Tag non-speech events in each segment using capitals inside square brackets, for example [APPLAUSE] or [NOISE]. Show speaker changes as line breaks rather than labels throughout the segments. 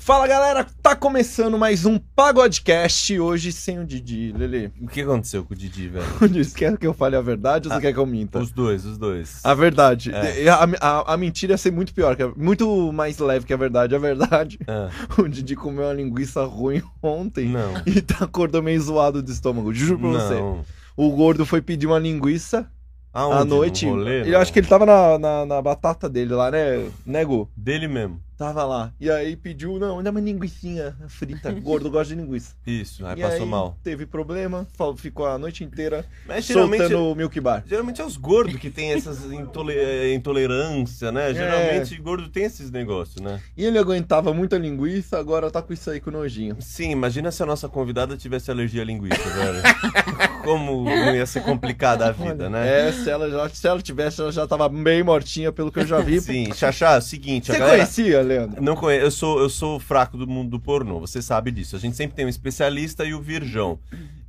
Fala galera, tá começando mais um Pagodcast hoje sem o Didi. Lele, [LAUGHS]
O que aconteceu com o Didi, velho?
você quer que eu fale a verdade ou você
Ah,
quer que eu minta?
Os dois, os dois.
A verdade.
É.
E A, a- a mentira ia ser muito pior, que a- muito mais leve que a verdade. A verdade, [LAUGHS]
Ah,
o Didi comeu uma linguiça ruim ontem
[LAUGHS] não.
e tá acordou meio zoado do estômago. Juro pra você.
Não.
O gordo foi pedir uma linguiça
Aonde?
à noite.
No rolê,
eu
não?
acho que ele tava na, na, na batata dele lá, né? Né, Gu?
Dele mesmo.
Tava lá. E aí pediu, não, ainda uma linguiçinha frita. Gordo gosta de linguiça.
Isso, aí
E
passou mal.
Teve problema, fal- ficou a noite inteira
Mas geralmente,
soltando o Milk Bar.
geralmente é os gordos que tem essas intole- eh, intolerância, né? Geralmente gordo tem esses negócios, né?
E ele aguentava muita linguiça, agora tá com isso aí com nojinho.
Sim, imagina se a nossa convidada tivesse alergia à linguiça, velho. [LAUGHS] Como não ia ser complicada a vida,
Olha,
né?
É, se ela, já, se ela tivesse, ela já tava bem mortinha, pelo que eu já vi.
[LAUGHS] Sim, Xaxá, é seguinte, a
Você
galera...
conhecia, Leandro?
Não conheço, eu sou, eu sou fraco do mundo do pornô, você sabe disso. A gente sempre tem um especialista e o virgão.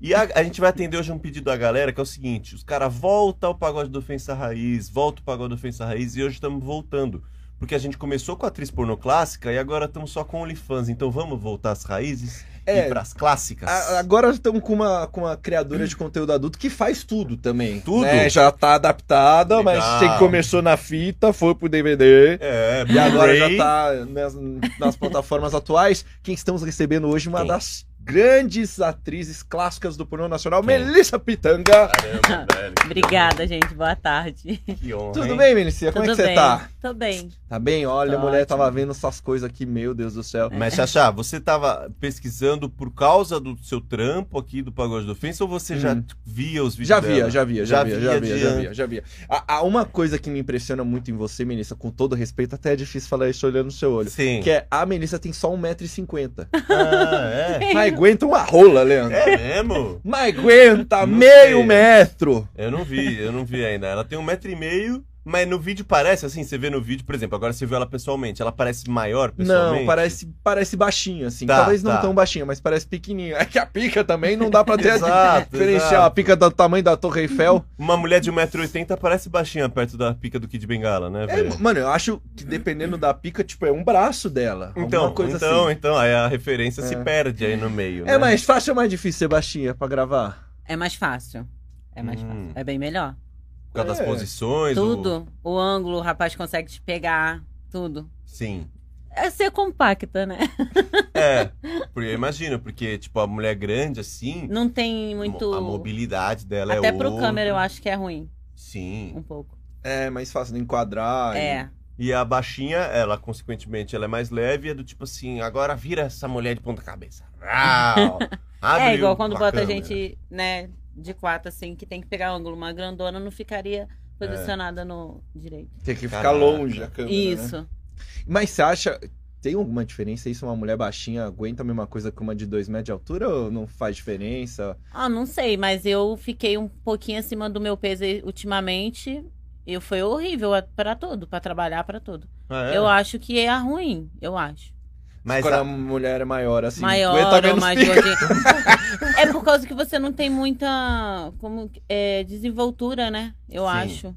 E a, a gente vai atender hoje um pedido da galera que é o seguinte: os caras volta ao pagode do Ofensa Raiz, volta o pagode do Ofensa Raiz e hoje estamos voltando. Porque a gente começou com a atriz pornô clássica e agora estamos só com OnlyFans. Então vamos voltar às raízes
É.
e pras clássicas.
A- agora estamos com uma, com uma criadora de conteúdo adulto que faz tudo também.
Tudo?
né? Já tá adaptada,
Legal.
mas tem- começou na fita, foi pro DVD.
É,
E agora já
Blu-ray.
tá nas, nas plataformas atuais. Quem estamos recebendo hoje? Uma
Quem?
das grandes atrizes clássicas do pornô nacional,
Quem?
Melissa Pitanga.
Caramba, velho, que
Obrigada, gente. Boa tarde.
honra, que honra,
Tudo
hein?
bem, Melissa? Como é
Tudo
que você
bem?
tá?
Tô bem.
Tá bem? Olha,
Tô
a mulher
ótimo.
tava vendo essas coisas aqui, meu Deus do céu.
Mas, Xaxá, você tava pesquisando por causa do seu trampo aqui do Pagode do Ofensa ou você já
Hum.
via os vídeos
Já
dela?
via, já via, já
Já
via,
via
já via, já
de
via, já via. Há, há uma coisa que me impressiona muito em você, Melissa, com todo respeito, até é difícil falar isso olhando no seu olho.
Sim.
Que é, a Melissa tem só
[LAUGHS]
1,50m.
Ah,
Mas aguenta uma rola, Leandro.
é? É mesmo?
Mas aguenta
Não
meio
sei.
metro.
Eu não vi, eu não vi ainda. Ela tem um metro e meio, mas no vídeo parece assim, você vê no vídeo, por exemplo, agora você viu ela pessoalmente, ela parece maior pessoalmente?
Não, parece, parece baixinho, assim.
Tá,
Talvez não
tá.
tão baixinho, mas parece pequenininho. [LAUGHS] É que a pica também não dá pra ter a
[LAUGHS] Exato,
diferenciar
exato.
a pica do tamanho da Torre Eiffel.
Uma mulher de 1,80m parece baixinha perto da pica do Kid Bengala, né,
É,
velho?
mano, eu acho que dependendo da pica, tipo, é um braço dela.
então,
alguma coisa
então,
assim.
então, aí a referência se
É.
perde aí no meio, né?
É mais fácil ou mais difícil ser baixinha pra gravar?
É mais fácil. É mais
Hum.
fácil. É bem melhor.
Por causa
É.
das posições, o-
Tudo. O ângulo, o rapaz consegue te pegar. Tudo.
Sim.
É ser compacta, né?
É, porque eu imagino, porque, tipo, a mulher grande, assim,
Não tem muito.
a mobilidade dela é
Até pro
outra.
câmera eu acho que é ruim.
Sim.
Um pouco.
É, mais fácil de enquadrar. e-
É.
E a baixinha, ela, consequentemente, ela é mais leve e é do tipo assim, agora vira essa mulher de ponta cabeça. Rau! Abre
[LAUGHS] É igual
o-
quando
a
bota a
câmera.
gente, né, de quatro, assim, que tem que pegar ângulo. Uma grandona não ficaria posicionada no direito.
Tem que ficar
Caraca.
longe a câmera. né?
Isso.
Mas você acha. Tem alguma diferença isso? Uma mulher baixinha aguenta a mesma coisa que uma de 2 metros de altura ou não faz diferença?
Ah, não sei, mas eu fiquei um pouquinho acima do meu peso aí ultimamente. E foi horrível a- pra tudo, pra trabalhar, pra tudo.
Ah, é?
Eu acho que é ruim, eu acho.
Mas
Quando
a-
a mulher é maior, assim.
Maior
aguenta
ou
menos
mais
pica.
gordinho. é por causa que você não tem muita como, é, desenvoltura, né? Eu
Sim.
acho.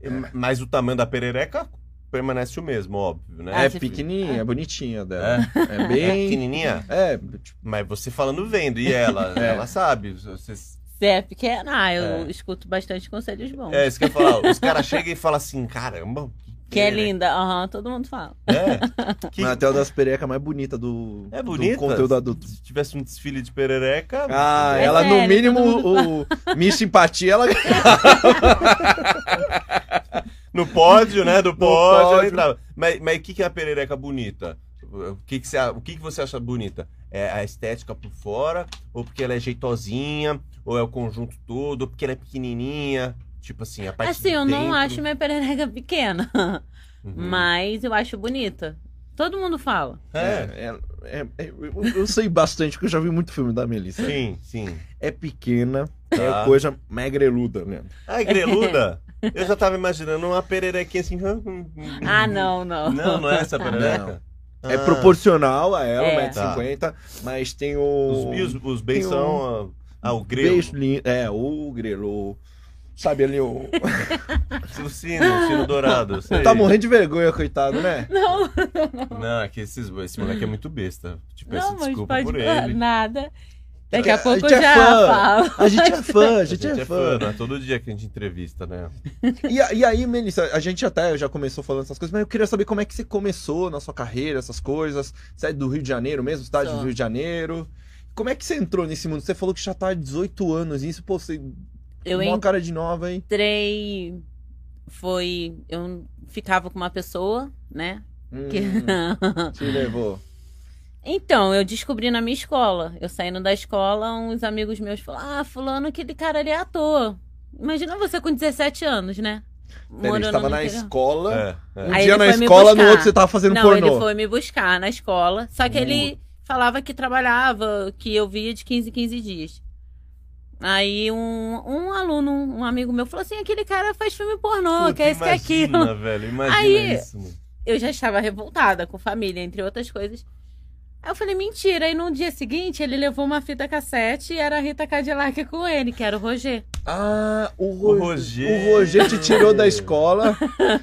é
é, mas o tamanho da perereca permanece o mesmo, óbvio, né?
É
Ah, você-
pequenininha, é bonitinha dela.
É.
É, bem.
pequenininha?
É, tipo,
Mas você falando vendo, e ela?
É.
Ela sabe. Vocês...
Se é pequena, ah, eu
É.
escuto bastante conselhos bons.
É, isso que eu ia falar. Os caras chegam e falam assim, caramba.
Que é
perereca."
linda, aham, todo mundo fala.
[LAUGHS]
É. Que-
mas até uma das perecas mais bonita do,
É
do
bonita.
conteúdo adulto.
Se tivesse um desfile de perereca... né?
Ah,
É
ela no
sério,
mínimo
todo
o [LAUGHS] Miss Simpatia,
É.
ela
No pódio, né?
[LAUGHS]
Do pódio.
pódio.
ela entrava. Mas, mas o que, que é a perereca bonita? O que, que, você, o que, que você acha bonita? É a estética por fora? Ou porque ela é jeitosinha? Ou é o conjunto todo? Ou porque ela é pequenininha? Tipo assim, a parte
Assim,
de
eu não
dentro.
acho minha perereca pequena,
Uhum.
mas eu acho bonita. Todo mundo fala.
É,
é, é, é, eu, eu sei bastante, porque eu já vi muito filme da Melissa.
sim, sim.
É pequena, é
Tá.
coisa magreluda, né?
Ai, greluda. Eu já tava imaginando uma pererequinha assim...
Ah, tá. não, não.
Não, não é essa perereca?
É
Ah, Tá.
proporcional a ela,
É.
1,50m, mas tem o.
Os, e os, os
Tem
beis
um-
[LAUGHS] são... ah, ah, o grelo.
Beijo lindo. É, o grelo. Sabe ali
[LAUGHS]
o.
O sino, o Tipo assim, né, sino dourado. eu sei.
Tá morrendo de vergonha, coitado, né?
Não,
Não, é que esses, esse moleque é muito besta. Te peço
não, mas
desculpa
pode
por
falar
ele.
nada. Daqui
A
a pouco
gente
eu
é
já
fã.
falo.
A gente é fã, a gente, é fã.
não é todo dia que a gente entrevista, né?
E, a- e aí, Melissa, a gente até já começou falando essas coisas, mas eu queria saber como é que você começou na sua carreira, essas coisas. Você é do Rio de Janeiro mesmo, cidade
Sou.
do Rio de Janeiro. Como é que você entrou nesse mundo? Você falou que já tá há 18 anos nisso, pô, você.
Eu
uma cara de nova, hein?
entrei. Foi. Eu ficava com uma pessoa, né?
Hum,
[LAUGHS] Que-
te levou.
[LAUGHS] Então, eu descobri na minha escola. Eu saindo da escola, uns amigos meus falaram: Ah, fulano, aquele cara ali é ator. Imagina você com 17 anos, né?
Peraí, você tava
no
na
interior.
escola.
É, é.
Um
Aí
dia
ele
na
foi me
escola, no
buscar.
outro você tava
um
fazendo
Não, ele
pornô.
foi me buscar na escola. Só que
Uh.
Hum.
ele falava que trabalhava, que eu via de 15 em 15 dias. Aí um, um aluno, um amigo meu, falou assim: aquele cara faz filme pornô,
Puta,
que é isso, que é aquilo. [LAUGHS]
Imagina, velho, imagina
Aí-
isso. mano.
eu já estava revoltada com família, entre outras coisas. Aí eu falei, mentira. E no dia seguinte, ele levou uma fita cassete e era a Rita Cadillac com ele, que era o Roger.
Ah, o,
O
Ro... o
Roger.
Roger te tirou da
[LAUGHS]
escola.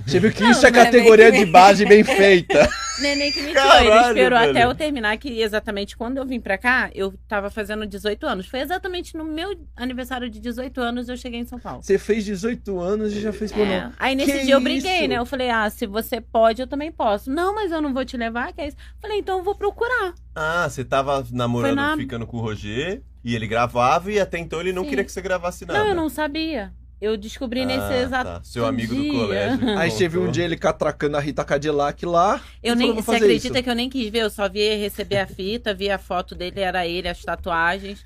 Você viu que
Não,
isso é
não é bem
categoria
que-
de base
[LAUGHS]
bem feita.
Neném que me tirou.
Caralho,
Ele esperou
velho.
até eu terminar, que exatamente quando eu vim pra cá, eu tava fazendo 18 anos. Foi exatamente no meu aniversário de 18 anos eu cheguei em São Paulo.
Você fez 18 anos e já fez pornô.
É. Aí nesse
Que
dia eu briguei,
isso?
né? Eu falei, ah, se você pode, eu também posso. Não, mas eu não vou te levar, que é isso. Falei, então eu vou procurar.
Ah, você tava namorando,
Foi na-
ficando com o Roger, e ele gravava, e até então ele não
Sim.
queria que você gravasse nada.
Não, eu não sabia. Eu descobri nesse
Ah,
exato um
tá. Seu amigo do
dia.
colégio.
Aí você viu um
contou.
dia ele catracando a Rita Cadillac lá.
Eu
Ele
nem,
falou, "Vou
você
fazer
acredita
isso."
que eu nem quis ver? Eu só vi receber a fita, vi a foto dele, era ele, as tatuagens.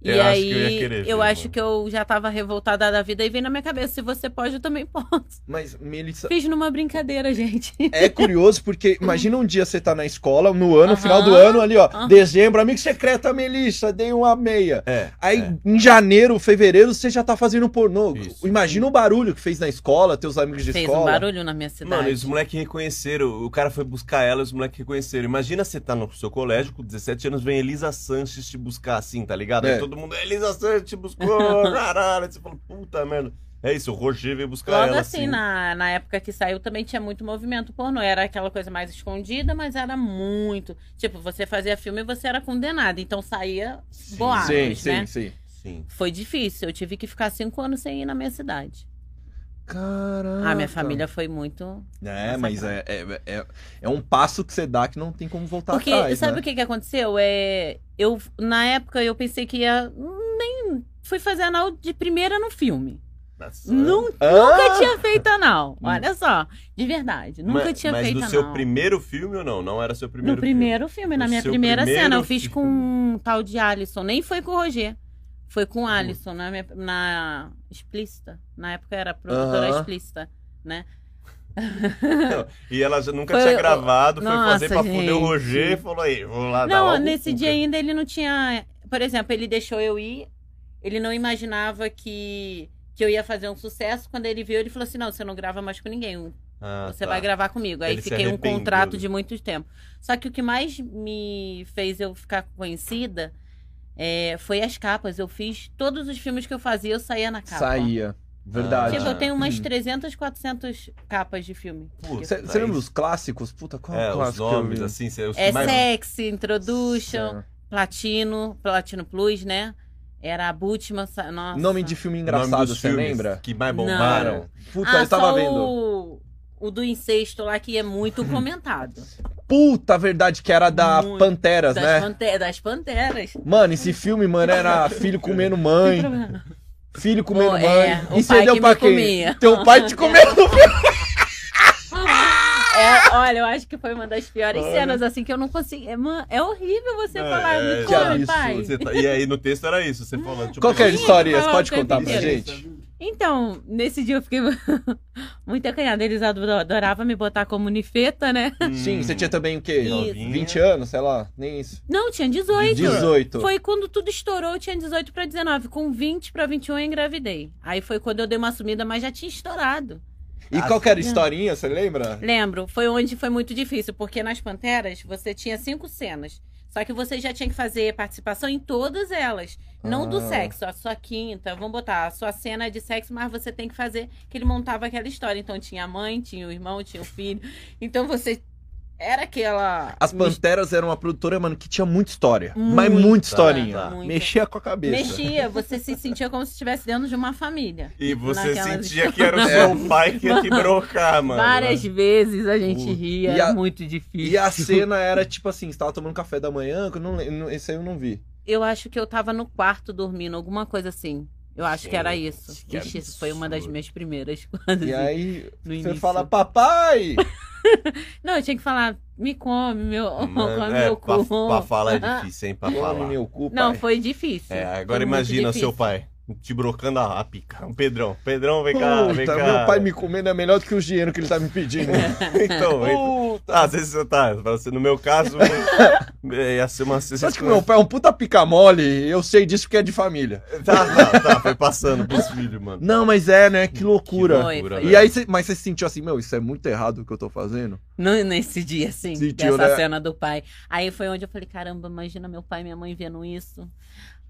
E
Eu acho
aí,
que eu ia querer ver,
eu acho
mano.
que eu já tava revoltada da vida e veio na minha cabeça: se você pode, eu também posso.
Mas, Melissa,
Fiz numa brincadeira, gente.
Tá. é curioso porque imagina um dia você tá na escola, no ano,
Aham.
final do ano, ali, ó.
Aham.
Dezembro, amigo secreto, a Melissa, dei uma meia.
É.
Aí,
é.
em janeiro, fevereiro, você já tá fazendo pornô.
Isso.
Imagina o barulho que fez na escola, teus amigos de
[LAUGHS] Fez
escola.
um barulho na minha cidade.
Mano, e os moleques reconheceram. O cara foi buscar ela, os moleques reconheceram. Imagina você tá no seu colégio, com 17 anos, vem Elisa Sanches te buscar assim, tá ligado?
É.
Aí todo mundo, Elisa Sanches te buscou, [LAUGHS] rarara. Aí você falou, puta merda. É isso, o Roger veio buscar
Logo
ela.
assim, na, na época que saiu, também tinha muito movimento pornô. Era aquela coisa mais escondida, mas era muito. Tipo, você fazia filme e você era condenado. Então saía
Sim.
boatos,
Sim, sim,
né?
sim.
Sim.
Foi difícil. Eu tive que ficar cinco anos sem ir na minha cidade.
Caraca.
Ah,
tá.
minha família foi muito.
É,
Nossa,
mas é, é, é, é um passo que você dá que não tem como
Tá
voltar
Porque
atrás,
sabe
né?
o que, que aconteceu? É, eu na época eu pensei que ia nem fui fazer anal de primeira no filme.
Nossa.
Nun-
Ah!
Nunca tinha feito anal. Olha só, de verdade, nunca
Ah! Hum. mas,
tinha
mas
feito
no
anal.
seu primeiro filme ou não? Não era seu primeiro
no primeiro filme, na
No
minha
seu
primeira
primeiro
cena, eu fiz
filme. Hum.
com um tal de Alisson, nem foi com o Roger. Foi com o Alisson na, minha- na explícita. Na época era produtora
Aham.
explícita, né?
E ela já nunca
Foi-
tinha gravado, foi
Nossa,
fazer pra fuder o
gente.
Roger e falou aí, vou lá dar
Não,
uma
nesse
cuca.
dia ainda ele não tinha. Por exemplo, ele deixou eu ir. Ele não imaginava que, que eu ia fazer um sucesso. Quando ele viu, ele falou assim: não, você não grava mais com ninguém.
Ah,
Você
tá.
vai gravar comigo. Aí
Ele se
fiquei um
arrependeu,
contrato
né?
de muito tempo. Só que o que mais me fez eu ficar conhecida é, foi as capas. Eu fiz todos os filmes que eu fazia, eu saía na capa.
Saía. Verdade.
Tipo, eu tenho umas
Uhum.
Hum.
300, 400 capas de filme.
Putz,
Você você lembra os clássicos? Puta, qual é,
É,
o
os
clássico
nomes,
que eu vi? É.
assim, cê- os
É
que mais...
Sexy, Introduction.
Nossa.
Platino, Platino Plus, né? Era a Bultman, sa- nossa.
Nome de filme
o nome dos
engraçado, você
filmes
lembra?
Que mais
Não.
bombaram.
Puta,
ah,
eu tava
só
vendo.
O... o do incesto lá que é
[LAUGHS]
muito comentado.
Puta verdade, que era da
Muito.
Panteras,
das,
né?
pante- das panteras. Não
Mano, esse filme, mano, era filho comendo
tem
mãe.
problema.
Filho comendo
Oh,
mãe.
é, o
e você
pai
deu
que
pra
me
quem?
comia.
Teu pai te
[LAUGHS]
comendo no filme.
É, olha, eu acho que foi uma das piores
Olha.
cenas, assim, que eu não consegui. É, man- é horrível você
É,
falar,
é,
me
é,
come,
isso,
pai.
Você tá- E aí no texto era isso, você falando. tipo,
Qual que é a
isso.
história?
falava
Pode
o tempo
contar pra
inteiro.
gente?
Então, nesse dia eu fiquei [LAUGHS] muito acanhada. Eles ado- adoravam me botar como nifeta, né?
Hum,
Sim, você tinha também o quê?
Isso.
20 anos, sei lá, nem isso.
Não, tinha 18.
18.
Foi quando tudo estourou, eu tinha 18 pra 19. Com 20 pra 21 eu engravidei. Aí foi quando eu dei uma sumida, mas já tinha estourado.
E qual que era a historinha, você lembra?
Lembro, foi onde foi muito difícil, porque nas Panteras você tinha cinco cenas. Só que você já tinha que fazer participação em todas elas. Não do
Ah.
sexo, a sua quinta, vamos botar, a sua cena é de sexo, mas você tem que fazer que ele montava aquela história. Então tinha a mãe, tinha o irmão, tinha o filho. Então você era aquela
As
mis-
Panteras eram uma produtora, mano, que tinha muita história. mas
Muita,
muita historinha.
tá. Muita.
Mexia com a cabeça.
mexia, você se sentia como se estivesse dentro de uma família.
E você
naquelas
sentia que era
[LAUGHS]
o
histórias.
seu pai que ia
[LAUGHS]
te brocar, mano. né?
Várias vezes a gente
Puta.
E
ria, era
a-
muito difícil.
E a cena era tipo assim, você tava tomando café da manhã, que eu não, lem- não- esse aí eu não vi.
[LAUGHS] Eu acho que eu tava no quarto dormindo, alguma coisa assim. Eu acho que era
Gente,
isso.
que
Ixi, isso foi uma das
absurdo.
minhas primeiras [LAUGHS] coisas
E aí
no
você
início.
fala, papai!
Não, eu tinha que falar, me come, meu,
[LAUGHS]
[LAUGHS]
Mano,
come
é,
meu
pra,
cu.
pra falar é difícil, hein? Pra
Come
falar.
meu cu,
Não,
pai.
foi difícil.
É,
Foi
agora
muito
imagina
difícil.
seu pai te brocando a, a pica. Um Pedrão. Pedrão, vem cá,
Puta,
vem cá.
meu pai me comendo é melhor do que o dinheiro que ele tá me pedindo.
É. [LAUGHS]
Então, então-
Puta.
Ah, às vezes você tá. pra você- No meu caso,
[LAUGHS]
é, ia ser uma.
Você acha que meu pai é um puta pica mole? Eu sei disso porque é de família.
[LAUGHS] Tá, tá, tá. Foi passando pros filhos, mano.
Não, mas é, né? Que loucura.
Foi, foi.
E aí, você- mas você se sentiu assim, meu, isso é muito errado o que eu tô fazendo?
No- nesse dia, assim,
Sentiu,
dessa
né?
cena do pai. Aí foi onde eu falei, caramba, imagina meu pai e minha mãe vendo isso.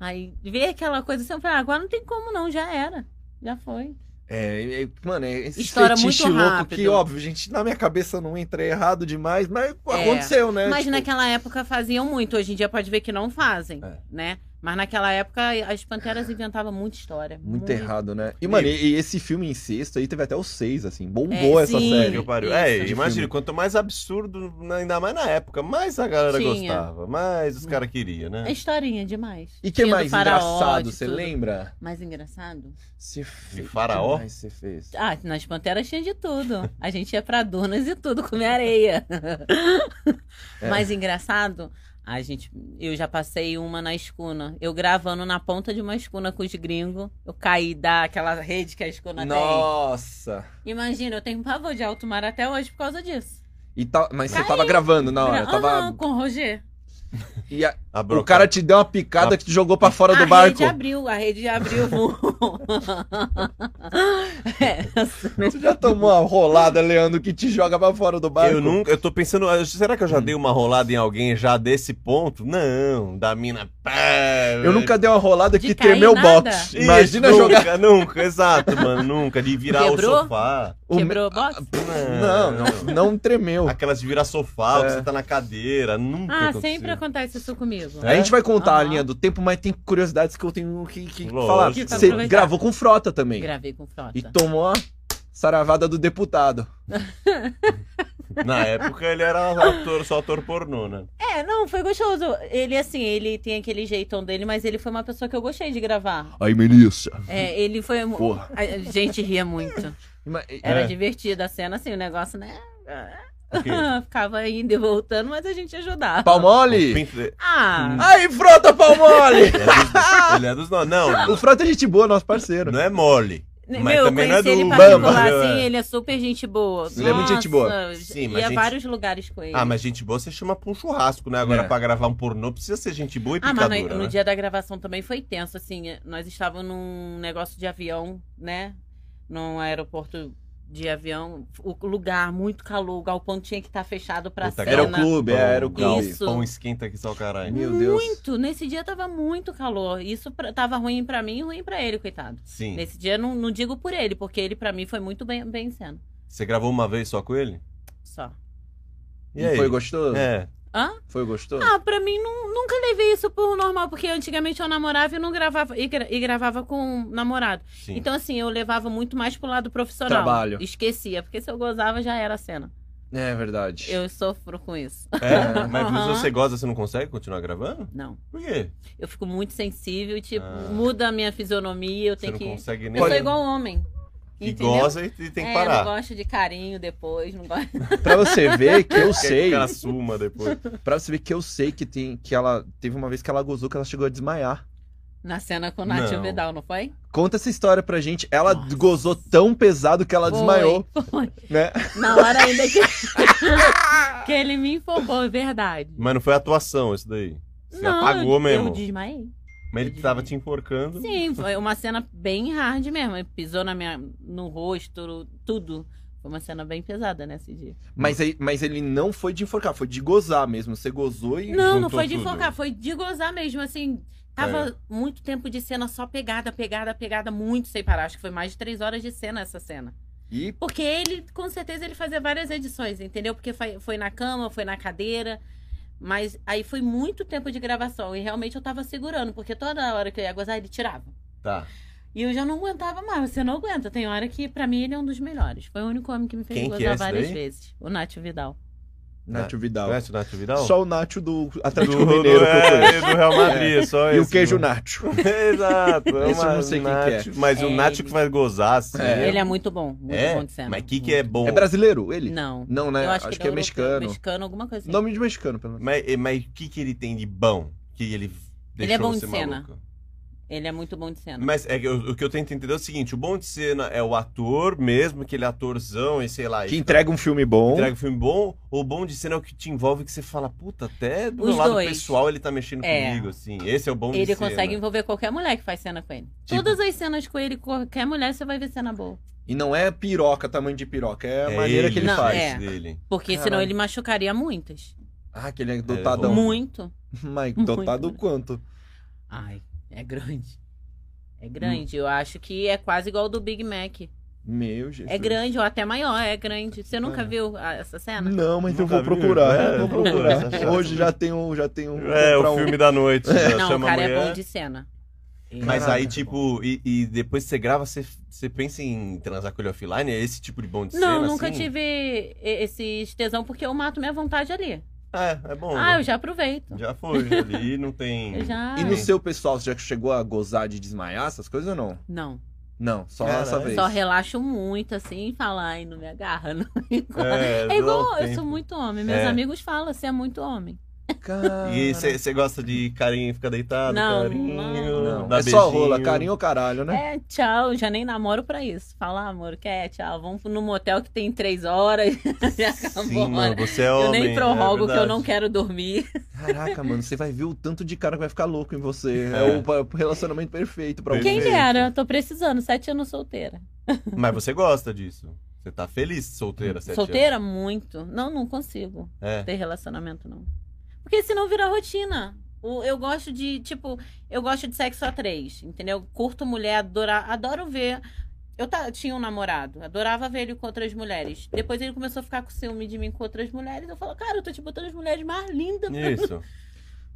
Aí ver aquela coisa assim, eu falei, ah, agora não tem como não, já era. Já foi.
É, é, mano, é esse
Estoura
fetiche
muito
louco
rápido.
que, óbvio, gente, na minha cabeça não entra é errado demais, mas
É.
aconteceu, né?
Mas
Tipo,
naquela época faziam muito, hoje em dia pode ver que não fazem,
É.
né? Mas naquela época as Panteras inventavam muita história.
Muito errado, né? E, mano, e, e esse filme incesto aí teve até o seis assim, bombou
É,
essa
sim.
Que
série.
eu pariu.
Isso.
É,
De
imagina,
filme.
quanto mais absurdo, na- ainda mais na época, mais a galera
Tinha.
gostava, mais os caras queriam, né?
É historinha demais.
E que
Tinha do
mais
faraó,
engraçado,
de
você
tudo.
lembra?
Mais engraçado?
Se
De faraó?
mais você fez?
Ah, nas Panteras tinha de tudo. A gente ia pra dunas e tudo, comer areia.
É.
Mais engraçado, a gente, eu já passei uma na escuna. Eu gravando na ponta de uma escuna com os gringos, eu caí daquela rede que a escuna
Nossa!
tem. Imagina, eu tenho um pavor de alto mar até hoje por causa disso.
E tá, mas você
Caiu.
tava gravando na hora,
Gra- Aham,
tava...
com o Roger.
E a-
A
o
broca-
cara te deu uma picada que te jogou pra fora
a
do barco.
rede abriu, a rede abriu. [LAUGHS] é, essa-
Você já tomou uma rolada, Leandro, que te joga pra fora do barco? Hum.
Eu nunca, eu tô pensando, ah, será que eu já dei uma rolada em alguém já desse ponto? Não, da mina. pá,
Eu nunca dei uma rolada
De
que
cair
tremeu o
nada.
box.
Isso,
Imagina
nunca,
jogar.
[LAUGHS] Nunca, exato, mano, nunca. De virar
Quebrou?
o sofá.
O me-
Quebrou o box?
Não, não, não tremeu.
Aquelas de virar sofá,
É.
você tá na cadeira, nunca.
Ah,
aconteceu.
sempre acontece isso comigo.
A
né?
gente vai contar a
Aham.
linha do tempo, mas tem curiosidades que eu tenho que, que
Lógico.
falar.
Que
Você
aproveitar.
gravou com frota também.
Gravei com frota.
E tomou a saravada do deputado.
Na época ele era ator, só ator
[LAUGHS]
pornô, né?
É, não, foi gostoso. Ele, assim, ele tem aquele jeitão dele, mas ele foi uma pessoa que eu gostei de gravar.
Aí, Melissa.
É, ele foi. mu-
Porra. É.
A gente ria muito. Era divertida a cena, assim, o negócio, né?
Aqui.
[LAUGHS] Ficava indo e voltando, mas a gente ajudava.
Pau
O
mole?
pinto de-
Ah!
Aí, frota, pau mole!
Ele [LAUGHS] é dos- ele é dos. Não, não, [LAUGHS]
o frota é gente boa, nosso parceiro.
não é mole.
Né, Meu,
Mas
eu
também não é
conheci ele
do
particular,
Bamba.
assim, ele é super gente boa.
Ele é muito gente boa.
Nossa,
Sim, mas
ia a
gente-
vários lugares com ele.
Ah, mas gente boa você chama pra um churrasco, né? Agora
É.
pra gravar um pornô precisa ser gente boa e
Ah,
picadora,
mas no, no
né?
dia da gravação também foi tenso, assim. Nós estávamos num negócio de avião, né? Num aeroporto de avião. O lugar, muito calor, o galpão tinha que estar fechado pra
Puta,
cena.
Era o clube, é, era o clube.
Isso.
Pão esquenta aqui só o caralho.
Meu Deus.
Muito, nesse dia tava muito calor. Isso pra- tava ruim pra mim e ruim pra ele, coitado.
Sim.
Nesse dia não, não digo por ele, porque ele pra mim foi muito bem, bem sendo.
Você gravou uma vez só com ele?
Só.
E aí?
Foi gostoso?
É.
Hã?
Foi gostoso?
Ah, pra mim não- nunca levei isso por normal, porque antigamente eu namorava e não gravava e, gra- e gravava com o namorado.
Sim.
Então, assim, eu levava muito mais pro lado profissional.
Trabalho.
Esquecia, porque se eu gozava já era a cena.
É verdade.
Ah. Eu sofro com isso. [LAUGHS]
É? Mas
Então, Aham.
você gosta, você não consegue continuar gravando?
Não.
Por quê?
Eu fico muito sensível, e, tipo,
Ah.
muda a minha fisionomia, eu
Você
tenho
não
que.
consegue nem...
Eu sou igual homem.
E
entendeu?
goza e e tem que
é,
parar.
não gosto de carinho depois, não gosto. [LAUGHS]
Pra você ver que eu
Quer
sei.
[LAUGHS] Que ela suma depois.
Pra você ver que eu sei que tem. Que ela. Teve uma vez que ela gozou que ela chegou a desmaiar.
Na cena com o Nath
Não.
Vidal, não foi?
Conta essa história pra gente. Ela
Nossa.
gozou tão pesado que ela
Foi,
desmaiou,
Foi.
né?
Na hora ainda que.
[LAUGHS]
que [LAUGHS] ele me empolgou, é verdade.
Mas não foi atuação isso daí. Você
não,
apagou
eu,
mesmo.
Eu desmaiei.
Mas ele tava te enforcando.
Sim, foi uma cena bem hard mesmo. Ele pisou na minha, no rosto, tudo. Foi uma cena bem pesada nesse dia.
Mas, aí- mas ele não foi de enforcar, foi de gozar mesmo. Você gozou e.
Não,
juntou
não foi de
tudo. É.
focar, foi de gozar mesmo, assim. Tava muito tempo de cena só pegada, pegada, pegada, muito sem parar. Acho que foi mais de três horas de cena essa cena.
E
Porque ele, com certeza, ele fazia várias edições, entendeu? Porque foi, foi na cama, foi na cadeira. Mas aí foi muito tempo de gravação. E realmente eu tava segurando, porque toda hora que eu ia gozar, ele tirava.
Tá.
E eu já não aguentava mais. Você não aguenta. Tem hora que, pra mim, ele é um dos melhores. Foi o único homem que me fez
Quem que
gozar
é esse
várias
daí?
vezes. O Nath Vidal.
Nátio Vidal.
Conhece o Nath Vidal?
Só o Nátio do Atlético
do,
Mineiro que eu
do, Tá é,
conheço.
do Real Madrid, só
E o
esse,
queijo
mano.
Nátio.
[LAUGHS] Exato. é
[LAUGHS] Esse eu
uma
não sei quem
Nath-
que
Mas o
É,
Nath
ele-
que vai gozar, assim.
É.
Ele é muito bom. Muito
É?
bom de cena.
Mas que que é bom?
É brasileiro, ele?
Não.
Não, né?
Eu acho,
é
que, ele europeu,
mexicano.
Mexicano, alguma coisa assim.
Nome de mexicano, pelo menos.
Mas eh, mas o que que ele tem de bom? Que ele deixou
Ele é bom
você
em cena.
maluca?
Ele é muito bom de cena.
Mas é que eu- o que eu tento entender é o seguinte, o bom de cena é o ator mesmo, aquele atorzão e sei lá...
Que
e-
entrega um filme bom.
entrega um filme bom, ou o bom de cena é o que te envolve, que você fala, puta, até do
Os
lado
dois.
pessoal ele tá mexendo
É.
comigo, assim. Esse é o bom de
Ele
cena.
consegue envolver qualquer mulher que faz cena com ele.
Tipo-
Todas as cenas com ele, qualquer mulher, você vai ver cena boa.
E não é piroca, tamanho de piroca. É a
É
maneira que ele
Não,
faz.
é.
Dele.
Porque senão
Caralho.
ele machucaria muitas.
Ah, que ele é dotadão.
Então-
Muito.
Mas
Muito,
dotado
muito.
quanto?
Ai, é grande. É grande. Eu acho que é quase igual ao do Big Mac.
Meu Jesus.
É grande, né, ou até maior, é grande. Você nunca
É.
viu a- essa cena?
Não, mas eu
Nunca
vou
vi,
procurar.
né?
Vou procurar.
Essa chata.
Hoje já tem um. Já tem um vou
É,
comprar
o
um.
filme da noite. né?
Não, o
Chama a
cara é
mulher.
bom de cena. Ele-
Mas
Caraca,
aí,
tá
tipo, e, e depois que você grava, você, você pensa em transar com ele offline? É esse tipo de bom de cena?
Não, nunca
assim?
tive e- esse tesão, porque eu mato minha vontade ali.
É, é bom.
Ah,
né?
eu já aproveito.
já foi, já
[LAUGHS]
ali não tem.
Eu já.
E no seu pessoal, você já chegou a gozar de desmaiar essas coisas ou não?
Não.
Não, só
Caralho.
essa vez.
Só relaxo muito, assim, e falo, ai, não me agarra, não.
É,
[LAUGHS] É
dá um
igual, eu
tempo.
sou muito homem. Meus
É.
amigos falam, você é muito homem.
Cara.
E você gosta de carinho, fica deitado?
Não,
carinho,
não.
Não,
dá
é só
beijinho.
rola, carinho ou caralho, né?
É, tchau, já nem namoro pra isso. Fala, ah, amor, quer, tchau, vamos no motel que tem três horas, [LAUGHS] já acabou
Sim,
a
mano,
hora.
você é
Eu
homem.
nem
é
prorrogo que eu
verdade.
não quero dormir.
Caraca, mano, você vai ver o tanto de cara que vai ficar louco em você. É,
É.
o pa- relacionamento perfeito pra
Perfeito.
você.
Quem dera, tô precisando, sete anos solteira.
Mas você gosta disso. Você tá feliz solteira, sete
solteira? Muito. Não, não consigo
anos. É.
ter relacionamento, não. Porque senão vira rotina. O- Eu gosto de, tipo, eu gosto de sexo a três, entendeu? Curto mulher, adora, adoro ver. Eu ta- tinha um namorado, adorava ver ele com outras mulheres. Depois ele começou a ficar com ciúme de mim com outras mulheres. Eu falo, cara, eu tô te botando as mulheres mais lindas.
Isso.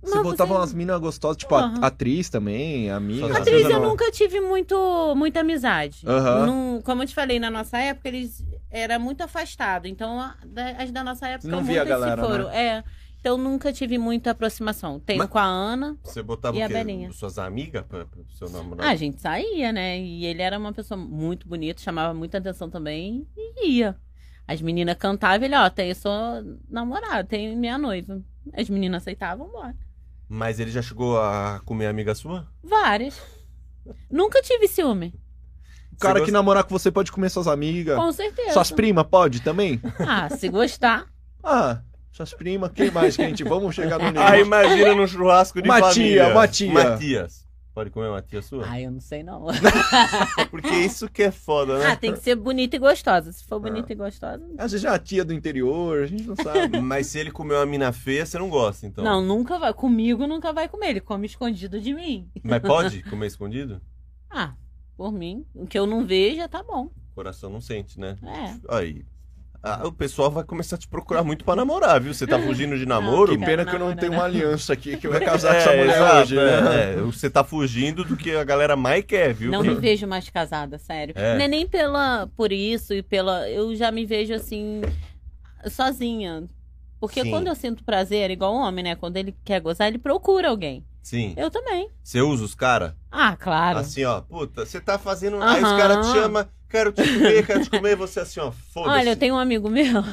Você
Mas
botava
você-
umas minas gostosas, tipo,
Porra.
a- atriz também, amiga.
Atriz
essas
Atriz,
coisas
eu
não.
nunca tive muito, muita amizade.
Aham.
Não- como eu te falei, na nossa época, eles era muito afastado. Então, a- da- as da nossa época,
Não via a
muitas
galera, né?
se foram. É. Então, nunca tive muita aproximação. Tenho
Mas-
com a Ana.
Você botava
E
o
a
quê?
Belinha?
Suas amigas pra, pro seu namorado?
Ah, a gente saía, né? E ele era uma pessoa muito bonita, chamava muita atenção também e ia. As meninas cantavam, ele, ó, tem sou namorado, tem minha noiva. As meninas aceitavam, bora.
Mas ele já chegou a comer amiga sua?
Várias. Nunca tive ciúme,
O cara
Você
que namorar com você pode comer suas amigas.
com certeza.
Suas primas, pode também?
Ah, se gostar.
Ah, suas primas, quem mais, gente? Vamos chegar [LAUGHS] no nível.
Ah, imagina num churrasco de
Uma
família.
tia, uma tia.
Matias. Pode comer uma tia sua?
Ah, eu não sei não.
Porque isso que é Então. foda, né?
Ah, tem que ser bonita e gostosa. Se for bonita e gostosa.
Às vezes é a tia do interior, a gente não [LAUGHS] sabe.
Ah. Mas se ele comeu uma mina feia, você não gosta, então.
Não, nunca vai. Comigo nunca vai comer. Ele come escondido de mim.
Mas pode comer escondido?
Ah, por mim. O que eu não veja, tá bom.
O coração não sente, né?
É.
Aí. Ah, o pessoal vai começar a te procurar muito pra namorar, viu? Você tá fugindo de namoro?
que
Não,
pena
não,
que eu não
não,
tenho
não.
uma aliança aqui [LAUGHS] que vai casar com essa
É,
mulher
exato,
hoje, né?
é, é. Você tá fugindo do que a galera mais quer, viu?
Não me vejo mais casada, sério.
É.
Não é nem pela, por isso e pela. Eu já me vejo assim, sozinha. Porque
Sim.
quando eu sinto prazer, igual o homem, né? Quando ele quer gozar, ele procura alguém.
Sim.
Eu também.
Você usa os caras?
Ah, claro.
Assim, ó, puta, você tá fazendo. Aí os
Aham.
caras te chamam, quero te comer, quero te comer, você assim, ó, foda-se.
Olha, eu tenho um amigo meu.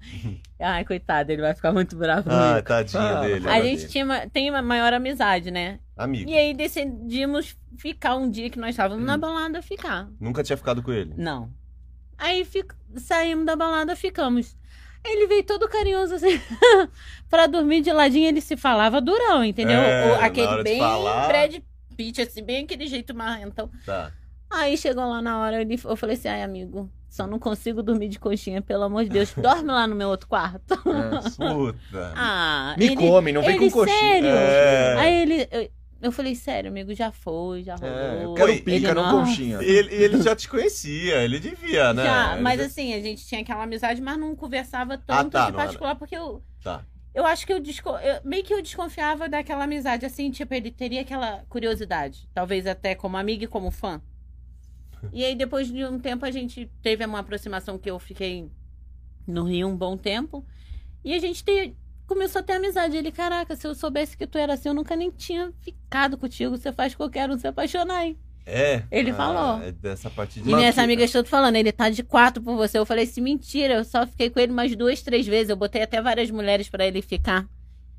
[LAUGHS] Ai, coitado, ele vai ficar muito bravo comigo.
Ah, tadinho
Ah.
dele.
A
olha
gente
dele.
tinha uma- tem uma maior amizade, né?
Amigo.
E aí decidimos ficar um dia que nós estávamos
Hum.
na balada ficar.
Nunca tinha ficado com ele.
Não. Aí fic- saímos da balada, ficamos. Ele veio todo carinhoso assim, [LAUGHS] pra dormir de ladinho. Ele se falava durão, entendeu?
É,
O-
na hora
aquele
de
bem
falar.
Brad Pitt, assim, bem aquele jeito marrentão.
Tá.
Aí chegou lá na hora, ele- eu falei assim: ai, amigo, Só não consigo dormir de coxinha, pelo amor de Deus. Dorme lá no meu outro
[LAUGHS]
quarto.
É.
Puta.
Ah,
[LAUGHS] Me
ele-
come, não vem com
ele,
coxinha.
sério?
É.
Aí ele. Eu, eu falei, sério, amigo, já foi, já rolou.
É, eu
Ele
quero pica, não
nossa.
conchinha.
Ele, ele já te conhecia, ele devia, né?
Já,
Ele
mas
já-
assim, a gente tinha aquela amizade, mas não
Ah,
conversava tanto
tá,
de
não era.
particular, porque eu.
Tá.
Eu acho que eu, desco- eu- meio que eu desconfiava daquela amizade, assim, tipo, ele teria aquela curiosidade, talvez até como amigo e como fã. E aí, depois de um tempo, a gente teve uma aproximação que eu fiquei no Rio um bom tempo. E a gente te- começou a ter amizade. Ele, caraca, se eu soubesse que tu era assim, eu nunca nem tinha ficado contigo. Você faz qualquer um se apaixonar, hein?
É.
Ele falou.
É dessa parte de.
E minhas amigas estão falando, ele tá de quatro por você. Eu falei assim, mentira, eu só fiquei com ele umas duas, três vezes. Eu botei até várias mulheres pra ele ficar.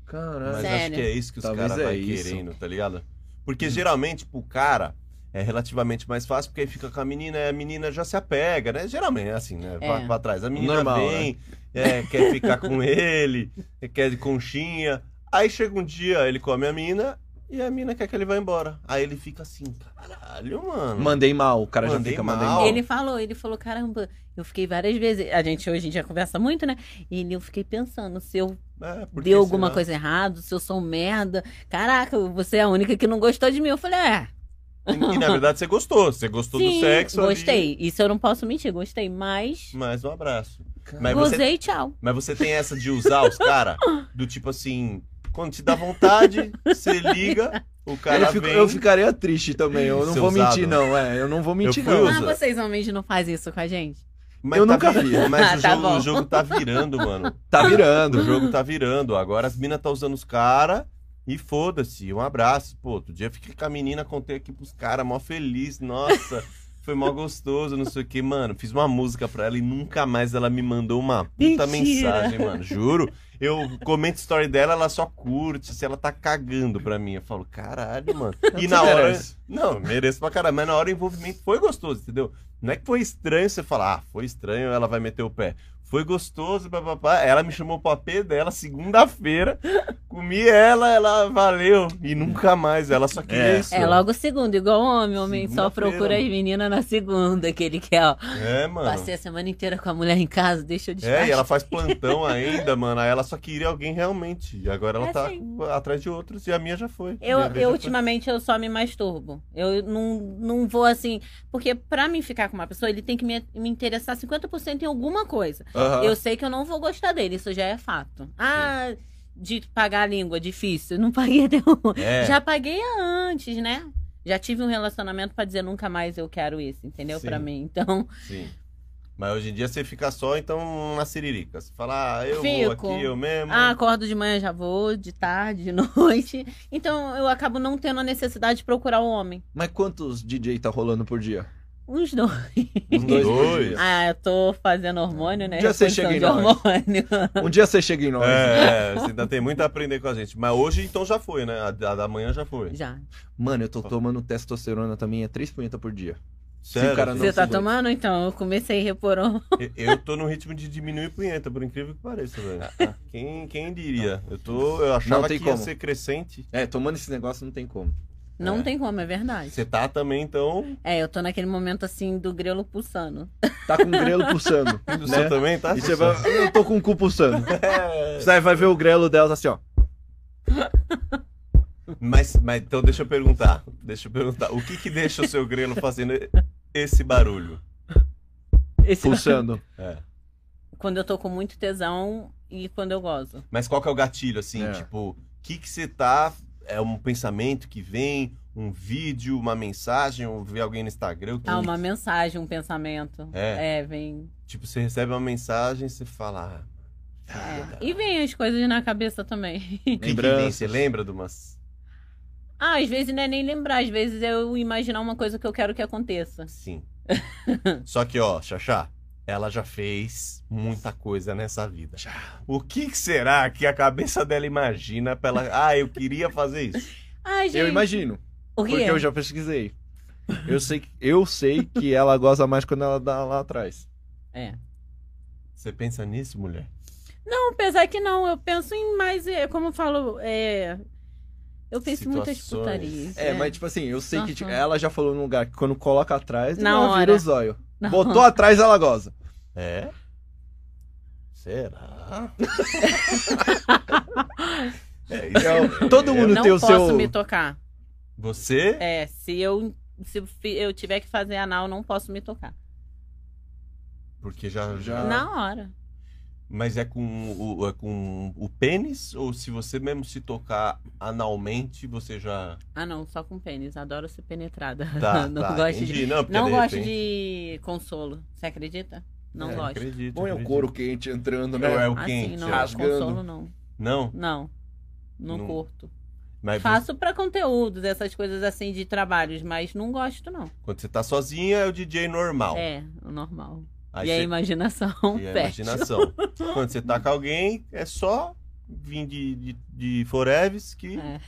Caralho.
Mas acho
Sério.
que é isso que os
Talvez
caras
é
vai
isso.
querendo, tá ligado? Porque geralmente pro cara é relativamente mais fácil, porque aí fica com a menina, e a menina já se apega, né? Geralmente é assim, né?
É.
Pra, pra trás. A menina
Normal, né?
vem, é, quer ficar com ele, [LAUGHS] quer de conchinha. Aí chega um dia, ele come a mina e a mina quer que ele vá embora. Aí ele fica assim, caralho, mano.
Mandei mal, o cara já
Mandei
fica
mal.
mandando
Ele falou, ele falou, caramba, eu fiquei várias vezes. A gente hoje em dia conversa muito, né? E ele, eu fiquei pensando, se eu
É, por que
dei alguma
será?
coisa errada, se eu sou um merda. Caraca, você é a única que não gostou de mim. Eu falei, é.
E, e, na verdade você gostou, você gostou do
Sim,
sexo. ali.
gostei. Isso eu não posso mentir, gostei. Mas,
Mais um abraço.
mal.
Mas você-
gozei, tchau.
Mas você tem essa de usar os cara do tipo assim, quando te dá vontade, você liga, o cara
Eu, fico-
vem.
eu ficaria triste também, eu não
Ser
vou
usado,
mentir,
né?
não. É, eu não vou mentir,
fui
não.
usado.
Ah, vocês homens não fazem isso com a gente?
mas
eu
tá
nunca
vi-
vi.
Mas
Ah,
o,
tá
jogo,
bom.
o jogo tá virando, mano.
Tá
O
[LAUGHS] virando.
jogo tá virando. Agora as minas tá usando os cara e foda-se. Um abraço. Pô, outro dia eu fiquei com a menina, contei aqui pros caras, mó feliz. Nossa, [LAUGHS] foi mó gostoso, não sei o que. Mano, fiz uma música pra ela e nunca mais ela me mandou uma puta
Mentira.
mensagem, mano. Juro. Eu comento story dela, ela só curte. Se ela tá cagando pra mim, eu falo, caralho, mano. E
Você
na hora.
merece.
Não, mereço pra caralho, mas na hora o envolvimento foi gostoso, entendeu? Não é que foi estranho você falar, ah, foi estranho, ela vai meter o pé. Foi gostoso, papapá. Ela me chamou pro AP dela segunda-feira, [LAUGHS] comi ela, ela valeu. E nunca mais, ela só queria
É.
isso.
É logo segundo, igual homem. Homem só
Segunda-feira,
procura as
mano.
meninas na segunda, que ele quer, ó.
É, mano.
Passei a semana inteira com a mulher em casa, deixa eu
É,
despachar.
e ela faz plantão ainda, mano. Aí ela só queria alguém realmente. E agora ela
É
tá
assim.
com- atrás de outros e a minha já foi.
Eu,
Minha
[LAUGHS]
vez
eu
já foi.
ultimamente eu só me masturbo. Eu não, não vou assim. Porque pra mim ficar com uma pessoa, ele tem que me, me interessar 50% em alguma coisa.
Ah.
Aham.
Eu sei que eu não vou gostar dele, isso já é fato. Ah, de pagar a língua, difícil. Não [LAUGHS] paguei até hoje.
É.
Já paguei antes, né? Já tive um relacionamento pra dizer nunca mais eu quero isso, entendeu?
Sim.
Pra mim. Então,
Sim. Mas hoje em dia você fica só, então, na siririca. Você fala, ah, eu
Fico.
vou aqui, eu mesmo.
ah, acordo de manhã, já vou, de tarde, de [LAUGHS] noite. Então, eu acabo não tendo a necessidade de procurar o homem.
Mas quantos DJ tá rolando por dia? [LAUGHS]
Uns dois.
Uns dois. por
Dois.
dia.
Ah, eu tô fazendo hormônio, né?
Já sei, chega
Reposição
em
de
nós.
hormônio.
[LAUGHS] Um dia você chega em
Ah,
nós.
É, você ainda tem muito a aprender com a gente. Mas hoje, então, já foi, né? A da, a da manhã já foi.
Já.
Mano, eu tô tomando testosterona também, é três punheta por dia.
Sério?
o cara não-
Você tá
sei.
tomando, então? Eu comecei a repor hor-
Eu- Eu tô no ritmo de diminuir punheta, por incrível que pareça, velho. Ah, Quem, quem diria? Eu tô. Eu achava
Ah, Não tem
que ia
como.
ser crescente.
É, tomando esse negócio não tem como.
Não
É.
tem como, é verdade.
Você tá também, então.
É, eu tô naquele momento assim do grelo pulsando.
Tá com o grelo pulsando.
O seu
né?
também, tá?
E você vai, "Ah, eu tô com o cu pulsando.
É.
Você vai ver o grelo dela tá assim, ó.
Mas, mas então deixa eu perguntar. Deixa eu perguntar. O que que deixa o seu grelo fazendo esse barulho?
Esse-
Pulsando.
É.
Quando eu tô com muito tesão e quando eu gozo.
Mas qual que é o gatilho, assim?
É.
Tipo, o que que você tá... É um pensamento que vem, um vídeo, uma mensagem, ou ver alguém no Instagram? Que,
Ah, uma mensagem, um pensamento.
É.
vem.
Tipo, você recebe uma mensagem, você fala...
É
Ah,
é. E vem as coisas na cabeça também. [LAUGHS]
o que que vem?
Lembranças.
Você lembra de umas...
Ah, às vezes não é nem lembrar, às vezes eu imaginar uma coisa que eu quero que aconteça. [LAUGHS]
Sim. Só que, ó, Xaxá, ela já fez muita coisa nessa vida. O que que será que a cabeça dela imagina pra ela... Ah, eu queria fazer isso.
Ah, gente.
Eu imagino.
O quê?
Porque eu já pesquisei. Eu sei, que- eu sei que ela goza mais quando ela dá lá atrás.
É.
Você pensa nisso, mulher?
Não, apesar que não, eu penso em mais, é, como eu falo, é, eu penso em muitas
Situações. É,
putarias. é.
É, mas tipo assim, eu sei que
Aham.
ela já falou num lugar que quando coloca atrás,
Na
ela vira
hora.
o zóio.
Não. [LAUGHS]
Botou atrás, ela goza.
É?
[LAUGHS]
Será? é isso.
Então, todo mundo
Não
tem o
posso
seu.
me tocar.
Você?
É, se eu, se eu fi- eu tiver que fazer anal, não posso me tocar.
Porque já, já.
Ah. Não.
Na hora.
Mas é com, o, é com o pênis? Ou se você mesmo se tocar analmente, você
[LAUGHS]
já.
Ah, não, só com pênis. Adoro ser penetrada.
Tá,
[LAUGHS] não
tá,
gosto de,
entendi. Não, porque
não
de
gosto
repente-
de consolo. Você acredita? Não
É,
gosto.
Acredito,
Põe o
acredito.
couro quente entrando,
Não, é
né?
o
Assim,
quente.
não,
é.
rasgando.
consolo não.
Não?
Não. Não,
Não.
curto.
Mas
Faço pra conteúdos, essas coisas assim de trabalhos, mas não gosto, não.
quando você tá sozinha, é o DJ normal.
É, o normal.
Aí
e é a
você-
imaginação
e a
perde. [LAUGHS]
imaginação. quando você tá com alguém, é só vir de, de, de Foreves que.
É.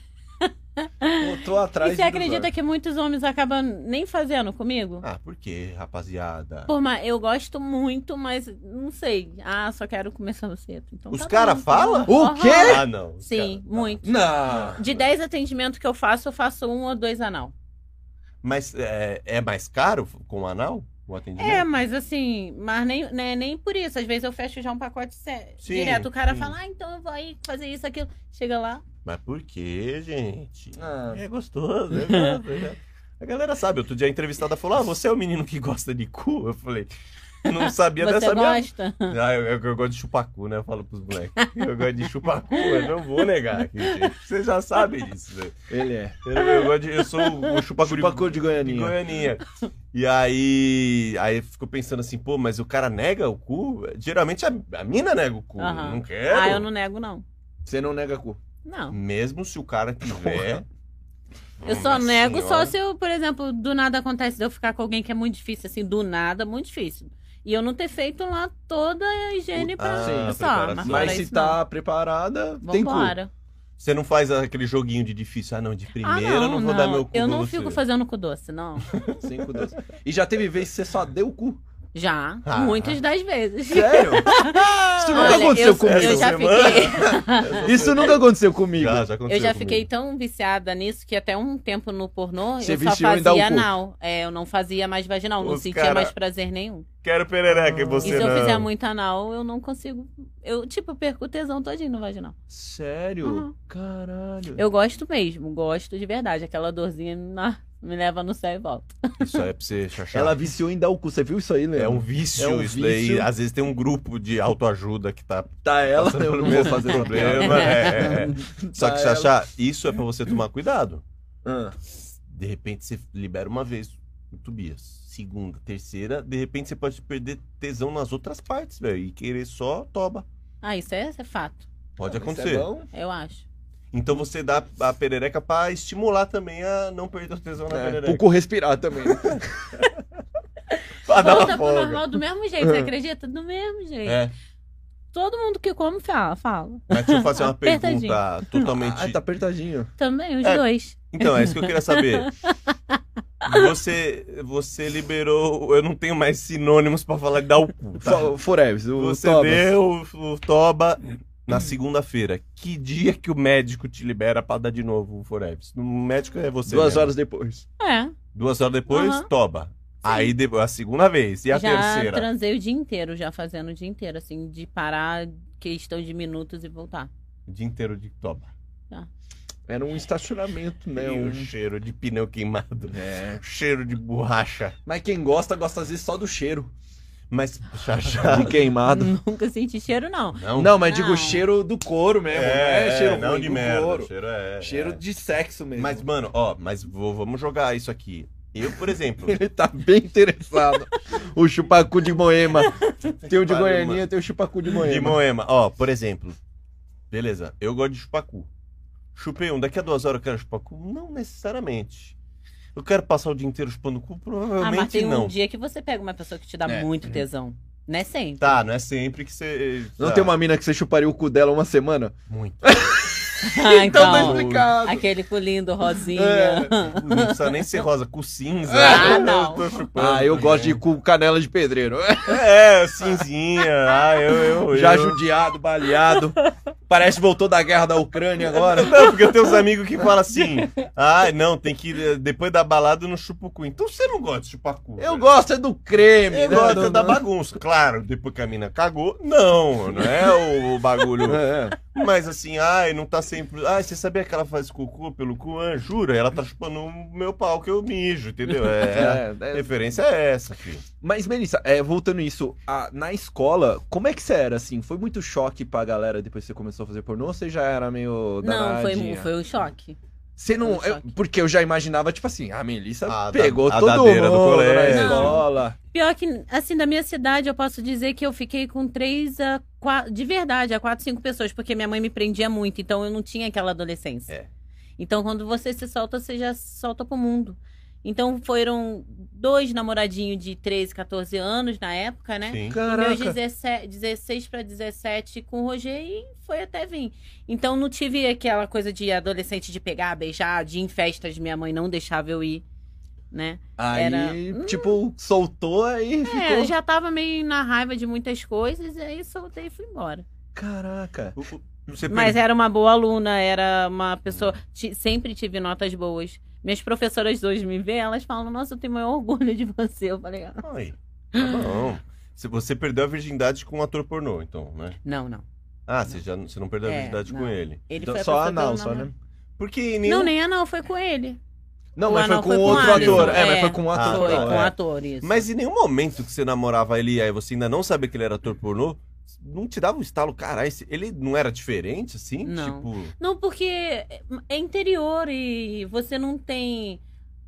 Botou atrás.
E você
do
acredita
lugar.
que muitos homens acabam nem fazendo comigo?
Ah, por quê, rapaziada?
Pô, mas eu gosto muito, mas não sei. Ah, só quero começar no cedo. Então
Os
tá
cara
bom, então.
fala?
O quê?
Ah, não. os
Sim,
cara- tá.
muito.
Não.
De 10 atendimentos que eu faço, eu faço um ou dois anal.
Mas é, é mais caro com anal? O atendimento?
É, mas assim, mas nem, né, nem por isso. Às vezes eu fecho já um pacote sé-
Sim,
direto. O cara
sim.
fala, ah, então eu vou aí fazer isso, aquilo. Chega lá.
Mas por quê, gente?
Ah.
É gostoso, é gostoso. é. A galera sabe, outro dia a entrevistada falou: Ah, você é o menino que gosta de cu? Eu falei, não sabia
Você é
dessa minha.
gosta?
[LAUGHS] Ah, eu, eu- eu gosto de chupar cu, né? Eu falo pros moleques. Eu gosto de chupar cu, eu não vou negar. aqui, gente. Vocês já sabem disso, velho.
Ele é.
Eu, eu gosto de- eu sou o, o chupa cu de-
Chupacu de
de
Goianinha.
Goianinha. E aí, aí ficou pensando assim, pô, mas o cara nega o cu? Geralmente a, a mina nega o cu,
Aham.
não quero.
Ah, eu não nego, não.
Você não nega cu.
Não.
Mesmo se o cara tiver...
[LAUGHS] Eu só
Nossa
nego só
senhora.
se eu, por exemplo, do nada acontece de eu ficar com alguém que é muito difícil, assim, do nada, muito difícil. E eu não ter feito lá toda a higiene
O-
pra
Ah,
mim
a
só. Mas,
preparação.
fora
Mas se
isso,
tá preparada,
não.
tem cu.
Vambora.
Você não faz aquele joguinho de difícil, ah não, de
Ah,
primeira
não,
eu não vou dar meu cu
Eu
pra
não
você.
fico fazendo cu doce, não.
Cinco, dois. E já teve vez que você só deu o
[LAUGHS]
cu.
Já,
Ah.
muitas das vezes.
Sério? Isso nunca
Olha,
aconteceu
eu,
comigo.
eu já
Semana.
fiquei.
Isso é nunca aconteceu comigo.
Já, já aconteceu
Eu já
comigo.
fiquei tão viciada nisso que até um tempo no pornô
Você
eu só
viciou em dar o
fazia
cu.
anal. É, eu não fazia mais vaginal, não
Os
sentia
cara-
mais prazer nenhum.
Quero perereca e você
Ah. e se
não.
eu fizer muito anal, eu não consigo. Eu, tipo, eu perco o tesão todinho no vaginal.
Sério?
Uhum.
Caralho.
Eu gosto mesmo, gosto de verdade. Aquela dorzinha na- me leva no céu e volta.
Isso aí é pra você chachar.
Ela viciou em dar o cu. Você viu isso aí, Leandro?
É um vício
É um
isso
vício.
daí. Às vezes tem um grupo de autoajuda que tá
Tá ela,
Passando
eu
pelo
não vou
mesmo
fazer
problema. é, é, é.
[LAUGHS]
Só
Tá
que,
ela.
Xaxá, isso é pra você tomar cuidado.
Ah,
De repente você libera uma vez o Tobias. Segunda, terceira, de repente você pode perder tesão nas outras partes, velho. E querer só toba.
Ah, isso é, isso é fato,
Pode
mas isso
acontecer.
É bom?
eu acho.
então você dá a perereca pra estimular também a não perder o tesão na
É, pro
perereca.
cu respirar também. Ah,
Pra dar
Volta
Ah, uma
pro
folga.
normal do mesmo
[LAUGHS]
jeito, você acredita? Do mesmo jeito.
É,
Todo mundo que come fala, fala.
mas deixa eu fazer uma
Apertadinho.
pergunta totalmente
Ah, tá apertadinho.
Também, os
É.
dois.
Então, é isso que eu queria saber. Você, você liberou. Eu não tenho mais sinônimos pra falar de dar o cu. tá?
Fo- Foreves, o
Você
Thomas.
deu o, o Toba na segunda-feira. Que dia que o médico te libera pra dar de novo o Foreves? O médico é você.
Duas
mesmo.
horas depois.
É.
Duas horas depois,
Aham.
Toba. Aí depois, a segunda vez. E a
já
terceira?
transei o dia inteiro, já fazendo o dia inteiro, assim, de parar questão de minutos e voltar. [LAUGHS]
O dia inteiro de Toba.
Era um estacionamento, né?
e
Um...
o cheiro de pneu queimado.
É.
O cheiro de borracha.
Mas quem gosta, gosta às vezes só do cheiro.
Mas, [LAUGHS] já, já.
[LAUGHS] De queimado.
Nunca senti cheiro, não.
Não, mas digo
Não.
cheiro do couro mesmo. É, é cheiro
não
ruim,
de
do
merda.
couro.
Cheiro é.
Cheiro de sexo
é.
mesmo.
Mas, mano, ó, mas vou- vamos jogar isso aqui. Eu,
[LAUGHS]
por
[LAUGHS]
exemplo.
Ele tá bem interessado. o chupacu de Moema. Tem o de
Pariu,
Goianinha, tem o chupacu de
mano. De
Moema.
Moema. Ó, por exemplo. Beleza, eu gosto de chupacu. Chupei um, daqui a duas horas eu quero chupacu? Não necessariamente. Eu quero passar o dia inteiro chupando cu?
Ah, mas
Provavelmente
tem
não.
um dia que você pega uma pessoa que te dá
É.
muito tesão. Não é sempre.
Tá, não é sempre que você.
Não
tá,
tem uma mina que você chuparia o cu dela uma semana?
Muito.
[LAUGHS]
Ah, então,
tá explicado.
aquele pulindo rosinha.
É.
Não precisa nem ser rosa, cu cinza.
Ah,
Eu
não.
tô chupando.
Ah, eu gosto de cu canela de pedreiro.
É, cinzinha. Ah, eu. eu
Já
eu...
judiado, baleado. Parece que voltou da guerra da Ucrânia
[LAUGHS]
agora.
Não, porque eu tenho uns amigos que falam assim: ah, não, tem que. ir, eh, Depois da balada eu não chupa o cu. Então você não gosta de chupar cu. né?
Eu
velho.
gosto é do creme.
Eu
né?
gosto é
Do-
da
do-
bagunça. Claro, depois que a mina cagou, não, não é o bagulho.
É, é.
Mas assim, ai, não tá sempre. Ai, você sabia que ela faz cocô pelo cu? Ah, jura? Ela tá chupando o meu pau que eu mijo, entendeu? É.
[LAUGHS] É,
A
é.
referência é essa, filho.
Mas, Melissa, é, voltando isso, a- na escola, como é que você era, assim? Foi muito choque pra galera depois que você começou a fazer pornô ou você já era meio
Não, foi,
danadinha?
foi um choque.
Você não...
foi um
eu-
choque.
porque eu já imaginava, tipo assim, a Melissa
A da-
pegou
a
todo mundo
dadeira do
na
colégio.
escola.
Pior que, assim, da minha cidade, eu posso dizer que eu fiquei com três a quatro, de verdade, a quatro, cinco pessoas, porque minha mãe me prendia muito, então eu não tinha aquela adolescência.
É.
Então, quando você se solta, você já se solta pro mundo. Então, foram dois namoradinhos de 13, 14 anos na época, né?
Sim.
Meus
Caraca.
17, 16 para 17 com o Roger e foi até vir. Então não tive aquela coisa de adolescente de pegar, beijar, de ir em festas minha mãe não deixava eu ir, né?
Aí,
era- hum.
tipo, soltou aí e
É, eu
ficou...
já tava meio na raiva de muitas coisas, e aí soltei e fui embora.
Caraca.
O- o- Você
Mas
per-
era uma boa aluna, era uma pessoa. ti- sempre tive notas boas. Minhas professoras hoje me veem, elas falam, nossa, eu tenho o maior orgulho de você. Eu falei, "Ah,
Ai, tá bom. Se você perdeu a virgindade com um ator pornô, então, né?
não, não.
Ah, você já você não perdeu a
É,
virgindade
não.
com ele.
Ele
Então,
foi a
só
pessoa que eu
anal, só,
namorei.
né?
Porque em nenhum...
Não, nem anal, foi com ele.
Não,
O
mas foi
anal
com
foi com
outro
o
ator.
Alisson.
É, mas
É.
foi com um ator.
foi
não,
com
é.
atores.
Mas em nenhum momento que você namorava ele e aí você ainda não sabia que ele era ator pornô, não te dava um estalo, caralho, esse- ele não era diferente, assim?
Não.
Tipo,
Não, porque é- é interior e você não tem.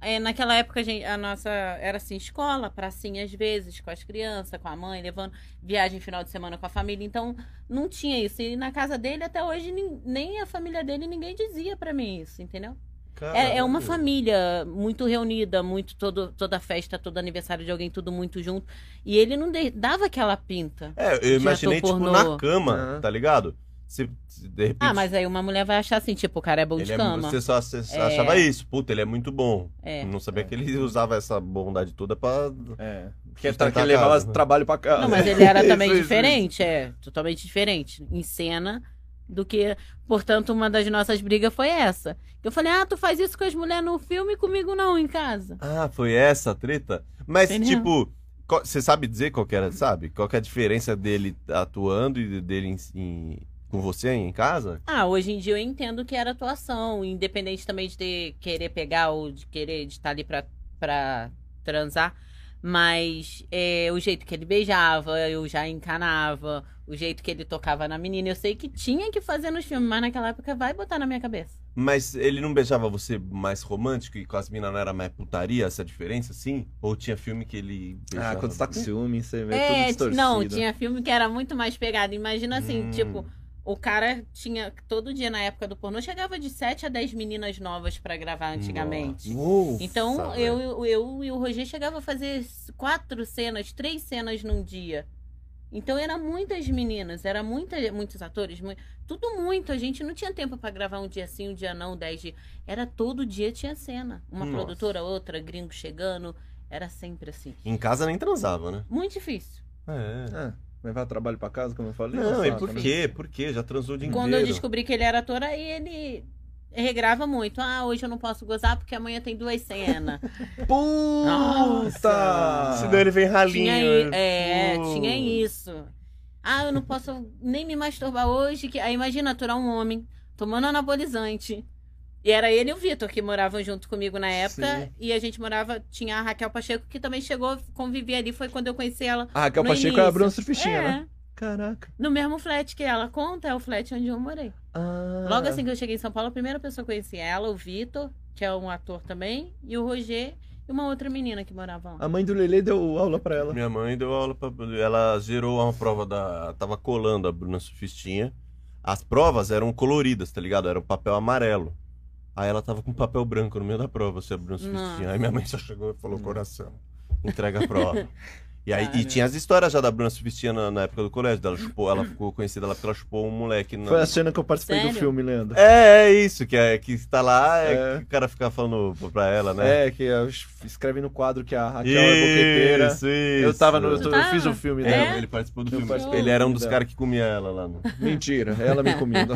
é, naquela época a, gente- a nossa era assim, escola, pracinha às vezes, com as crianças, com a mãe, levando viagem final de semana com a família. Então, não tinha isso. E na casa dele, até hoje, nin- nem a família dele, ninguém dizia pra mim isso, entendeu?
Ah,
É, é
caralho.
uma família muito reunida, muito todo, toda festa, todo aniversário de alguém, tudo muito junto. E ele não de- dava aquela pinta.
É, eu imaginei,
ator
tipo,
pornô.
na cama,
Ah.
tá ligado? Você, de repente,
Ah, mas aí uma mulher vai achar assim, tipo, o cara é bom
ele
de
é-
cama.
você só você só
É.
achava isso. Puta, ele é muito bom.
É.
Não sabia que ele [LAUGHS] usava essa bondade toda pra...
É. Porque
Sustentar
tá, que
a
ele levava
casa, né?
trabalho pra casa.
Não, mas ele era
É Isso,
também
isso,
diferente, é, totalmente diferente em cena do que, portanto, uma das nossas brigas foi essa. Eu falei: "Ah, tu faz isso com as mulheres no filme e comigo não em casa".
Ah, foi essa a treta? Mas,
Entendeu?
tipo, qual- você sabe dizer qual que era, sabe? Qual que é a diferença dele atuando e dele em- em- com você em casa?
Ah, hoje em dia eu entendo que era atuação, independente também de ter- querer pegar ou de querer de estar ali pra, pra transar. Mas é, o jeito que ele beijava, eu já encanava, o jeito que ele tocava na menina. Eu sei que tinha que fazer nos filmes, mas naquela época vai botar na minha cabeça.
Mas ele não beijava você mais romântico e com as minas não era mais putaria, essa diferença, assim? Ou tinha filme que ele
[LAUGHS] Ah,
beijava?
quando você tá com ciúme, você vê tudo
É, ti-
distorcido.
não, tinha filme que era muito mais pegado. Imagina assim,
Hum.
tipo, o cara tinha todo dia na época do pornô chegava de 7 a 10 meninas novas pra gravar antigamente.
Uou.
Então,
Nossa,
eu, eu, eu e o Roger chegava a fazer s- quatro cenas, três cenas num dia. Então, eram muitas meninas, era muita, muitos atores, mui- tudo muito. A gente não tinha tempo pra gravar um dia sim, um dia não, dez dias. Era todo dia tinha cena. Uma
Nossa.
produtora, outra, gringo chegando. Era sempre assim.
Em casa nem transava, né?
Muito difícil.
É.
Ah, levar trabalho pra casa, como eu falei?
Não,
Nossa, tá
e por
também.
quê? Por quê? Já transou o dia
Quando eu
inteiro.
descobri que ele era ator, aí ele regrava muito. Ah, hoje eu não posso gozar porque amanhã tem duas cenas.
[LAUGHS] Puta!
Nossa.
Senão ele vem ralinho.
Ah, tinha, i-
né?
é,
Pô.
tinha isso. Ah, eu não posso nem me masturbar hoje. Que... Aí imagina aturar um homem tomando anabolizante. E era ele e o Vitor que moravam junto comigo na época.
Sim.
E a gente morava, tinha a Raquel Pacheco que também chegou, convivia ali. Foi quando eu conheci ela.
A Raquel
No
Pacheco é a
início.
Bruna Surfichinha,
é,
né? Caraca.
no mesmo flat que ela conta, é o flat onde eu morei.
Ah.
Logo assim que eu cheguei em São Paulo, a primeira pessoa que eu conheci é ela, o Vitor, que é um ator também, e o Roger e uma outra menina que morava lá.
A mãe do Lelê deu aula pra ela.
Minha mãe deu aula pra. Ela gerou uma prova da. Tava colando a Bruna Sufistinha. As provas eram coloridas, tá ligado? Era o papel amarelo. Aí ela tava com um papel branco no meio da prova, se a é Bruna Sufistinha.
Nossa.
Aí minha mãe só chegou e falou:
Nossa.
coração, entrega a prova. E, aí,
Cara.
e tinha as histórias já da Bruna Surfistinha na, na época do colégio. Dela chupou, ela ficou conhecida lá porque ela chupou um moleque. Na...
Foi a cena que eu participei do
Sério?
filme, Leandro.
É, é isso, que, é, que tá lá, é,
É.
que o cara fica falando pra ela, né?
É, que eu es- escrevi no quadro que a Raquel é boqueteira.
Isso,
Eu tava no. Eu,
isso.
tô- eu
Tá.
fiz o filme
É,
dela.
Ele participou do
Eu
filme.
participei
Ele era um
do
dos
filme
caras que comia ela lá.
[LAUGHS]
No...
Mentira, ela me
[LAUGHS]
comendo.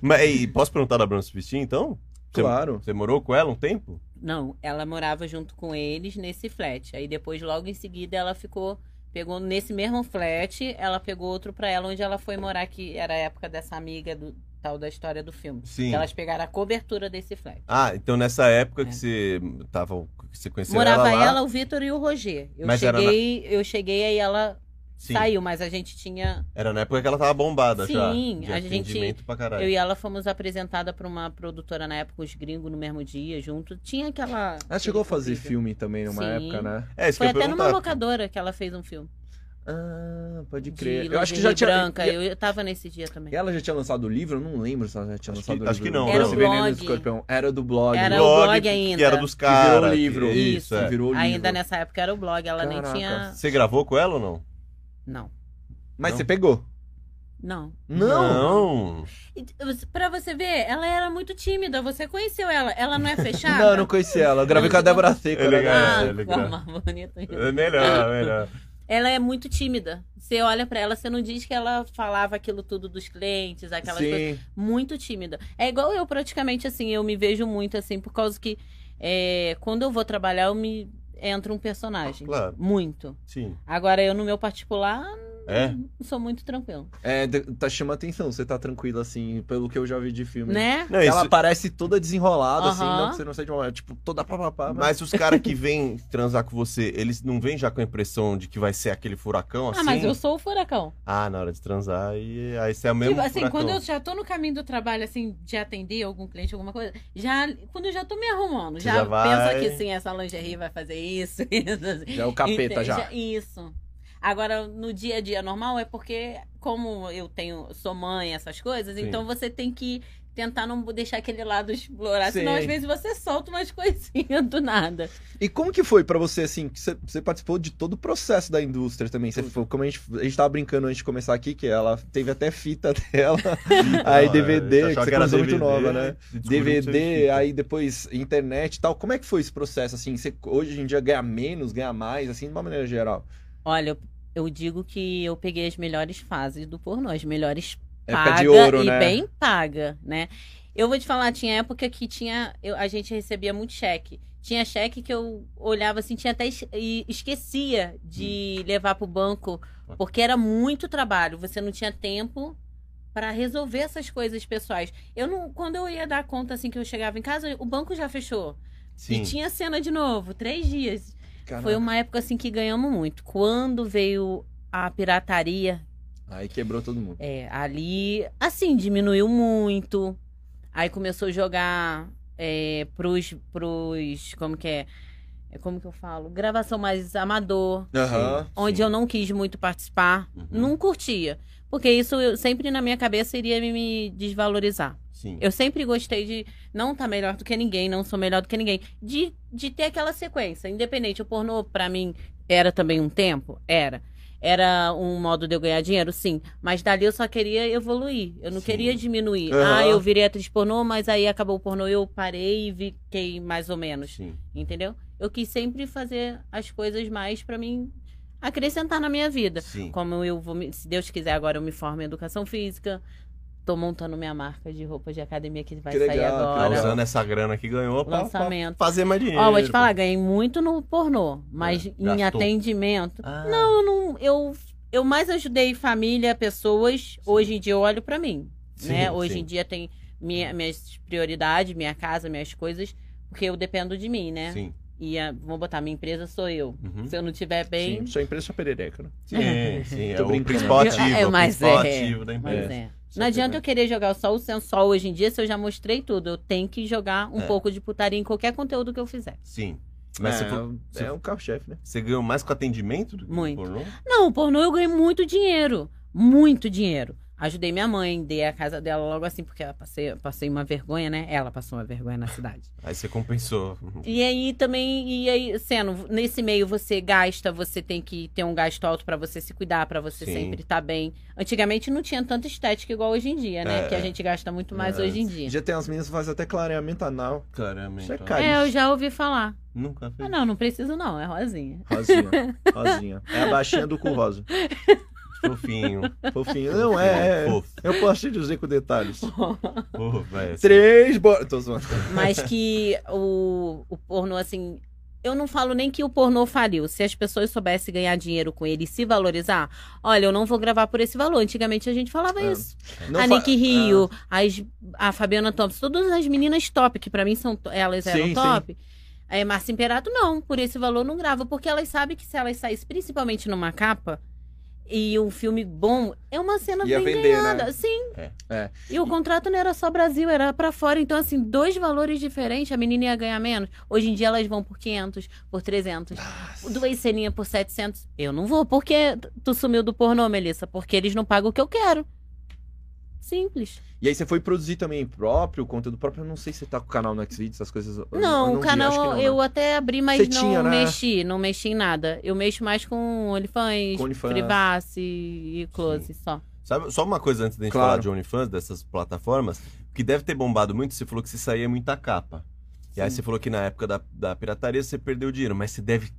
Mas e posso perguntar da Bruna Surfistinha, então? Você-
claro.
Você morou com ela um tempo?
Não, ela morava junto com eles nesse flat. Aí depois, logo em seguida, ela ficou. Pegou nesse mesmo flat, ela pegou outro pra ela, onde ela foi morar, que era a época dessa amiga do tal da história do filme.
Sim.
Elas pegaram a cobertura desse flat.
Ah, então nessa época que
É.
você tava, que você conheceu
Morava
ela lá.
ela, o Vitor e o Roger. Eu
Mas era na-
cheguei, eu cheguei aí ela
Sim.
saiu, mas a gente tinha.
Era na época que ela tava bombada já.
Sim,
de
a gente-
atendimento pra caralho.
Eu e ela fomos apresentada pra uma produtora na época, os gringos no mesmo dia, junto. Tinha aquela.
Ela chegou a fazer
aquele
filme também numa
Sim.
época, né?
É, isso
Foi
que eu ia
até numa
perguntar.
locadora que ela fez um filme.
Ah, pode crer.
De
eu acho que já
lingerie
tinha.
branca.
e-
Eu, eu tava nesse dia também.
e Ela já tinha lançado o livro? Eu não lembro se ela já tinha
Acho
lançado o
que-
livro.
acho que não,
Era
Esse
o
Veneno
blog.
do Escorpião. Era do blog.
Era
blog
o blog
que
ainda.
era dos
que virou um
caras.
livro.
que- Isso,
Isso.
que
é.
virou o livro.
Ainda nessa época era o blog, ela
Caraca.
nem tinha.
Você gravou com ela ou não?
Não.
Mas
Não.
você pegou?
Não.
Não.
Não.
E, você- Pra você ver, ela era muito tímida. Você conheceu ela.
[LAUGHS]
Ela não é fechada?
Não, eu não conheci ela. Eu gravei
Não,
com a
você
Débora Seco.
É
né?
legal.
Ah,
é legal.
forma bonita.
É melhor, é melhor.
Ela é muito tímida. Você olha pra ela, você não diz que ela falava aquilo tudo dos clientes, aquelas
Sim.
coisas. Muito tímida. É igual eu, praticamente, assim, eu me vejo muito assim, por causa que é, quando eu vou trabalhar, eu me entro um personagem.
Claro.
Muito.
Sim.
Agora, eu no meu particular,
É?
sou muito tranquilo.
É, de- tá chamando atenção, você tá tranquilo, assim, pelo que eu já vi de filme.
Né?
Não,
Ela
isso-
parece toda desenrolada, assim,
Aham.
não que você não sei de uma. Tipo, toda papapá. Mas...
Mas os caras que vêm transar com você, eles não vêm já com a impressão de que vai ser aquele furacão assim?
Ah, mas eu sou o furacão.
Ah, na hora de transar, aí, aí você é o mesmo
Tipo, assim,
furacão.
quando eu já tô no caminho do trabalho, assim, de atender algum cliente, alguma coisa, já, quando eu já tô me arrumando,
Você
já,
já
penso
vai.
que sim, essa lingerie vai fazer isso, [LAUGHS] isso, assim.
Já é o capeta
Ente-
já.
Isso. Agora, no dia a dia normal, é porque, como eu tenho, sou mãe, essas coisas,
Sim.
então você tem que tentar não deixar aquele lado explorar.
Sim.
Senão, às vezes, você solta umas [LAUGHS] coisinhas do nada.
E como que foi pra você, assim, que você, você participou de todo o processo da indústria também? Você, foi- como a gente, a gente tava brincando antes de começar aqui, que ela teve até fita [LAUGHS]
[LAUGHS]
dela, aí DVD, que
Tipo, é, achava
você
era
começou muito
DVD,
nova, né?
e descobriu que tinha
DVD,
fita.
aí depois internet e tal. Como é que foi esse processo, assim? Você hoje em dia ganha menos, ganha mais, assim, de uma maneira geral?
Olha, eu, eu digo que eu peguei as melhores fases do pornô, as melhores
Época
paga
de ouro,
e
né?
bem paga, né? Eu vou te falar, tinha época que tinha, eu- a gente recebia muito cheque. Tinha cheque que eu olhava assim, tinha até es- e esquecia de
Hum.
levar pro banco, porque era muito trabalho, você não tinha tempo para resolver essas coisas pessoais. Eu não, quando eu ia dar conta assim que eu chegava em casa, o banco já fechou.
Sim.
E ah, tinha cena de novo, três dias.
Caraca.
Foi uma época assim que ganhamos muito. Quando veio a pirataria,
Aí quebrou todo mundo.
é, ali, assim, diminuiu muito. Aí começou a jogar é, pros, pros. Como que é? É, Como que eu falo? Gravação mais amador,
Aham.
onde eu não quis muito participar.
Uhum.
Não curtia. Porque isso eu, sempre na minha cabeça iria me- me desvalorizar.
Sim.
Eu sempre gostei de não estar melhor do que ninguém, não sou melhor do que ninguém. De, de ter aquela sequência. Independente, o pornô, pra mim, era também um tempo? Era. Era um modo de eu ganhar dinheiro? Sim. Mas dali eu só queria evoluir. Eu não
Sim.
queria diminuir.
Aham.
Ah, eu virei atriz pornô, mas aí acabou o pornô, eu parei e fiquei mais ou menos.
Sim.
Entendeu? Eu quis sempre fazer as coisas mais pra mim acrescentar na minha vida.
Sim.
Como eu vou, me- se Deus quiser, agora eu me formo em educação física. Tô montando minha marca de roupa de academia que vai
Que
sair
legal,
Tá
Olha.
agora.
usando essa grana que ganhou pra, pra
Lançamento.
fazer mais Tá, dinheiro.
Ó, vou te falar, ganhei muito no pornô, mas
É,
em
gastou.
atendimento.
não.
Eu não, né? eu, eu mais ajudei família, pessoas. Hoje em dia eu olho pra mim, né? Hoje em dia tem minha, minhas prioridades, minha casa, minhas coisas, porque eu dependo de mim, né?
Sim.
E a, vou botar minha empresa sou eu.
Uhum.
Se eu não tiver bem,
Sim, sua empresa é perereca, né?
[LAUGHS]
Sim, sim. É
Tô
o
brincando.
principal
Eu-
ativo. É, o
mas
principal
é,
ativo da
Mas
empresa.
é. Não adianta eu querer jogar só o sensol hoje em dia se eu já mostrei tudo. Eu tenho que jogar um
É.
pouco de putaria em qualquer conteúdo que eu fizer.
Sim. Mas
é,
você, for-
é um carro-chefe, né?
você ganhou mais com atendimento do que com
Muito.
pornô?
Não, o pornô eu ganhei muito dinheiro. Muito dinheiro. Ajudei minha mãe, dei a casa dela logo assim, porque ela passei, passei uma vergonha, né? Ela passou uma vergonha na cidade.
Aí você compensou.
E aí também, e aí, sendo, nesse meio você gasta, você tem que ter um gasto alto pra você se cuidar, pra você
Sim.
sempre estar bem. Antigamente não tinha tanta estética igual hoje em dia, né?
É.
Que a gente gasta muito mais
É.
hoje em dia.
Já tem as meninas que fazem até clareamento anal.
Claramente.
Isso é
ó.
caro.
É, eu já ouvi falar.
Nunca
Ah,
fez.
não, não preciso não, é rosinha.
Rosinha, rosinha. É a baixinha do cu rosa.
Fofinho.
Fofinho. [LAUGHS] Não, é, é.
Fofo.
Eu posso te dizer com detalhes.
Fofo, é. assim.
Três bo... Tô zoando.
Mas que o, o pornô, assim. Eu não falo nem que o pornô faliu. Se as pessoas soubessem ganhar dinheiro com ele e se valorizar, olha, eu não vou gravar por esse valor. Antigamente a gente falava
É.
isso.
Não
a
fa-
Ah,
Ah.
Nick Rio, as- a Fabiana Thompson, todas as meninas top, que pra mim são to- elas eram
Sim, sim.
top. É, Márcia Imperato, não, por esse valor não grava, porque elas sabem que se elas saíssem principalmente numa capa e um filme bom, é uma cena
Ia
bem
vender,
ganhada.
né?
Sim.
É.
É.
E o contrato não era só Brasil, era pra fora. Então, assim, dois valores diferentes, a menina ia ganhar menos. Hoje em dia elas vão por 500, por 300.
Ah.
Duas ceninhas por 700. Eu não vou, porque tu sumiu do pornô, Melissa. Porque eles não pagam o que eu quero. Simples.
E aí você foi produzir também próprio, conteúdo próprio. Eu não sei se você tá com o canal no Xvideos, essas coisas. eu- eu
não,
eu
o
vi,
canal
acho que não, né?
eu até abri, mas
Você
não
tinha, né?
mexi. Não mexi em nada. Eu mexo mais com OnlyFans,
Com OnlyFans.
Privacy e Close só.
Sabe, só uma coisa antes da gente
Claro.
falar de OnlyFans, dessas plataformas, que deve ter bombado muito, você falou que você saía muita capa. E aí
Sim.
você falou que na época da, da pirataria você perdeu dinheiro, mas você deve.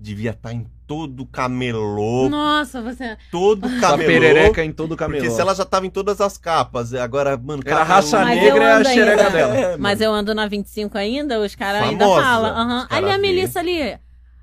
Devia estar em todo camelô,
Nossa,
É,
você.
todo
Essa
camelô.
Tá perereca em todo o camelô.
Porque se ela já tava em todas as capas, agora, mano,
Era a raça
Mas eu né?
negra é a
ando ainda.
xereca dela.
Mas eu ando na 25 ainda, os caras ainda
Famosa.
falam. Aham.
Os cara
Ali a
vê.
Melissa ali.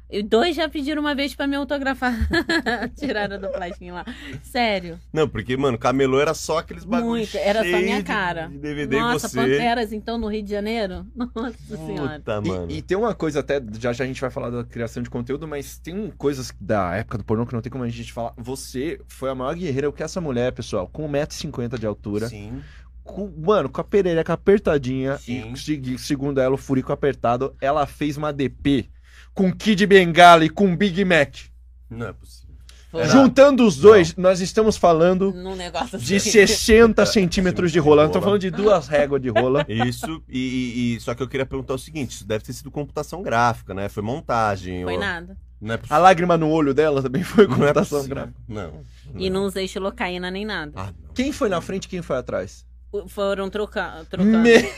e Dois já pediram uma vez pra me autografar. [LAUGHS] Tiraram do plastinho lá. Sério.
Não, porque, mano, camelô era só aqueles bagulhos.
Muito, era só a minha cara.
De DVD
Nossa,
e você.
Panteras, então, no Rio de Janeiro? [LAUGHS] Nossa senhora.
Puta,
E-
mano.
E, tem uma coisa até, já já a gente vai falar da criação de conteúdo, mas tem um, coisas da época do pornô que não tem como a gente falar. Você foi a maior guerreira que essa mulher, pessoal, com 1,50m de altura,
Sim.
com- mano, com a perereca apertadinha,
Sim.
e segui- segundo ela, o furico apertado, ela fez uma DP com Kid Bengala e com Big Mac.
Não é possível.
Foi
Era-
Juntando os dois, nós estamos falando
num negócio
de
assim.
60 centímetros de rola. Nós estamos falando de duas réguas de rola.
Isso, e, e- e- só que eu queria perguntar o seguinte: isso deve ter sido computação gráfica, né? Foi montagem.
Foi
ou-
nada.
Não é
A
possível. [LAUGHS]
lágrima no olho dela também foi tá
Não é
computação
possível.
gráfica.
Não. é.
E não usei xilocaína nem nada.
Ah, não.
Quem foi na frente e quem foi atrás?
O- Foram troca... trocando.
Ah. Me-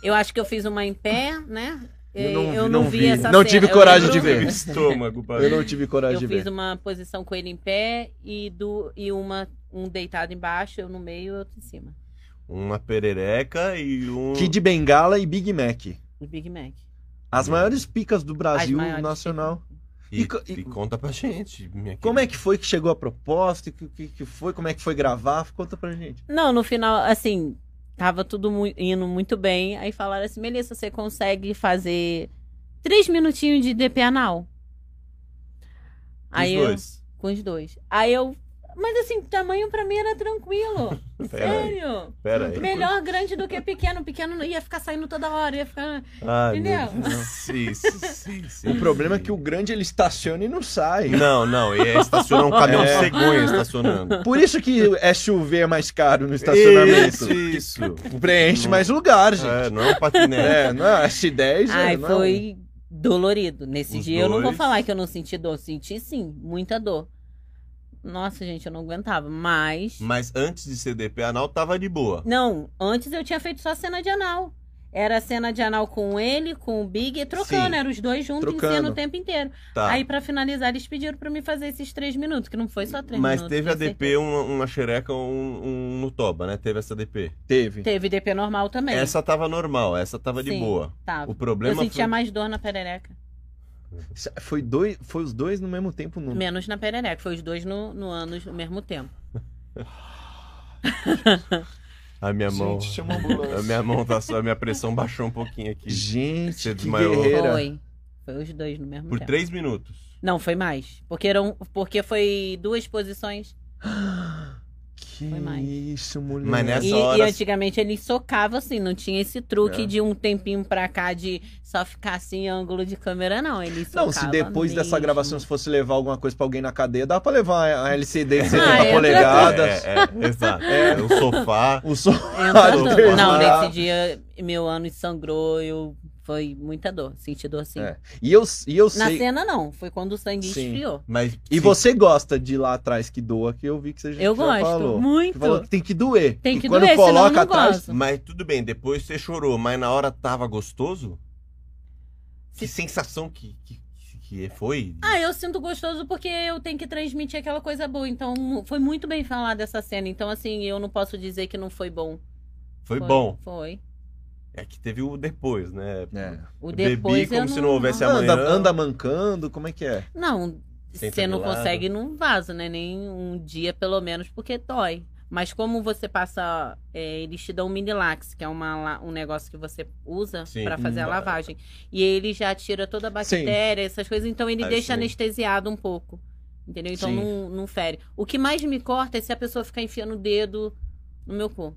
Eu acho que eu fiz uma em pé, né?
Eu
E-
não vi,
eu
não
não vi,
vi.
essa
Não
cena.
tive
Eu
coragem de
lembro-
ver.
[LAUGHS] estômago,
Eu
pai.
não tive coragem
Eu
de
fiz
ver.
uma posição com ele em pé e, do, e uma um deitado embaixo, eu no meio e outro em cima.
Uma perereca e um.
Kid Bengala e Big Mac.
O Big Mac.
As
Hum.
maiores picas do Brasil
As maiores
nacional.
E,
e co-
e conta pra gente, minha
Como é
querida.
que foi que chegou a proposta? O que, que, que foi? Como é que foi gravar? Conta pra gente.
Não, no final, assim, tava tudo mu- indo muito bem. Aí falaram assim, Melissa, você consegue fazer três minutinhos de DP anal?
Os
Aí eu-
dois.
com os dois. Aí eu... Mas assim, tamanho pra mim era tranquilo.
[LAUGHS] Pera aí,
Sério.
pera aí.
Melhor grande do que pequeno. Pequeno ia ficar saindo toda hora, ia ficar...
Ai,
Entendeu?
meu Deus. Sim,
[LAUGHS]
sim, sim, sim,
O problema é
sim.
que o grande ele estaciona e não sai.
Não, não, e
[LAUGHS]
é estacionar um caminhão
É.
de cegonha estacionando.
Por isso que SUV é mais caro no estacionamento.
Isso, isso.
Preenche mais lugar, gente.
É, não é um patinete.
É, não é S10, é,
Ai,
não é um-
foi dolorido. Nesse
Os
dia eu não vou
dois.
falar que eu não senti dor. Senti sim, muita dor. Nossa, gente, eu não aguentava. Mas.
Mas antes de ser DP anal, tava de boa.
Não, antes eu tinha feito só cena de anal. Era cena de anal com ele, com o Big, e trocando.
Sim.
Era os dois juntos em
Trocando.
cena o tempo inteiro.
Tá.
Aí, pra finalizar, eles pediram pra me fazer esses três minutos, que não foi só três
Mas
minutos.
teve a
tenho
DP,
certeza.
uma, uma xereca, um, um no toba, né? Teve essa DP.
Teve.
Teve DP normal também.
Essa tava normal, essa tava de
Sim.
boa.
Tava.
O
Eu
problema
sentia
foi...
mais dor na perereca.
Foi, dois, foi os dois no mesmo tempo. No...
Menos na perereca. Foi os dois no, no ânus ao mesmo tempo.
A minha mão...
Gente, chama [LAUGHS] a ambulância.
A minha mão tá só... A minha pressão baixou um pouquinho aqui.
Gente,
Você
que
desmaiou.
guerreira.
Foi. Foi os dois no mesmo
Por
tempo.
três minutos.
Não, foi mais. Porque, eram, porque foi duas posições.
Que
Foi mais.
isso, mulher.
Mas nessa
E,
hora-
e antigamente ele socava assim, não tinha esse truque
É.
de um tempinho pra cá de só ficar assim em ângulo de câmera, não. Ele socava.
Não, se depois dessa
mesmo.
gravação se fosse levar alguma coisa pra alguém na cadeia, dá pra levar a LCD de
Ah,
70
entra
polegadas.
tá É, é, é, exato. É, um sofá.
O som.
Entra
Ah, Não,
tudo.
Deus,
Não,
não.
nesse dia meu ânus sangrou, eu foi muita dor, senti dor assim.
É, E eu, e eu
Na
sei.
cena não, foi quando o sangue
Sim.
esfriou.
Mas,
E
sim,
você gosta de ir lá atrás que doa, que eu vi que você já
Eu
já
gosto
falou.
muito.
Você falou que tem que doer.
Tem
E
que
quando
doer, senão
coloca
eu não
atrás,
gosto.
Mas tudo bem, depois você chorou, mas na hora tava gostoso? Que sensação que, que, que foi?
Ah, eu sinto gostoso porque eu tenho que transmitir aquela coisa boa. Então, foi muito bem falada essa cena. Então, assim, eu não posso dizer que não foi bom.
foi, bom.
Foi.
É que teve o depois, né?
É.
O
Eu
depois
bebi como
eu
se não houvesse a-
Anda,
Amanhã-
anda mancando, como é que é?
Não,
Senta
você
do
não
lado.
consegue num vaso, né? Nem um dia, pelo menos, porque dói. Mas como você passa, é, eles te dão um minilax, que é uma, la- um negócio que você usa
Sim.
pra fazer a
Hum.
lavagem. E ele já tira toda a
Sim.
bactéria, essas coisas. Então ele
Ah,
deixa
sim.
anestesiado um pouco. Entendeu? Então
Sim.
não, não fere. O que mais me corta é se a pessoa ficar enfiando o dedo no meu cu.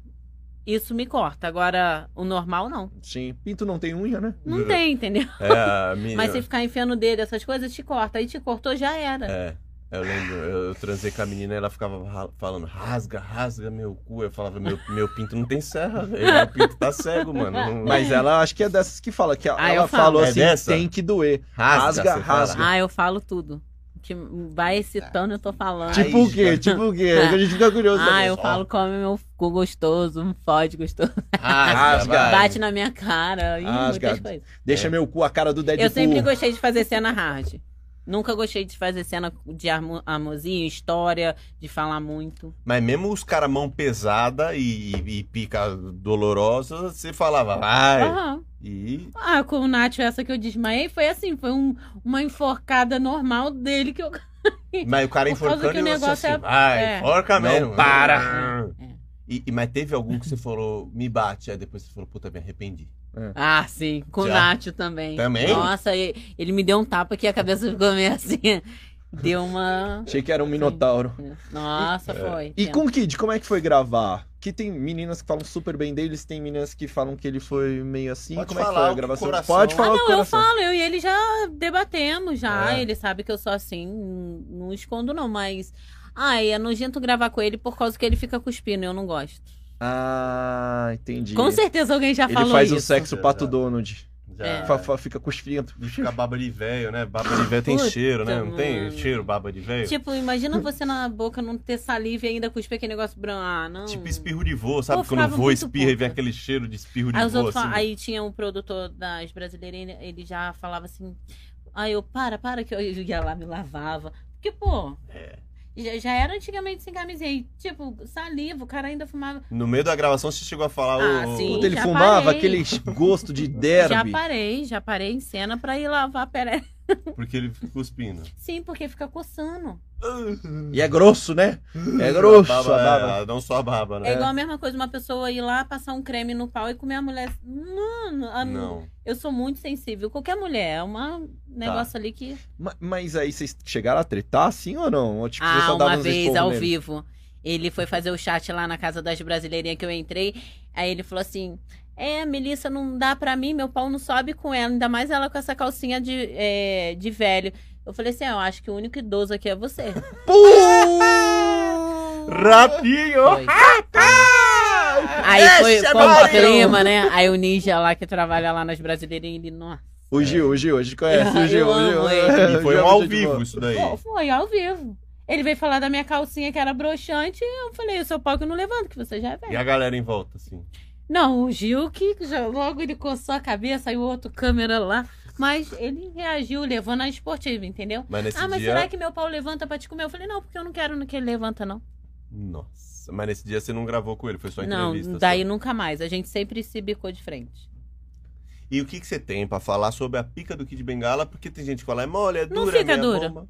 Isso me corta. Agora, o normal, não.
Sim, pinto não tem unha, né?
Uhum.
Não tem, entendeu?
É,
[LAUGHS]
a minha.
Mas se ficar enfiando o dedo, essas coisas, te corta. Aí te cortou, já era.
É. Eu lembro, eu, eu transei com a menina ela ficava ra- falando, rasga, rasga meu cu. Eu falava, meu, meu pinto não tem serra, [LAUGHS] velho. Meu pinto tá cego, mano. Não-
Mas ela, acho que é dessas que fala, que
Ah, eu
ela
falo.
falou
É
assim,
dessa?
tem que doer. rasga,
você
rasga.
fala.
Ah, eu falo tudo. Que vai
é.
excitando, eu tô falando.
Ai,
tipo o quê?
já.
Tipo o
[LAUGHS]
quê? A gente fica curioso.
Ah,
também.
eu falo come meu cu gostoso, me fode gostoso. [LAUGHS]
Rasga,
Rasga.
vai. Ah,
Bate na minha cara, ih,
Rasga.
muitas coisas.
Deixa
É.
meu cu a cara do Deadpool.
Eu sempre gostei de fazer cena hard. Nunca gostei de fazer cena de armo- amorzinho, história, de falar muito.
Mas mesmo os caras mão pesada e, e- e pica dolorosa, você falava, vai.
Aham.
E
Ah, com o Nacho, essa que eu desmaiei, foi assim, foi um- uma enforcada normal dele que eu...
Mas o cara
Por causa
enforcando
que
e
o
você assim,
negócio é-
vai,
é.
forca
Não
mesmo. Ah.
para.
É.
E, e- mas teve algum que você falou, me bate, aí depois você falou, puta, me arrependi.
Ah, sim, com o
Já.
Nacho também.
Também?
Nossa, e- ele me deu um tapa que a cabeça ficou meio assim. Deu uma.
Achei que era um minotauro.
né? Nossa, foi.
É. E com o Kid, como é que foi gravar? Que tem meninas que falam super bem deles, tem meninas que falam que ele foi meio assim.
Pode
como é que
falar
foi
o
a gravação?
coração.
Pode
Ah,
falar o
não, eu
coração.
falo, eu e ele já debatemos já.
É.
Ele sabe que eu sou assim, n- não escondo, não, mas. Ai, é nojento gravar com ele por causa que ele fica cuspindo, eu não gosto.
Ah, entendi.
Com certeza alguém já
Ele
falou
faz
isso.
o sexo pato
Exato.
Donald.
Já.
É.
Fafá fica cuspindo.
E fica baba de velho, né? Baba de velho tem
Puta,
cheiro, né? Não tem
mano.
cheiro, baba de velho? Tipo,
Tipo, imagina você na boca não ter saliva e ainda cuspir aquele negócio branco. Ah, não.
Tipo
Tipo
espirro de vô, sabe?
Pô,
Quando
ficava
voa,
muito
espirra e vem
puta.
aquele cheiro de espirro de
Aí, os
vô,
outros
assim.
falam- aí tinha um produtor das brasileirinhas, ele já falava assim. Aí eu, para, para, que eu [LAUGHS] ia lá, me lavava. Porque, pô.
É.
Já, já era antigamente sem camisinha. E, tipo, saliva, o cara ainda fumava.
No meio da gravação você chegou a falar,
Ah,
ô,
sim.
Quando ele
já
fumava,
parei.
aquele gosto de
[LAUGHS] Já
derby.
parei, já parei em cena pra ir lavar a perereca.
porque ele fica cuspindo.
[LAUGHS]
É
Sim, porque fica coçando.
E é grosso, né?
[LAUGHS]
É grosso.
A
A
baba,
baba.
é, não só a baba,
É.
né?
igual a mesma coisa uma pessoa ir lá passar um creme no pau e comer a mulher. Mano, a-
Não. Tá.
eu sou muito sensível. Qualquer mulher, é um negócio ali que.
Ma- Mas aí vocês chegaram a tretar assim ou não? Ou, tipo, vocês
Ah,
só davam
uma
uns
vez
esporros
ao
nele?
vivo. Ele foi fazer o chat lá na casa das brasileirinhas que eu entrei. Aí ele falou assim: É, Melissa, não dá pra mim, meu pau não sobe com ela, ainda mais ela com essa calcinha de, é, de velho. Eu falei assim: "Ah, Eu acho que o único idoso aqui é você. [LAUGHS]
Ratinho!
Foi. Aí foi
Esse é
como o
Mario!
clima, né? Aí o ninja lá que trabalha lá nas brasileirinhas, ele, nossa.
[LAUGHS] O Gil, o Gil, a gente conhece o
Eu
Gil. o
amo
Gil.
ele.
E foi
[LAUGHS] O Gil
um
é
ao
muito
vivo
bom.
isso daí.
Pô, Foi ao vivo. Ele veio falar da minha calcinha que era broxante, e eu falei, o seu pau que eu não levanto, que você já é velho.
E a galera em volta, assim.
Não, o Gil que já- logo ele coçou a cabeça, aí o outro câmera lá. Mas ele reagiu levando a esportiva, entendeu?
Mas nesse
ah, mas
dia.
será que meu pau levanta pra te comer? Eu falei, não, porque eu não quero no que ele levanta, não.
Nossa, mas nesse dia você não gravou com ele, foi só
não,
entrevista.
daí
só.
nunca mais. A gente sempre se bicou de frente.
E o que, que você tem pra falar sobre a pica do Kid Bengala? Porque tem gente que fala, é mole, é
Não
dura, é
fica
meia
dura.
bomba.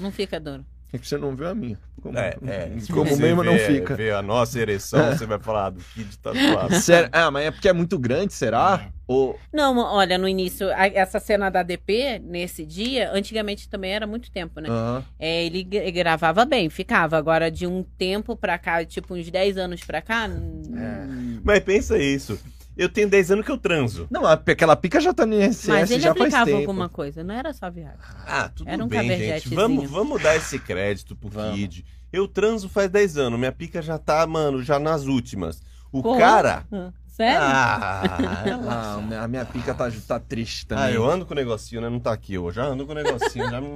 Não fica duro.
É que você não viu a minha. Como, [LAUGHS]
É, é. Se
como
você
mesmo não
vê-
fica.
vê a nossa ereção, você vai falar "Ah, do Kid tá tatuado.
Sério? Ah, mas é porque é muito grande,
É.
será? Ou...
Não, olha, no início, a- essa cena da DP, nesse dia, antigamente também era muito tempo, né?
Ah.
Aham.
É, ele gra- gravava bem, ficava. Agora, de um tempo pra cá, tipo uns 10 anos pra cá.
É.
hum,
[LAUGHS] Mas pensa isso. Eu tenho 10 anos que eu transo.
Não, a- aquela pica já tá no INSS
Mas ele
já faz
aplicava
tempo.
alguma coisa, não era só viagem.
Ah, tudo
Era um
bem, gente.
cabergetezinho.
Vamos, vamos dar esse crédito pro
Vamos.
Kid. Eu transo faz 10 anos. Minha pica já tá, mano, já nas últimas. O
Porra.
cara.
Hã? Sério? [LAUGHS]
Ah,
Tá
Ah, a minha- a minha pica tá, tá triste também.
Ah, eu ando com o negocinho, né? Não tá aqui hoje. Já ando com o negocinho, já. hum,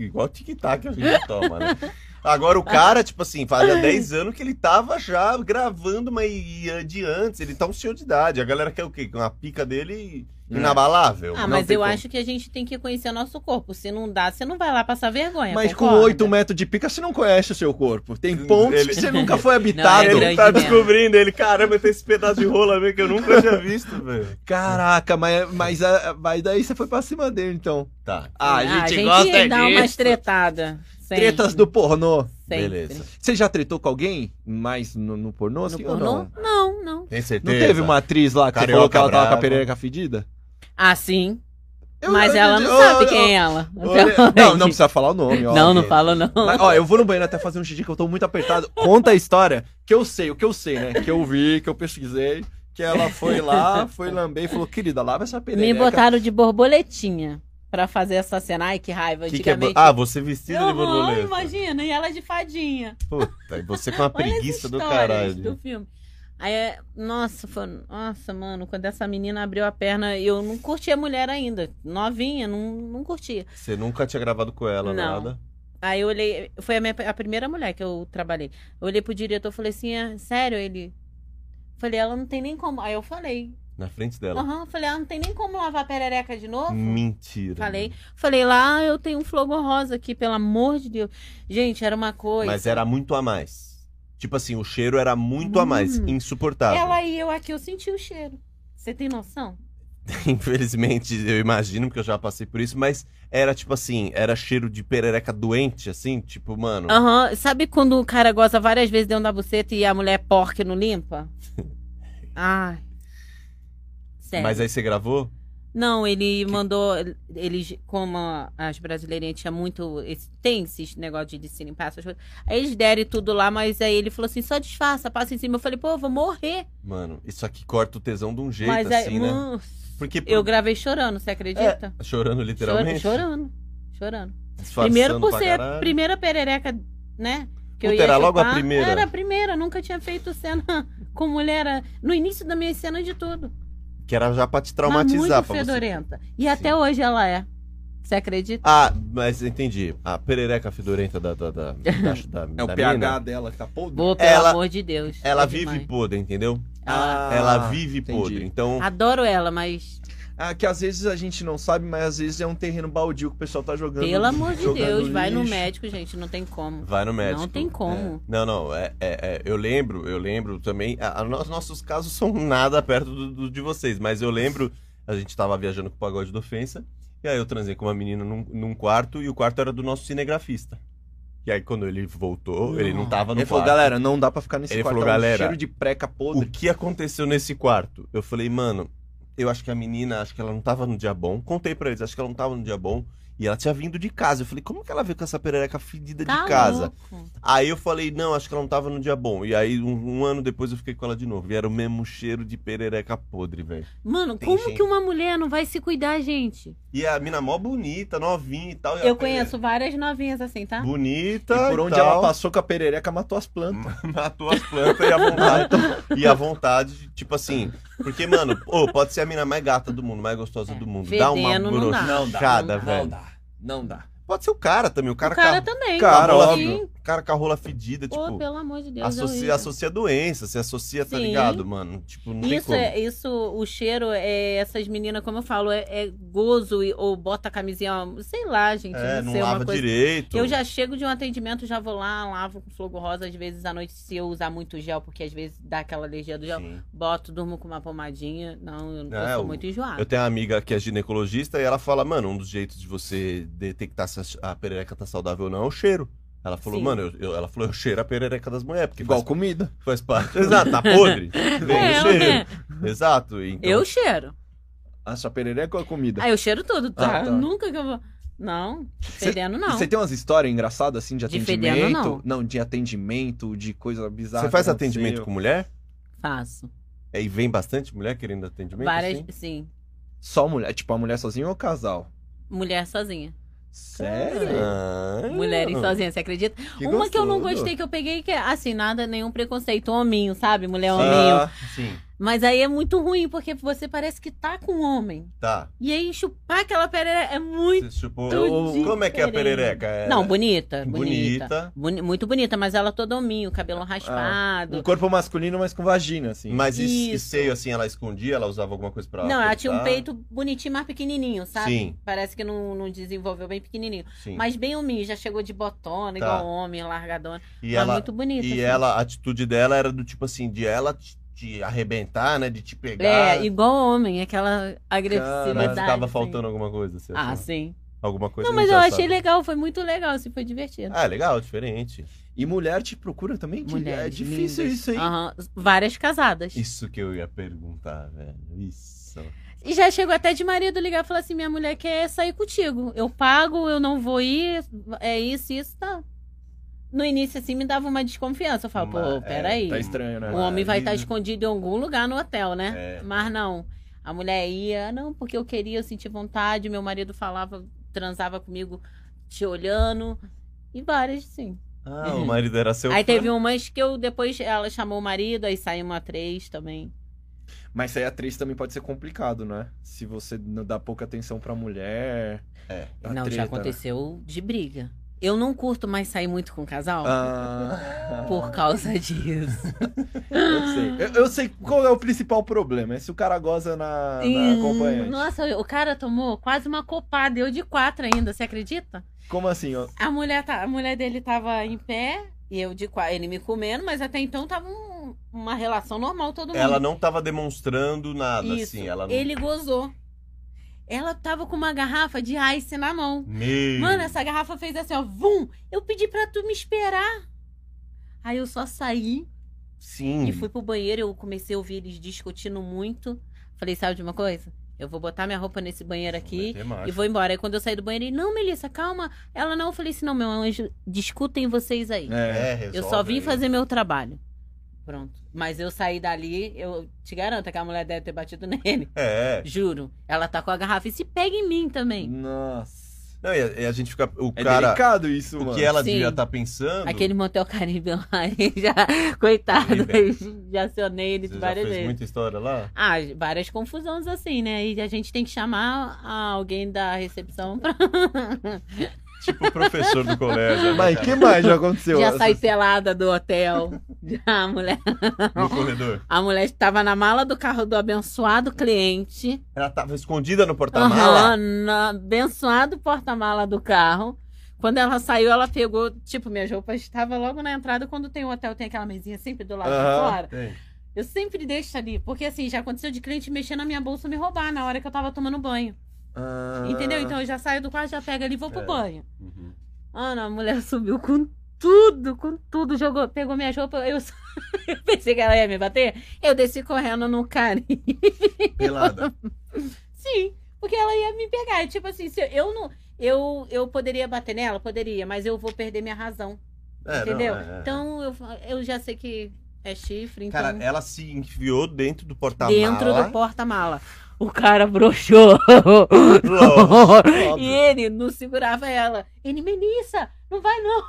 Igual tic-tac a gente toma, né? Agora o cara, tipo assim, fazia 10 anos que ele tava já gravando, mas e- de antes, ele tá um senhor de idade. A galera quer o quê? Uma pica dele inabalável. Né?
Ah,
Não
mas
tem
eu
como.
acho que a gente tem que conhecer o nosso corpo. Se não dá, você não vai lá passar vergonha.
Mas com
concorda?
8 metros de pica, você não conhece o seu corpo. Tem pontos
Ele- [LAUGHS]
que você nunca foi habitado.
Não, é
Ele tá
grande mesmo.
descobrindo, ele, caramba, tem esse pedaço de rola mesmo que eu nunca tinha visto, velho.
Caraca, mas, mas, a- mas daí você foi pra cima dele, então.
Tá,
Ah, a gente, gosta
dá umas
disso.
tretadas. sempre,
Tretas do pornô.
sempre.
beleza.
Você já tretou com alguém? Mas no, no pornô,
No
assim, ou
pornô?
não?
Não, não.
tem
Não
certeza?
teve uma atriz lá que você falou
Carioca
que ela tava com
brava.
a perereca fedida?
Ah, sim.
Eu-
mas
eu-
ela não
eu-
sabe
eu-
quem é ela.
Olha- Não, não precisa falar o nome, ó.
Não, não
ok.
falo, não.
Mas, ó, eu vou no banheiro até fazer um xixi que eu tô muito apertado. Conta a história que eu sei, o que eu sei, né? Que eu vi, que eu pesquisei, que ela foi lá, foi lamber e falou, querida, lava essa
Me
perereca.
botaram de borboletinha pra fazer essa cena. Ai, que raiva.
Que que é bo-
Antigamente.
Ah, você vestido de
Aham,
borboleta.
imagina, e ela de fadinha.
Puta, e você com uma
Olha as
preguiça é do
histórias
caralho.
do filme. Aí, é- nossa, foi- nossa, mano, quando essa menina abriu a perna, eu não curtia mulher ainda. Novinha, não, não curtia.
Você nunca tinha gravado com ela,
Não.
nada?
Aí eu olhei, foi a, minha, a primeira mulher que eu trabalhei. Eu olhei pro diretor e falei assim: "Ah, sério, ele. Falei, ela não tem nem como. Aí eu falei,
Na frente dela.
aham, falei, ela não tem nem como lavar a perereca de novo?
Hum. Mentira.
Falei, falei lá, eu tenho um flogor rosa aqui, pelo amor de Deus. Gente, era uma coisa.
Mas era muito a mais. Tipo assim, o cheiro era muito a mais.
Hum.
Insuportável.
Ela e eu aqui, eu senti o cheiro. Você tem noção?
[LAUGHS] Infelizmente, eu imagino, porque eu já passei por isso, mas era tipo assim, era cheiro de perereca doente, assim, tipo, mano.
Aham. Sabe quando o cara goza várias vezes dentro da buceta e a mulher é porca e não
[LAUGHS]
limpa? Ai. Sério.
Mas aí você gravou?
Não, ele mandou. Eles, como as brasileirinhas tinham muito. esse- Tem esse negócio de, de se limpar, essas coisas. Aí eles deram e tudo lá, mas aí ele falou assim: só disfarça, passa em cima. Eu falei, pô, eu vou morrer.
Mano, isso aqui corta o tesão de um jeito,
mas aí.
assim, né?
mano,
Porque
Eu gravei chorando, você acredita?
chorando
chorando,
literalmente.
chorando. Chorando.
disfarçando
Primeiro por
pra
ser a
caralho.
primeira perereca, né? Que eu
Puta,
ia
era logo a
chupar.
primeira?
Era a primeira, nunca tinha feito cena [LAUGHS] com mulher era no início da minha cena de tudo.
Que era já pra te
Mas
traumatizar.
muito
pra você.
fedorenta. E até hoje ela é. Você acredita?
Ah, mas entendi. A perereca fedorenta da. da,
[LAUGHS]
da, da- da
É o
mina,
pH dela que tá podre.
Boa, pelo
Ela-
amor de Deus.
Ela
É
vive
demais.
podre, entendeu?
Ela-
Ah,
ela vive
entendi.
podre. Então,
Adoro ela, mas
Ah, que às vezes a gente não sabe, mas às vezes é um terreno baldio que o pessoal tá jogando.
pelo amor de
jogando
Deus, vai no
lixo.
médico, gente, não tem como.
vai no médico. é.
Não tem como.
Não, não, é, é- é, eu lembro, eu lembro também, a, a nos- nossos casos são nada perto do, do- de vocês, mas eu lembro, a gente tava viajando com o Pagode da Ofensa, e aí eu transei com uma menina num, num quarto, e o quarto era do nosso cinegrafista. E aí quando ele voltou, ele não tava no
Ah. Ele falou,
quarto.
galera, não dá pra ficar nesse
Ele
quarto.
falou,
tá um
galera,
cheiro de preca
o
podre.
que aconteceu nesse quarto? Eu falei, mano, eu acho que a menina, acho que ela não tava no dia bom. Contei pra eles, acho que ela não tava no dia bom. E ela tinha vindo de casa. Eu falei, como que ela veio com essa perereca fedida
Tá
de casa?
louco.
Aí eu falei, não, acho que ela não tava no dia bom. E aí, um, um ano depois, eu fiquei com ela de novo. E era o mesmo cheiro de perereca podre, velho.
Mano,
Tem
como
gente-
que uma mulher não vai se cuidar, gente?
E a mina mó bonita, novinha e tal. e a
Eu
perereca
conheço várias novinhas assim, tá?
Bonita.
E por onde
e
ela
tal.
passou com a perereca, matou as
Hum,
plantas.
[LAUGHS] Matou as plantas e a vontade. e a vontade, de, tipo assim. Porque, mano, pô, pode ser a mina mais gata do mundo, mais gostosa
É,
do mundo. Dá
fedendo
uma
não dá. Não dá,
brochada,
não
velho.
dá, não dá.
Pode ser o cara também, o cara,
o cara
com
também.
a,
Cara,
com a rola-
óbvio.
cara com a rola fedida,
Pô,
tipo.
pelo amor de Deus. é
Associa,
horrível.
associa doença, se associa, tá
Sim.
ligado, mano? Tipo, não tem
Isso,
como.
é, isso, o cheiro, é essas meninas, como eu falo, é, é gozo e- ou bota a camisinha, sei lá, gente.
É, não
sei, uma
lava
coisa-
direito.
Eu já chego de um atendimento, já vou lá, lavo com fogo rosa, às vezes à noite, se eu usar muito gel, porque às vezes dá aquela alergia do gel,
Sim.
boto, durmo com uma pomadinha. Não, eu, eu
É,
sou
o-
muito enjoada.
Eu tenho uma amiga que é ginecologista e ela fala, mano, um dos jeitos de você detectar se a- a perereca tá saudável ou não é o cheiro. Ela falou,
Sim.
mano, eu- eu- ela falou, eu cheiro a perereca das mulheres, porque
Igual
faz,
comida.
faz parte. [LAUGHS] Exato, tá podre. Vem
É,
o
eu,
cheiro. Exato. Então,
eu cheiro.
A sua perereca ou a comida?
Ah, eu cheiro tudo, tá?
Ah, tá.
Nunca que eu vou. Não, fedendo não.
Você tem umas histórias engraçadas, assim, de
De
atendimento?
fedendo,
de atendimento, de coisa bizarra.
você faz
que
atendimento
aconteceu.
com mulher?
Faço.
É, E vem bastante mulher querendo atendimento?
Várias.
assim?
Sim.
Só mulher? Tipo, a mulher sozinha ou casal?
Mulher sozinha.
Sério?
Ah,
Mulheres sozinhas, você acredita? Uma que eu não
gostoso.
gostei que eu peguei, que é assim, nada, nenhum preconceito. Hominho, sabe? Mulher hominho.
Ah, sim.
Mas aí é muito ruim, porque você parece que tá com um homem.
Tá.
E aí chupar aquela perereca é muito.
Você chupou.
Tudo
Como é que é a
diferente.
perereca? É-
Não, bonita, bonita.
bonita. Ah,
Boni- muito bonita, mas ela toda hominho, cabelo raspado.
Um corpo masculino, mas com vagina, assim.
Mas e, e
Isso.
seio, assim, ela escondia? Ela usava alguma coisa pra.
não, ela tinha um
apertar?
peito bonitinho, mas pequenininho, sabe?
tá? Sim.
Parece que não, não desenvolveu bem pequenininho.
Sim.
Mas bem hominho, já chegou de botona,
Tá.
igual homem, largadona.
e
mas
ela,
muito bonita.
e
assim.
ela, a atitude dela era do tipo assim, de ela te, te arrebentar, né? De te pegar.
É, igual homem, aquela
Mas
agressividade.
tava
assim.
faltando alguma coisa, você
Ah,
achou?
sim.
Alguma coisa
Não, mas
a
eu
gente já
achei
sabe.
legal, foi muito legal, assim, foi divertido.
Ah, legal, diferente.
E mulher te procura também? Que é
Mulheres
difícil
lindas. Ah.
isso aí.
Aham, Várias casadas.
Isso que eu ia perguntar, velho. Isso.
E já chegou até de marido ligar e falar assim: minha mulher quer sair contigo. Eu pago, eu não vou ir, é isso, isso, tá. No início, assim, me dava uma desconfiança. Eu falo,
Mas,
pô,
é,
peraí.
Tá estranho, né?
o homem vai estar
Marido.
escondido em algum lugar no hotel, né?
É.
Mas não. A mulher ia, não, porque eu queria, eu senti vontade, meu marido falava, transava comigo te olhando. E várias, sim.
Ah, o marido era seu fã.
aí teve um umas que eu depois ela chamou o marido, aí saiu uma três também.
Mas ser atriz também pode ser complicado, né? Se você não dá pouca atenção pra mulher.
É.
dá
não,
treta,
já
né?
aconteceu de briga. Eu não curto mais sair muito com casal
Ah,
por causa [LAUGHS] disso.
eu sei. Eu, eu sei qual é o principal problema. É se o cara goza na, na
Hum,
acompanhante.
Nossa, o cara tomou quase uma copada, eu de quatro ainda, você acredita?
Como assim? ó?
A mulher, tá, a mulher dele tava em pé e eu de quatro, ele me comendo, mas até então tava um- uma relação normal todo mundo.
Ela não tava demonstrando nada,
Isso.
assim. Ela não...
Ele gozou. Ela tava com uma garrafa de ice na mão.
Meu.
Mano, essa garrafa fez assim, ó, vum! Eu pedi pra tu me esperar. Aí eu só saí
Sim.
E fui pro banheiro, eu comecei a ouvir eles discutindo muito. Falei, sabe de uma coisa? Eu vou botar minha roupa nesse banheiro aqui e vou embora. Aí quando eu saí do banheiro, ele, não, Melissa, calma. Ela não, eu falei assim, não, meu anjo, discutem vocês aí.
É.
É,
eu só
resolve
vim
aí.
fazer meu trabalho. Pronto. Mas eu saí dali, eu te garanto que a mulher deve ter batido [LAUGHS] nele.
É.
Juro. Ela tá com a garrafa e se pega em mim também.
Nossa.
Não, e a, e a gente fica. O
É
cara.
delicado isso,
O
mano.
que ela
Sim.
devia estar pensando.
Aquele motel caribe lá, [LAUGHS] ele já, coitado,
Caribe. é.
eu já acionei ele
Você já
várias
fez
vezes.
muita história lá?
Ah, várias confusões assim, né? E a gente tem que chamar ah, alguém da recepção pra
Tipo o professor do colégio. né,
Mas
cara?
que mais já aconteceu?
já
Essas-
assim.
sair pelada do
[LAUGHS]
hotel. Já, a mulher,
No corredor.
a mulher estava na mala do carro do abençoado cliente.
Ela tava escondida no porta-mala.
Aham, na abençoado porta-mala do carro. Quando ela saiu, ela pegou, tipo, minhas roupas estavam logo na entrada. Quando tem um hotel, tem aquela mesinha sempre do lado de
Aham.
fora.
Tem.
Eu sempre deixo ali, porque assim, já aconteceu de cliente mexer na minha bolsa e me roubar na hora que eu tava tomando banho.
Ah.
Entendeu? Então eu já saio do quarto, já pego ali e vou pro
É.
banho.
Uhum.
Ana, a mulher [LAUGHS] subiu com tudo, com tudo, jogou, pegou minha roupa, eu, só- [LAUGHS] eu pensei que ela ia me bater. Eu desci correndo no carinho.
Pelada.
[LAUGHS] Sim, porque ela ia me pegar. E, tipo assim, se eu não. Eu, eu poderia bater nela? Poderia, mas eu vou perder minha razão.
É, não,
entendeu?
é, é.
Então eu, eu já sei que é chifre, então.
Cara, ela se enfiou dentro do porta-mala.
dentro do porta-mala. O cara broxou.
[LAUGHS]
[LAUGHS] e
Óbvio.
ele não segurava ela. Ele, Melissa, não vai não.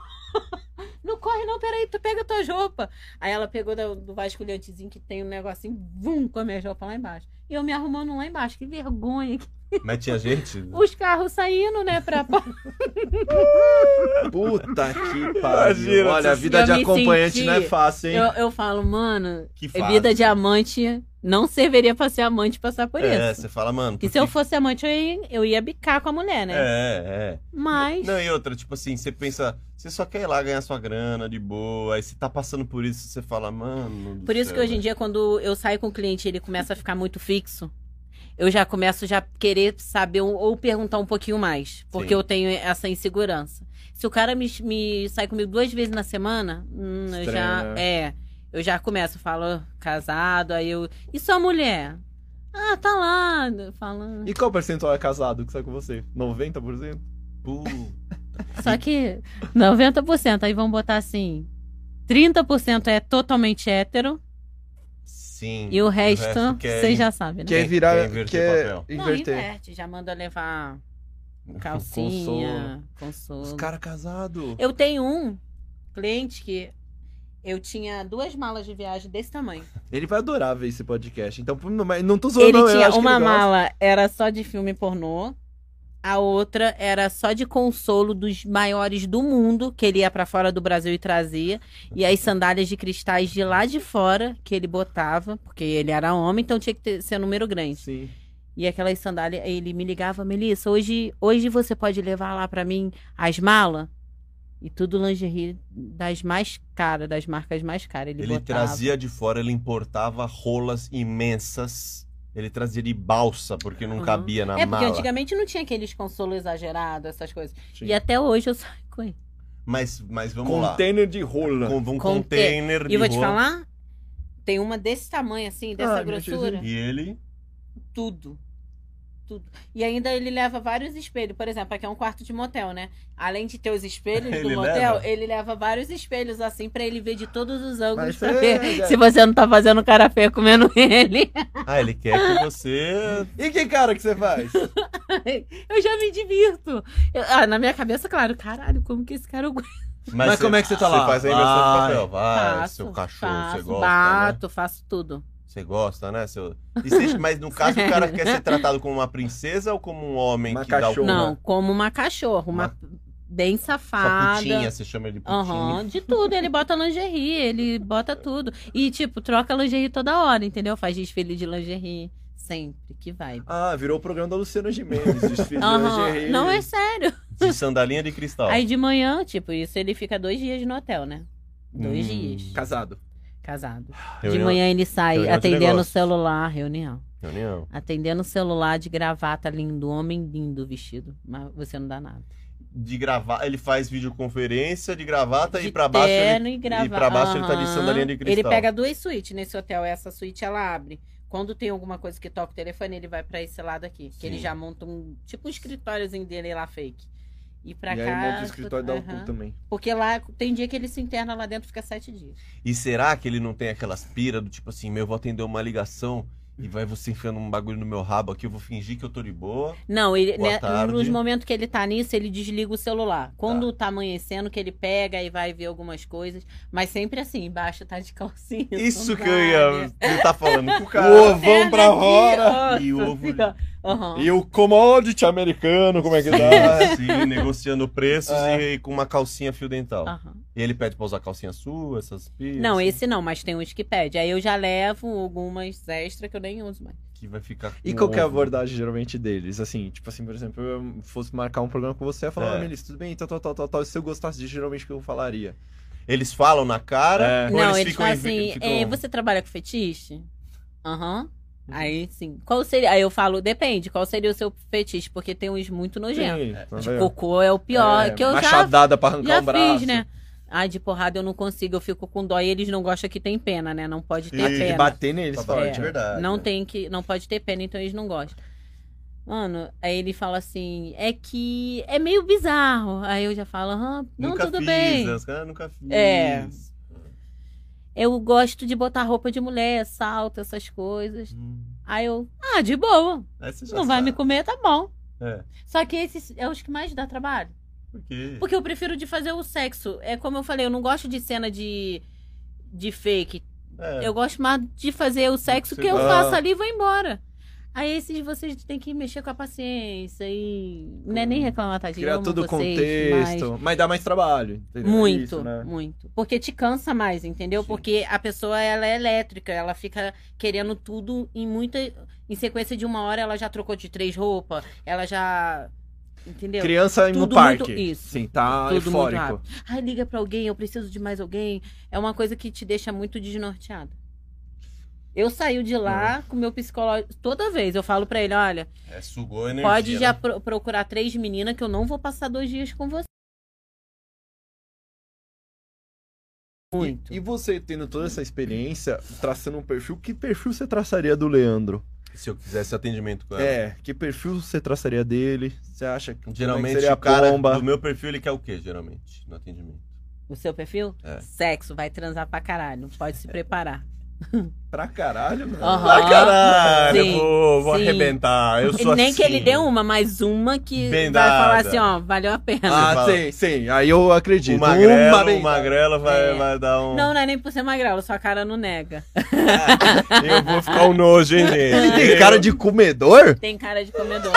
[LAUGHS] Não corre não, peraí, tu pega tuas roupas. Aí ela pegou do, do vasculhantezinho que tem um negocinho, vum, com a minha roupa lá embaixo. E eu me arrumando lá embaixo, que vergonha.
Mas tinha gente.
Os carros saindo,
[LAUGHS]
né, pra...
Puta que
Imagina,
pariu. Olha, a
você-
vida
Eu
de
me
acompanhante
senti-
não é fácil, hein?
Eu, eu falo, mano,
Que fácil.
É vida de amante não serviria pra ser amante e passar por
É,
isso.
você fala, mano.
Que
por
se eu fosse amante, eu ia, eu ia bicar com a mulher, né?
É, é.
Mas...
Não, e outra, tipo assim, você pensa, você só quer ir lá ganhar sua grana de boa, aí você tá passando por isso, você fala, mano. do
Por isso
céu,
que hoje em
velho.
dia, quando eu saio com o cliente e ele começa a ficar muito fixo, eu já começo já querer saber ou, ou perguntar um pouquinho mais. Porque
Sim.
eu tenho essa insegurança. Se o cara me, me sai comigo duas vezes na semana, hum, eu
Estranho,
já.
né?
É. Eu já começo, falo, casado, aí eu. E sua mulher? Ah, tá lá. Falando.
E qual percentual é casado que sai com você? 90%?
Só que 90%, aí vão botar assim. 30% é totalmente hétero
Sim.
e o resto,
quer
vocês já sabem, né?
Quer
Quer-
virar.
quer
Quer
inverter
inverter.
papel.
Não, inverte, já manda levar
ir-
calcinha, consolo.
Os caras casados.
Eu tenho um cliente que eu tinha duas malas de viagem desse tamanho.
Ele vai adorar ver esse podcast. Então, não, mas não tô zoando,
ele
não, eu
tinha
acho que
uma
ele gosta.
mala, era só de filme pornô. A outra era só de consolo dos maiores do mundo, que ele ia pra fora do Brasil e trazia. E as sandálias de cristais de lá de fora, que ele botava, porque ele era homem, então tinha que ter, ser número grande.
Sim.
E aquelas sandálias, ele me ligava, Melissa, hoje, hoje você pode levar lá pra mim as malas? E tudo lingerie das mais caras, das marcas mais caras. Ele,
Ele
botava.
trazia de fora, ele importava rolas imensas. Ele trazia de balsa, porque não
Uhum.
cabia na
É, porque
mala.
antigamente não tinha aqueles consolos exagerados, essas coisas.
sim.
E até hoje eu saio com ele.
Mas, mas vamos
Container de
lá.
rola.
Com, um
Conte-
container de
E vou te
rola.
falar, tem uma desse tamanho assim, dessa
Ai, meu
grossura,
Jesus.
E ele...
tudo. Tudo. E ainda ele leva vários espelhos. Por exemplo, aqui é um quarto de motel, né? Além de ter
[LAUGHS]
os espelhos
Ele
do motel,
leva?
ele leva vários espelhos assim pra ele ver de todos os
Mas
ângulos pra
é,
ver
cara.
Se você não tá fazendo cara feia comendo [LAUGHS] ele.
Ah, ele quer que você...
E que cara que você faz? [LAUGHS]
Eu já me divirto. Eu- ah, na minha cabeça, claro, caralho, como que esse cara aguenta?
Mas como é que você tá lá?
Você faz a inversão do
Vai.
papel. Vai,
Faço,
Ah, seu cachorro,
faço,
você gosta, né?
Bato, faço tudo.
Você gosta, né? Seu... E se- Mas no caso,
[LAUGHS]
o cara quer ser tratado como uma princesa ou como um homem
Uma
que dá o...
cachorra.
Não, como uma cachorra, uma, bem
Uma
safada.
putinha, você chama ele de putinha.
Aham, de tudo. Ele bota lingerie, ele bota tudo. E, tipo, troca lingerie toda hora, entendeu? Faz desfile de lingerie. Sempre, que vibe.
Ah, virou o programa da Luciana Gimenez. desfile de
Aham,
lingerie.
Não é sério.
De sandalinha de cristal.
Aí de manhã, tipo, isso ele fica dois dias no hotel, né? Dois
Hum.
dias.
Casado.
Casado. De
Reunião-
manhã ele sai
reunião de
atendendo o
negócios.
celular, reunião.
Reunião.
Atendendo o celular de gravata lindo, homem lindo vestido. Mas você não dá nada.
De gravar, ele faz videoconferência de gravata
de
e pra baixo ele...
terno e grava-
e pra baixo ele tá de
Aham.
sandalinha de cristal.
Ele pega duas suítes nesse hotel, essa suíte ela abre. Quando tem alguma coisa que toca o telefone, ele vai pra esse lado aqui. Que ele
Sim.
já monta um tipo um escritóriozinho dele lá fake. E pra
e
cá.
aí monta o escritório da
aham.
UPU também.
Porque lá tem dia que ele se interna lá dentro, fica sete dias.
E será que ele não tem aquelas pira do tipo assim, meu, eu vou atender uma ligação e vai você enfiando um bagulho no meu rabo aqui, eu vou fingir que eu tô de boa.
Não, ele,
Boa
né,
tarde.
nos momentos que ele tá nisso, ele desliga o celular. Quando tá, amanhecendo, que ele pega e vai ver algumas coisas. Mas sempre assim, embaixo tá de calcinha.
Isso que eu
sandália.
ia. Você tá
[LAUGHS]
falando com o cara.
O ovão pra fora.
Perna aqui,
E
nossa,
ovo- né?
assim, ó. Aham.
E o commodity americano, como é que dá?
Tá, sim, negociando preços
É.
e com uma calcinha fio dental.
Aham.
E ele pede pra usar calcinha sua, essas piras.
Não, esse não, mas tem uns que pede. Aí eu já levo algumas extra que eu nem uso mais.
Que vai ficar com
[LAUGHS] E qual que é a
ovo.
abordagem geralmente deles? Assim, tipo assim, por exemplo, eu fosse marcar um programa com você, eu ia falar,
É.
ah, Melissa, tudo bem, tal, tal, tal, tal, tal. E se eu gostasse disso, geralmente o que eu falaria?
Eles falam na cara?
É.
Ou
não,
eles,
eles,
ficam
falam
em-
assim:
ficam-
"É, você trabalha com fetiche? Uhum. Aham. Aí sim. Qual seria? Aí eu falo, depende, qual seria o seu fetiche? Porque tem uns muito nojentos.
Sim, tá
De
vendo?
cocô é o pior.
É,
que eu já
machadada pra arrancar
Já
um braço.
fiz, né? Ai, de porrada eu não consigo, eu fico com dó e eles não gostam que tem pena, né? Não pode ter
Ih,
Tem que
pena.
bater neles
Tá
forte.
de verdade.
"É, Não
né?
tem que. Não pode ter pena, então eles não gostam. Mano, aí ele fala assim, é que é meio bizarro. Aí eu já falo, aham, não,
nunca
tudo
fiz,
bem.
né? Os caras nunca fiz.
É. Eu gosto de botar roupa de mulher, salto, essas coisas.
Hum.
Aí eu, ah, de boa.
Aí você já
Não vai
sabe.
me comer, tá bom.
É.
Só que esses é os que mais dá trabalho.
Por quê?
Porque eu prefiro de fazer o sexo. É como eu falei, eu não gosto de cena de, de fake.
É.
Eu gosto mais de fazer o sexo
Você
que eu
gosta. Ah.
faço ali e vou embora. Aí esses vocês têm que mexer com a paciência e. Não é nem reclamar, tá?
Criar
amo
todo o
vocês,
contexto. Mas... dá mais trabalho.
mas
entendeu?
Muito,
é Isso, né?
muito. Porque te cansa mais, entendeu?
Sim.
Porque a pessoa ela é elétrica, ela fica querendo tudo em muita. Em sequência de uma hora, ela já trocou de três roupas, ela já. Entendeu?
Criança em um
Tudo
parque.
muito- isso.
Sim, tá
Tudo muito
eufórico.
rápido. Ai, liga pra alguém, eu preciso de mais alguém. É uma coisa que te deixa muito desnorteada. Eu saio de lá
Hum.
com meu psicólogo. Toda vez eu falo pra ele: olha,
É, sugou energia.
pode já
né?
pro- procurar três meninas que eu não vou passar dois dias com você. Muito.
E, e você tendo toda essa experiência, traçando um perfil, que perfil você traçaria do Leandro?
Se eu quisesse atendimento com ela.
É, que perfil você traçaria dele? Você acha que como é que
Geralmente
seria a
o cara
pomba?
do meu perfil, ele quer o quê, geralmente, no atendimento?
O seu perfil?
É.
Sexo, vai transar pra caralho. Pode se preparar.
Pra caralho,
[LAUGHS]
mano.
Aham.
Ah, caralho,
sim,
vou, vou
sim.
arrebentar. Eu sou
Nem
assim.
que ele dê um uma, mas uma que
Bem
vai falar
dada.
assim, ó, valeu a pena.
Ah,
Fala.
sim, sim. Aí eu acredito.
O magrelo,
Uma bem-
o magrelo vai,
É.
vai dar um...
Não, não é nem por ser magrelo, sua cara não nega.
[LAUGHS] Eu vou ficar um nojo, hein,
[LAUGHS]
gente?
Ele tem cara de comedor?
Tem cara
[LAUGHS]
de comedor.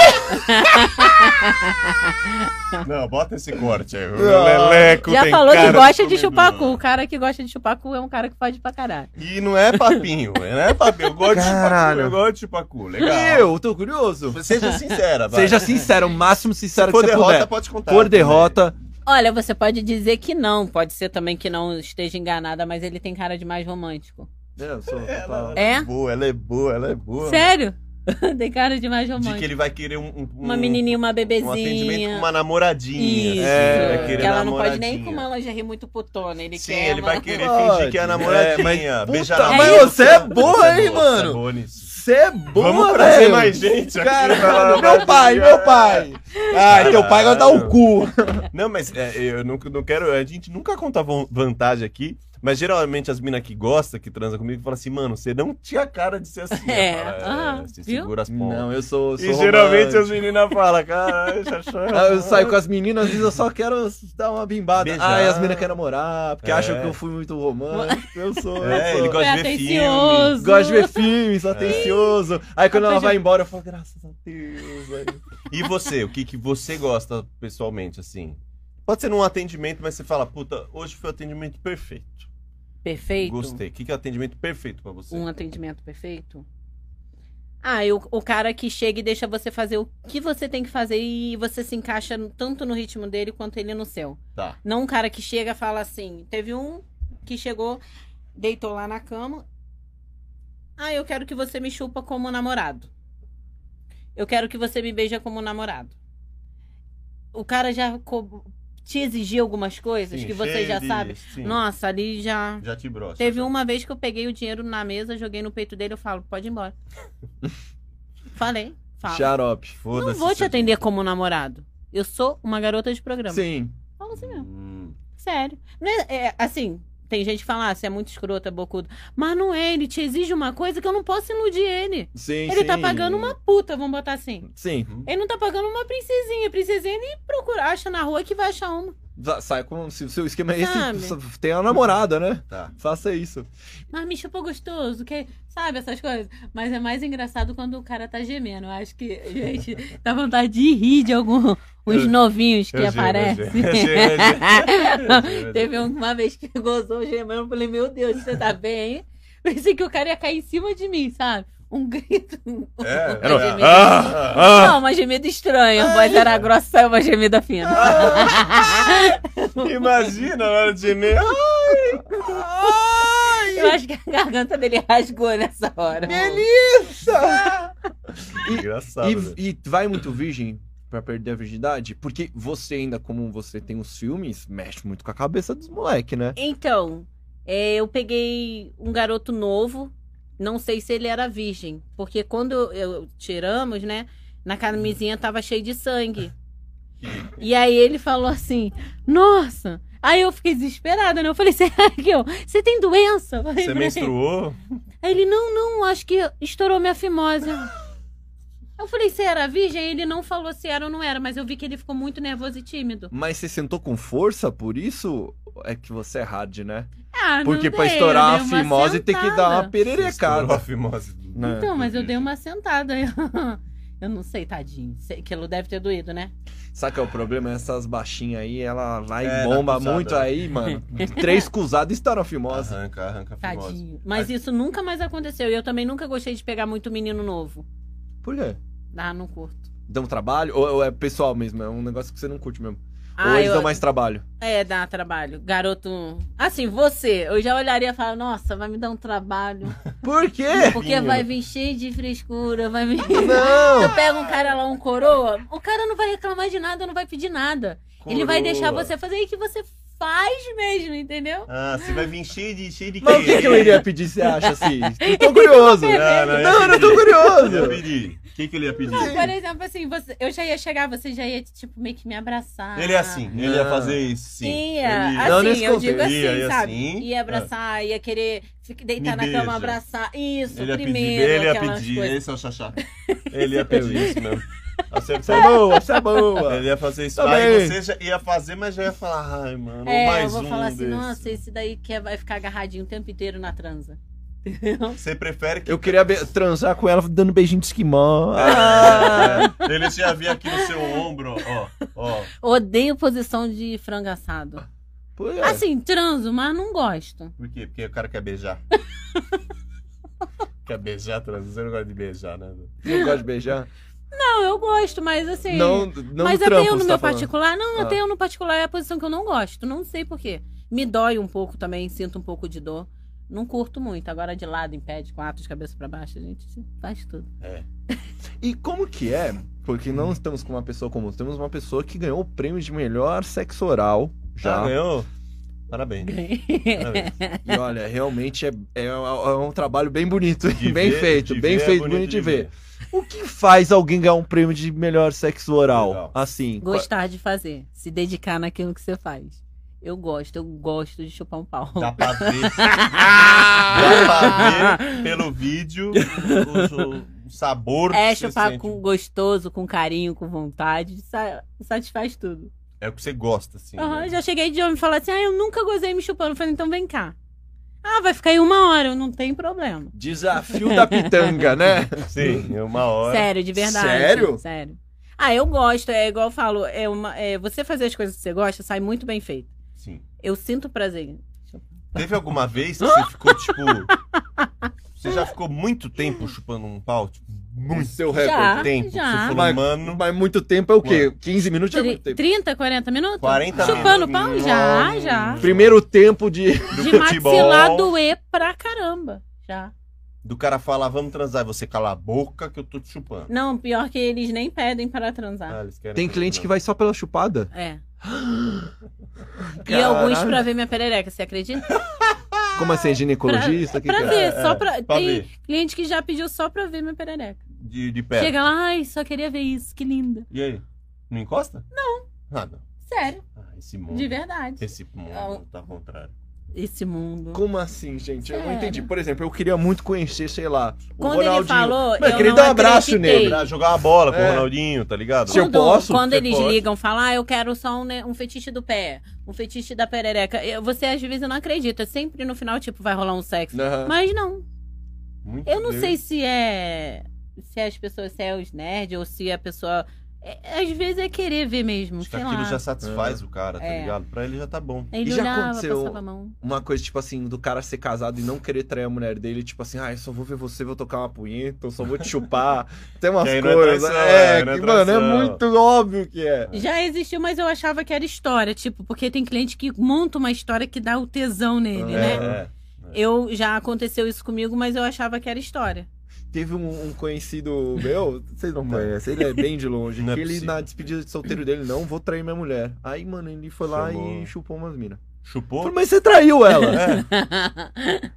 Não, bota esse corte aí. O
Não.
Leleco
Já
tem
falou que
cara
gosta de chupar cu.
comedor.
O cara que gosta de chupar cu é um cara que pode pra caralho.
E não é papinho, não é papinho. Eu gosto
Caralho.
de chupar cu, eu gosto de chupar cu. Legal.
Eu, tô curioso.
Seja sincera, vai.
Seja sincero, o máximo sincero
Se for
que você
derrota,
puder.
pode contar.
Por derrota,
Olha, você pode dizer que não, pode ser também que não esteja enganada, mas ele tem cara de mais romântico.
Eu sou
Ela,
total.
é?
É?
boa, ela é boa, ela é boa.
Sério? [LAUGHS] tem cara de mais
De que
romântico.
ele vai querer um... um-
Uma
um-
menininha, uma
Um atendimento com
bebezinha.
uma namoradinha. assim,
Isso.
É,
vai querer
que ela não pode
namoradinha.
nem com uma lingerie muito putona. Ele
Sim,
quer
ele
uma-
vai querer
Pode.
fingir que é a namoradinha.
É, mas-
beijar
puta,
na
mas
boca.
você é boa, hein,
Nossa,
mano?
boa nisso.
Você é boa,
Vamos trazer
velho.
mais gente aqui. né?
Caralho, [LAUGHS] meu pai, meu pai. Ai, teu pai vai dar o cu.
Não, mas é, eu não, não quero. A gente nunca conta von- vantagem aqui. Mas geralmente as minas que gostam, que transam comigo, falam assim, mano, você não tinha cara de ser assim.
É,
Eu falo,
ah,
você
viu?
segura as pontas.
Não, eu sou. sou
e geralmente
romântico.
as meninas falam,
[LAUGHS]
cara, já chora.
Ah, eu saio com as meninas, às vezes eu só quero dar uma bimbada.
Beijar.
Ai, as meninas querem namorar, porque
É.
acham que eu fui muito romântico. Eu sou, eu
É,
sou.
ele gosta de ver filme.
atencioso.
Gosto de ver filmes, atencioso. Aí quando ela
Aprendi-
vai embora, eu falo, graças a Deus. velho.
[LAUGHS]
E você, o que, que você gosta pessoalmente, assim? Pode ser num atendimento, mas você fala, puta, hoje foi o atendimento perfeito.
Perfeito.
Gostei. O que, que é o atendimento perfeito pra você?
um atendimento perfeito? Ah, eu, o cara que chega e deixa você fazer o que você tem que fazer e você se encaixa no- tanto no ritmo dele quanto ele no seu.
Tá.
Não um cara que chega e fala assim. Teve um que chegou, deitou lá na cama. Ah, eu quero que você me chupa como namorado. Eu quero que você me beija como namorado. O cara já co- te exigiu algumas coisas
Sim,
que você
cheio
já
de-
sabe.
sim.
Nossa, ali já.
Já te brocha.
Teve um
já.
uma vez que eu peguei o dinheiro na mesa, joguei no peito dele, eu falo, pode ir embora.
[LAUGHS]
Falei, falo.
Xarope.
Foda-se.
não vou te
seu-
atender como namorado. Eu sou uma garota de programa.
Sim.
Fala assim mesmo.
Hum.
Sério. Não é- é, assim, tem gente que fala, ah, você é muito escrota, bocudo. Mas não é, ele te exige uma coisa que eu não posso iludir ele.
Sim,
Ele tá
sim.
pagando uma puta, vamos botar assim.
Sim.
Ele não tá pagando uma princesinha. Princesinha ele procura, acha na rua que vai achar um uma.
Sa- Sai com. Se o seu esquema é esse,
Sabe?
tem a namorada, né?
Tá.
Faça isso.
Mas me chupou gostoso, que sabe essas coisas. Mas é mais engraçado quando o cara tá gemendo. Eu acho que,
[LAUGHS]
gente, dá vontade de rir de alguns os novinhos que
Eu gemo, eu
aparecem. [LAUGHS]
gemo, eu gemo, eu gemo. Eu gemo, eu
Teve um, uma vez que gozou gemendo, eu falei, meu Deus, você tá bem, hein? Pensei que o cara ia cair em cima de mim, sabe? Um grito. um-
É,
uma
era um-
gemida.
Ah,
Não, uma gemida estranha. A voz era grossa, saiu uma gemida fina.
ah. Imagina na hora de gemer. [LAUGHS]
Eu acho que a garganta dele rasgou nessa hora.
[LAUGHS] Engraçado. né?
E, e vai muito virgem pra perder a virgindade? Porque você ainda, como você tem os filmes, mexe muito com a cabeça dos moleque, né?
Então, é, eu peguei um garoto novo. Não sei se ele era virgem. Porque quando eu, eu- tiramos, né? Na camisinha tava cheio de sangue. E aí ele falou assim: Nossa! Aí eu fiquei desesperada, né? Eu falei: Será que eu. Você tem doença? Eu falei
Você
pra ele.
menstruou?
Aí ele: Não, não, acho que estourou minha fimose. Eu falei: Você era virgem? Ele não falou se era ou não era, mas eu vi que ele ficou muito nervoso e tímido.
Mas você sentou com força, por isso é que você é hard, né?
Ah, não
Porque pra
dei, eu
estourar a
dei uma
fimose tem que dar uma
Estourou
sentada.
a
pererecada.
fimose.
né?
Então, mas eu
Entendi.
dei uma sentada. [LAUGHS] Eu, eu não sei, tadinho. Sei que ele deve ter doído, né?
Sabe que é o problema? Essas baixinhas aí, ela vai
É,
e
dá
bomba
cruzada.
muito aí, mano.
[LAUGHS]
Três cruzadas estouram a fimose.
Arranca, arranca a fimose.
Tadinho. Mas isso nunca mais aconteceu. E eu também nunca gostei de pegar muito menino novo.
Por quê?
Ah, não curto.
Dá um trabalho? Ou, ou é pessoal mesmo? É um negócio que você não curte mesmo? Ou
Ah,
eles
eu-
dão mais trabalho?
É, dá trabalho. Garoto. Assim, você, eu já olharia e falaria, nossa, vai me dar um
[LAUGHS]
trabalho.
Por quê?
Porque vai vir cheio de frescura, vai vir. [LAUGHS]
Não!
Eu pego um cara lá, um coroa, o cara não vai reclamar de nada, não vai pedir nada. Ele vai deixar
Coroa.
você fazer e que você faz mesmo, entendeu?
Ah, você vai vir cheio de cheio de
Mas o que, que eu iria pedir, você acha, assim? Eu tô curioso.
Não, não,
Não, eu não tô
ia
curioso.
pedir. O que, que ele ia pedir?
Não, por exemplo, assim, você- eu já ia chegar, você já ia, tipo, meio que me abraçar.
Ele é assim, ele ia fazer isso, sim.
Ia,
Ele-
assim,
Não nesse
eu digo
contexto.
assim,
Ia, ia
sabe?
assim. ah.
Ia abraçar, ia querer fica-
Me
deitar na cama,
beija.
abraçar. Isso,
Ele ia pedir,
é primeiro,
ele ia
aquelas
pedir,
coisas.
esse é o
[LAUGHS]
xaxá. Ele ia pedir isso mesmo.
Você
Acertou.
é boa, você é boa.
Ele ia fazer isso.
Tá
Aí
bem.
você já ia fazer, mas já ia falar, ai, mano,
É, eu
mais
vou
um
falar assim,
desse.
nossa, esse daí quer, vai ficar agarradinho o tempo inteiro na transa.
Você prefere [LAUGHS] que...
Eu queria be- transar com ela dando beijinho de esquimó. Ah,
É, ele já vinha aqui no seu ombro, ó, ó.
Odeio posição de frango assado.
Pô, é.
Assim, transo, mas não gosto.
Por quê? Porque o cara quer beijar. quer beijar, trans? Você não gosta de beijar, né?
Não gosta de beijar?
Não, eu gosto, mas assim...
Não, não
mas
trampo,
até eu no
você
meu
tá falando.
particular, não,
Ah.
até eu no particular é a posição que eu não gosto. Não sei por quê. Me dói um pouco também, sinto um pouco de dor. Não curto muito. Agora de lado, em pé, de quatro, de cabeça pra baixo, a gente faz tudo.
É.
E como que é? Porque não estamos com uma pessoa comum, temos uma pessoa que ganhou o prêmio de melhor sexo oral já.
Ah, ganhou?
[LAUGHS]
Parabéns. Parabéns.
E olha, realmente é, é, um- é um trabalho bem bonito,
De
bem
ver-
feito,
de
bem
ver é
feito, bonito, de ver. O que faz alguém ganhar um prêmio de melhor sexo oral?
Legal.
Assim. qua-
Gostar de fazer, se dedicar naquilo que você faz. Eu gosto, eu gosto de chupar um pau. [LAUGHS]
Dá pra ver. Ah! Dá pra ver pelo vídeo o, o sabor
É
que você
chupar
sente.
com gostoso, com carinho, com vontade, sa- satisfaz tudo.
É o que você gosta, assim.
Aham,
né?
já cheguei de homem e falar assim: ah, eu nunca gozei me chupando. Eu falei, então vem cá. Ah, vai ficar aí uma hora, eu não tem problema.
Desafio da pitanga, né?
Sim, é uma hora.
Sério, de verdade.
Sério?
Sério. Ah, eu gosto, é igual eu falo, é uma, é, você fazer as coisas que você gosta sai muito bem feito.
Sim.
Eu sinto prazer.
Teve alguma vez que você ficou, tipo. Você já ficou muito tempo chupando um pau? Tipo, muito
Seu
Já.
tempo. que Você falou,
Mas-
mano.
Mas muito tempo é o quê? 15 minutos é
Tri-
muito tempo.
30, 40 minutos?
40
Chupando
minutos.
pau? Já, já.
Primeiro tempo de.
Do
de
futebol.
maxilar doer pra caramba. Já.
Do cara falar, vamos transar. E você cala a boca que eu tô te chupando.
Não, pior que eles nem pedem para transar.
Ah, eles querem
Tem
que eu
cliente que
transe.
vai só pela chupada?
É. E
Caralho.
alguns pra ver minha perereca, você acredita?
Como assim, ginecologista? Que
pra
que é?
ver,
é,
só pra.
pra
tem
ver.
cliente que já pediu só pra ver minha perereca.
De, de
É.
pé.
Chega lá, ai, só queria ver isso, que linda.
E aí? Não encosta? Não. Ah, não.
Sério,
Ah, esse mundo.
de verdade.
Hum.
Esse mundo tá ao contrário.
Esse mundo.
Como assim, gente? Eu não
Sério.
entendi. Por exemplo, eu queria muito conhecer, sei lá, o
Quando
Ronaldinho.
ele falou.
Mas
eu
queria
não
dar um abraço
acreditei.
nele.
Pra jogar uma bola com
É.
o Ronaldinho, tá ligado?
Se eu
Quando,
posso,
quando
você
eles
pode.
ligam, falam, ah, eu quero só um, ne- um fetiche do pé, um fetiche da perereca. Eu- Você às vezes não acredita. Sempre no final, tipo, vai rolar um sexo.
Aham.
Mas não,
Muito
Eu não
Deus.
sei se é. Se as pessoas, se é os nerds ou se a pessoa. é- às vezes é querer ver mesmo,
Acho que
sei lá.
aquilo já satisfaz o cara, tá
É.
ligado? Pra ele já tá bom.
Aí Ele
E já
olhava,
aconteceu-
passava a mão.
Uma coisa, tipo assim, do cara ser casado e não querer trair a mulher dele, tipo assim, ah, eu só vou ver você, vou tocar uma punheta, eu só vou te chupar. [LAUGHS] Tem umas
Que aí não é
coisas.
traição,
é,
é, não é
que, mano, é
traição.
muito óbvio que é.
Já existiu, mas eu achava que era história, tipo, porque tem cliente que monta uma história que dá o tesão nele,
É.
né? Eu já aconteceu isso comigo, mas eu achava que era história. [LAUGHS]
Teve um, um conhecido meu, vocês não conhecem, ele é bem de longe,
Não é
que ele
possível.
na despedida de solteiro dele, não vou trair minha mulher. Aí, mano, ele foi lá
Chamou.
e chupou umas minas.
Chupou?
Falei, mas você traiu ela?
É,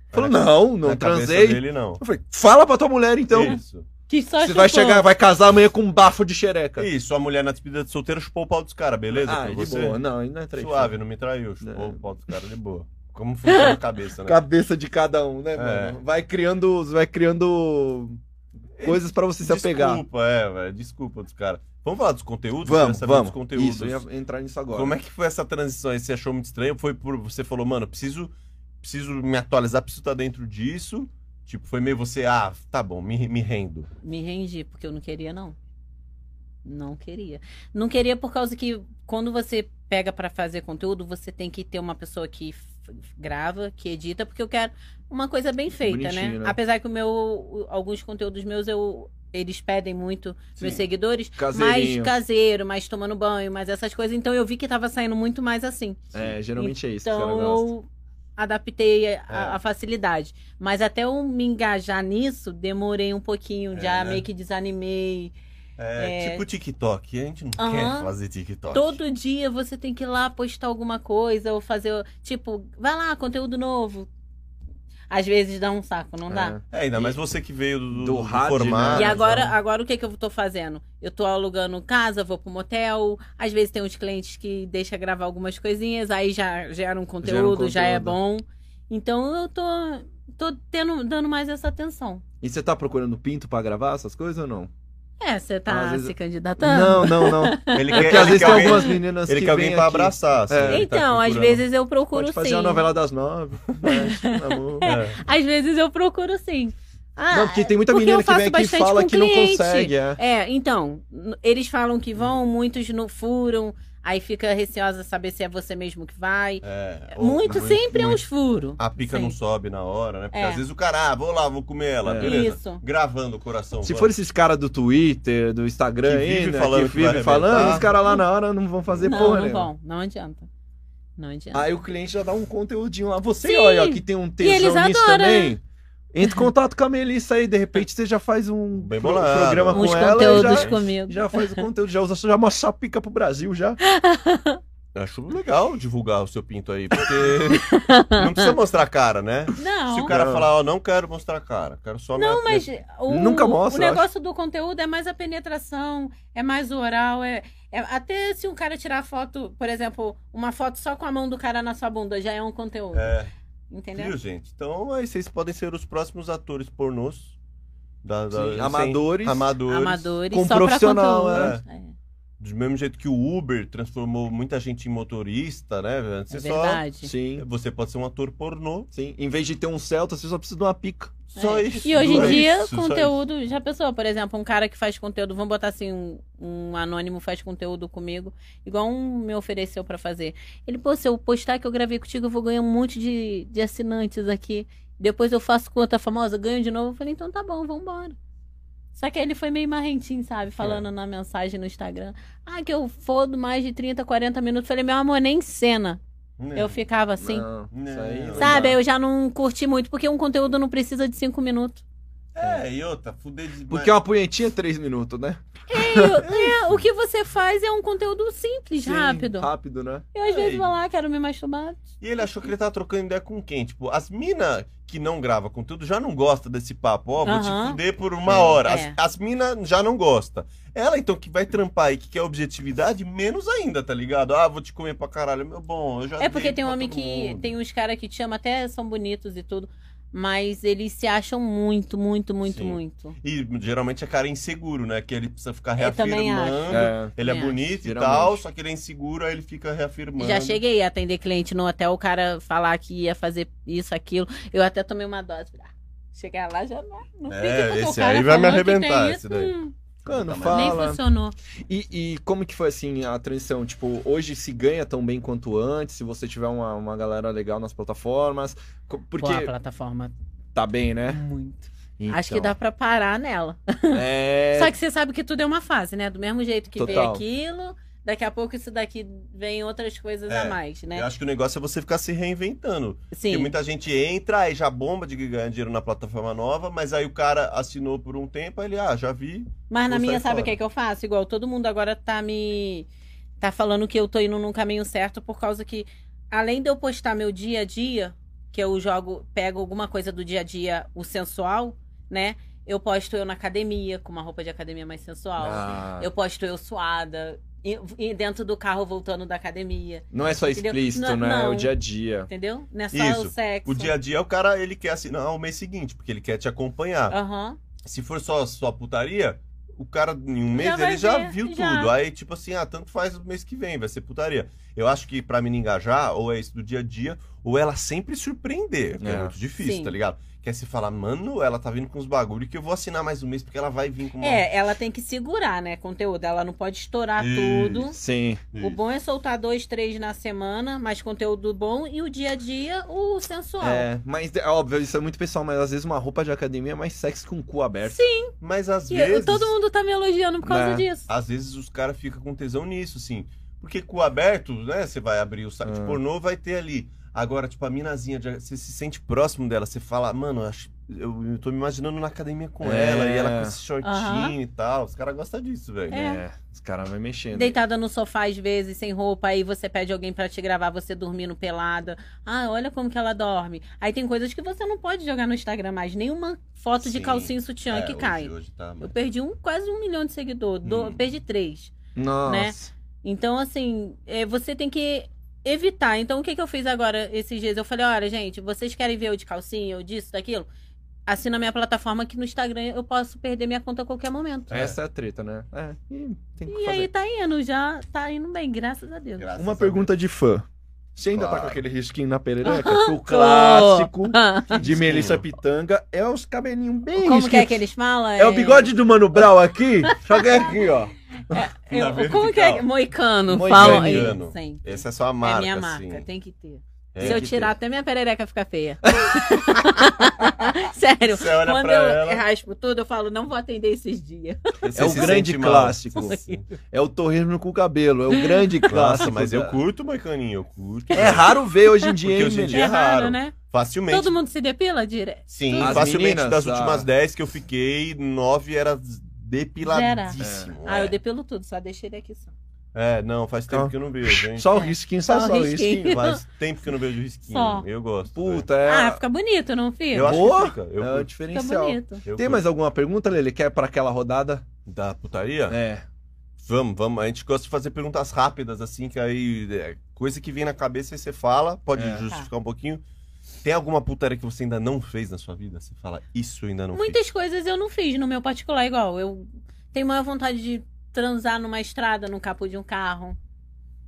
Falou,
Na-
não,
na
não
cabeça
transei.
Dele, não.
Eu falei, fala pra tua mulher então.
Isso.
que só
Você vai
chupou.
chegar, vai casar amanhã com um bafo de xereca.
Isso, a mulher na despedida de solteiro chupou o pau dos caras, beleza?
ah,
Pra
de
você?
boa, É. não, ainda é traição.
Suave, né, não me traiu. Chupou
Não.
o pau dos caras de boa. Como funciona a
[LAUGHS]
cabeça, né?
Cabeça de cada um,
É.
né, mano? Vai criando, vai criando coisas pra você se apegar.
Desculpa, é, velho. Desculpa dos caras. Vamos falar dos conteúdos? Quero
Vamos,
saber
vamos.
Dos conteúdos.
Isso, eu ia entrar nisso agora.
Como é que foi essa transição aí? Você achou muito estranho? Foi por você falou, mano, preciso, preciso me atualizar, preciso estar dentro disso. Tipo, foi meio você, ah, tá bom, me, me rendo.
Me rendi, porque eu não queria, não. Não queria. Não queria por causa que quando você pega pra fazer conteúdo, você tem que ter uma pessoa que f- grava, que edita, porque eu quero uma coisa bem feita, né?
Bonitinho, né?
Apesar que o meu, o- alguns conteúdos meus eu eles pedem muito meus
Sim.
seguidores, mais
Caseirinho.
caseiro, mais tomando banho, mais essas coisas. Então eu vi que tava saindo muito mais assim.
É, geralmente é isso que o
Então
cara gosta.
eu adaptei a,
É.
a facilidade. Mas até eu me engajar nisso, demorei um pouquinho,
É,
já
né?
meio que desanimei.
É,
É.
tipo TikTok. A gente não
Aham.
quer fazer TikTok.
Todo dia você tem que ir lá postar alguma coisa ou fazer, tipo, vai lá, conteúdo novo. Às vezes dá um saco, não dá?
É.
É, ainda mais você que veio do,
Do
do
rádio, né?
formato.
E
Ah,
agora, agora o que, que eu tô fazendo? Eu tô alugando casa, vou pro motel. Às vezes tem uns clientes que deixam gravar algumas coisinhas, aí já gera um conteúdo, já é bom. Então eu tô, tô tendo, dando mais essa atenção.
E você tá procurando pinto pra gravar essas coisas ou não?
É, você
Ah,
tá
às vezes-
se candidatando?
Não, não, [LAUGHS] não.
Ele quer,
É Porque às
ele
vezes
quer
tem
alguém,
algumas meninas
ele
que
quer alguém
vem
pra
aqui.
abraçar. assim,
É.
ele tá
Então, às
procurando.
vezes eu procuro
Pode
sim.
fazer a novela das [LAUGHS] nove. Mas, na boa.
É.
Às vezes eu procuro sim. Ah,
Não, porque tem muita
porque
menina
eu
que vem aqui
faço
e
bastante
fala
com
que não
cliente.
consegue. É.
É, então, n- eles falam que vão, muitos não furam, aí fica receosa saber se é você mesmo que vai.
É, ou-
muito, sempre
muito.
é
Ah,
uns furos.
A pica não
Sim.
sobe na hora, né? Porque
É.
às vezes o cara, ah, vou lá, vou comer ela,
É.
beleza.
Isso.
Gravando o coração.
Se
vamos.
for esses caras do Twitter, do Instagram
Que
aí,
vive
né,
falando
que
que vai
vive falando,
arrebentar.
os caras lá na hora não vão fazer
não,
porra
não
nenhuma.
vão, não adianta. Não adianta.
né? Aí o cliente já dá um conteúdinho lá. Você
Sim.
olha, ó, que tem um tesão
eles
nisso
adoram, né?
também. Entre em contato com a Melissa aí, de repente você já faz um
Bem
pro-
bolado.
programa com
Uns
ela e
conteúdos
já,
com-
comigo.
já faz o conteúdo, já usa já mostra a pica pro Brasil já.
Eu acho legal divulgar o seu pinto
[LAUGHS]
aí, porque não
[LAUGHS]
precisa mostrar a cara, né?
Não.
Se o cara
Não.
falar, ó, não quero mostrar a cara, quero só
Não,
minha...
mas o,
Nunca mostra,
o negócio do conteúdo é mais a penetração, é mais o oral, é, é- até se um cara tirar foto, por exemplo, uma foto só com a mão do cara na sua bunda, já é um conteúdo,
É,
entendeu?
viu, gente? Então aí vocês podem ser os próximos atores pornôs. Da, da-
Sim,
sem-
amadores.
Amadores.
Amadores,
Com
só
profissional,
pra conteúdo. É.
Do mesmo jeito que o Uber transformou muita gente em motorista, né? Antes
É
você só...
verdade.
Sim.
Você pode ser um ator pornô.
Sim. Em vez de ter um Celta, você só precisa de uma pica.
Só
É.
isso.
E hoje em
só
dia,
isso, só
conteúdo. Já pensou, por exemplo, um cara que faz conteúdo, vamos botar assim, um, um anônimo faz conteúdo comigo, igual um me ofereceu pra fazer. Ele, pô, se eu postar que eu gravei contigo, eu vou ganhar um monte de, de assinantes aqui. Depois eu faço conta famosa, ganho de novo. Eu falei, então tá bom, vambora. Só que aí ele foi meio marrentinho,
É.
sabe? Falando na mensagem no Instagram. Ah, que eu fodo mais de 30, 40 minutos. Eu Falei, meu amor, nem cena.
Não.
Eu ficava assim.
Não, isso aí
É. Não.
não
Sabe,
dá.
eu já não curti muito, porque um conteúdo não precisa de cinco minutos.
É, e outra, fuder de...
Porque uma punhetinha é três minutos, né?
E, é, o que você faz é um conteúdo simples,
Sim,
rápido.
Rápido, né?
Eu às vezes
Ei.
vou lá, quero me masturbar.
E ele achou que ele tava trocando ideia com quem? Tipo, as minas que não grava conteúdo já não gosta desse papo. Ó, vou
Aham.
te fuder por uma hora.
É.
As, as minas já não gosta. Ela, então, que vai trampar aí, que quer objetividade, menos ainda, tá ligado? Ah, vou te comer pra caralho. Meu bom, eu já
É porque
dei
tem
pra
homem
todo
que.
mundo.
Tem uns caras que te amam, até são bonitos e tudo. Mas eles se acham muito, muito, muito,
Sim.
muito.
E geralmente é cara inseguro, né? Que ele precisa ficar
Eu também acho.
reafirmando.
É.
Ele é,
É,
bonito e
geralmente.
tal, só que ele é inseguro, aí ele fica reafirmando.
Já cheguei a atender cliente no hotel, o cara falar que ia fazer isso, aquilo. Eu até tomei uma dose. Ah, Chegar lá já não. não sei
É,
o que aconteceu. O
esse
cara
aí vai me
falou que tem
arrebentar,
isso,
esse daí.
hum,
Quando
Nem
Nem
fala.
funcionou.
E, e como que foi assim a transição? Tipo, hoje se ganha tão bem quanto antes, se você tiver uma, uma galera legal nas plataformas. co- Porque
Pô, a plataforma
tá bem, né?
muito.
Então,
Acho que dá pra parar nela.
É...
Só que você sabe que tudo é uma fase, né? Do mesmo jeito que veio
Total.
aquilo, daqui a pouco isso daqui vem outras coisas
É,
a mais,
Eu
né?
acho que o negócio é você ficar se reinventando.
Sim.
Porque muita gente entra aí já bomba de ganhar dinheiro na plataforma nova, mas aí o cara assinou por um tempo, aí ele, ah, já vi.
Mas na
Não
minha,
sai
sabe o
fora.
que, é que eu faço? Igual todo mundo agora tá me. tá falando que eu tô indo num caminho certo por causa que, além de eu postar meu dia a dia, que eu jogo, pego alguma coisa do dia a dia, o sensual, né? Eu posto eu na academia, com uma roupa de academia mais sensual.
Ah,
Eu posto eu suada, e- e dentro do carro voltando da academia,
Não é só
Entendeu?
explícito,
Não-
né? É
não.
o dia a dia.
entendeu? Não é só
Isso.
o sexo.
O dia a dia, o cara, ele quer assinar o mês seguinte, porque ele quer te acompanhar.
Aham.
Se for só sua putaria, o cara, em um mês,
Já vai
ele já
ver,
viu
já.
tudo. Aí, tipo assim, ah, tanto faz o mês que vem, vai ser putaria. Eu acho que pra menina engajar, ou é isso do dia a dia, ou ela sempre surpreender, que é,
É.
muito difícil,
Sim.
tá ligado? que é se falar, mano, ela tá vindo com uns bagulho que eu vou assinar mais um mês porque ela vai vir com uma.
É, ela tem que segurar, né? Conteúdo. Ela não pode estourar
Isso.
tudo.
Sim.
O bom é soltar dois, três na semana, mas conteúdo bom. E o dia a dia, o sensual.
É, mas é óbvio, isso é muito pessoal, mas às vezes uma roupa de academia é mais sexy com o cu aberto.
Sim,
Mas às
e eu-
vezes. Ah,
todo mundo tá me elogiando por causa
Né?
disso.
Às vezes os caras ficam com tesão nisso, assim. Porque com o aberto, né? Você vai abrir o site
Ah.
pornô, vai ter ali. Agora, tipo, a minazinha, de- você se sente próximo dela, você fala, mano, eu acho- eu, eu tô me imaginando na academia com
É.
ela, e ela com esse shortinho
Aham.
e tal. Os caras gostam disso, velho.
É.
os caras vão mexendo.
Deitada no sofá, às vezes, sem roupa, aí você pede alguém pra te gravar, você dormindo pelada. Ah, olha como que ela dorme. Aí tem coisas que você não pode jogar no Instagram mais. Nenhuma foto de
Sim.
calcinha e sutiã
É,
então, que
hoje-
cai.
hoje tá,
Eu
mas-
perdi um, quase um milhão de seguidores. do-
Hum.
Perdi três.
Nossa.
Então, assim, é, você tem que evitar. Então, o que, que eu fiz agora esses dias? Eu falei, olha, gente, vocês querem ver eu de calcinha, eu disso, daquilo? Assina minha plataforma que no Instagram eu posso perder minha conta a qualquer momento.
É.
Essa é a treta, né? É, e tem que
E
fazer.
aí tá indo, já tá indo bem, graças a Deus.
Graças a
Uma
Deus.
pergunta de fã. Você ainda tá
Claro.
com aquele risquinho na perereca?
Ah,
o clássico de
Risquinho.
Melissa Pitanga é os cabelinhos bem
[LAUGHS] Como que é
risquinhos.
que eles falam?
É o bigode do Mano Brau aqui? Só que é aqui, ó.
Eu-
Na vertical.
como que é? Moicano.
Moicano.
Falam isso, sim.
Essa é a sua
É
marca,
minha
assim.
marca, tem que ter.
É
Se eu
que [LAUGHS]
tirar, até minha perereca fica feia. [LAUGHS] Sério.
Você olha
Quando
pra
eu
ela.
raspo tudo, eu falo, não vou atender esses dias.
tem. Você
É o
se
grande
sente mal.
clássico.
Sim.
É o torresmo com o cabelo. É o grande clássico.
Nossa, mas
da-
eu
[LAUGHS]
curto, Moicaninho, eu curto.
É raro ver hoje em dia,
Porque
hein,
hoje em
menino?
dia- É raro.
né?
Facilmente.
Todo mundo se depila direto.
Sim,
As
facilmente
meninas,
das
ah.
últimas 10 que eu fiquei, 9 era depiladíssimo.
Ah,
é.
eu depilo tudo, só deixei ele aqui só.
É, não, faz tempo
Então,
que eu não vejo,
[LAUGHS]
hein?
Só o risquinho, só,
Só o
só o
risquinho.
risquinho.
Faz tempo que eu não vejo risquinho.
Só.
Eu gosto.
Puta, é,
Ah, fica bonito, não
velho.
fica?
Eu acho
Boa.
que fica. Eu
é o
curto,
Fica
diferencial.
Tá bonito.
eu
Tem
curto.
mais alguma pergunta, Lele? Quer pra aquela rodada?
Da putaria?
É.
Vamos, vamos. A gente gosta de fazer perguntas rápidas, assim, que aí. é, coisa que vem na cabeça e você fala, pode
É.
justificar um pouquinho. Tem alguma putaria que você ainda não fez na sua vida? Você fala, isso eu ainda não fiz.
Muitas coisas eu não fiz no meu particular, igual. Eu tenho maior vontade de transar numa estrada, no capô de um carro,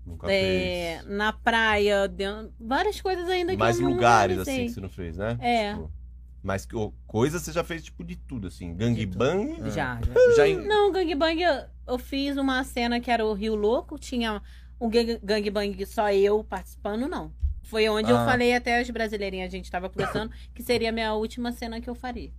Nunca
é,
fez.
na praia, dentro- várias coisas ainda que
Mais
eu não
lugares, assim,
realizei.
que você não fez, né?
É.
Tipo, mas que- ou coisas você já fez, tipo, de tudo, assim. Gangbang.
tudo.
Já, já.
Já em...
Não, gangbang, eu, eu fiz uma cena que era o Rio Louco, tinha um gang- gangbang só eu participando, não. Foi onde
Ah.
eu falei até as brasileirinhas, a gente tava conversando, que seria a minha última cena que eu faria.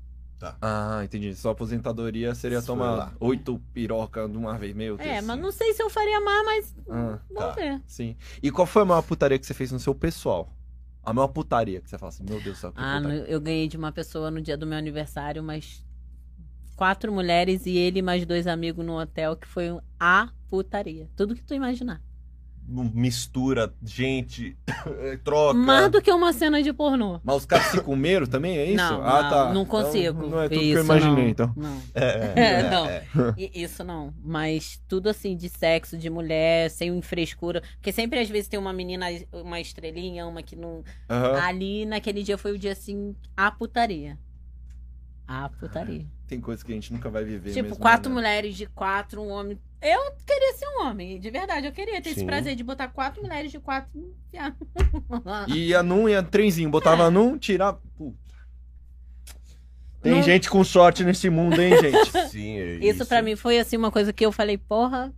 Ah, entendi. Sua aposentadoria seria
Isso
tomar
foi lá.
oito piroca de uma vez. Meu Deus.
É, mas não sei se eu faria mais, mas
Ah,
tá.
vamos ver.
Sim. E qual foi a maior putaria que você fez no seu pessoal? A maior putaria que você fala assim, meu Deus do céu. que
Ah, no-
putaria.
eu ganhei de uma pessoa no dia do meu aniversário, mas quatro mulheres e ele e mais dois amigos num hotel, que foi um- a putaria. Tudo que tu imaginar.
mistura, gente, [LAUGHS] troca.
Mais do que uma cena de pornô.
Mas os caras se comeram também, é isso?
Não,
ah,
não,
tá.
não
Então,
consigo.
não é tudo que
isso,
eu imaginei,
não,
então.
Não.
É, é,
É, não. I- Isso não, mas tudo assim de sexo, de mulher, sem frescura, porque sempre às vezes tem uma menina, uma estrelinha, uma que não.
Aham.
Ali naquele dia foi o dia assim, a putaria. A putaria.
Tem coisa que a gente nunca vai viver
tipo,
mesmo,
quatro
né?
mulheres de quatro, um homem. Eu queria ser um homem, de verdade, eu queria ter esse
Sim.
prazer de botar quatro mulheres de quatro. e enfiar. [LAUGHS]
Ia num, ia trenzinho. Botava num, tirava... Puta. Tem
Não-
gente com sorte nesse mundo, hein, gente?
Sim, é isso.
Isso pra mim foi assim uma coisa que eu falei, porra,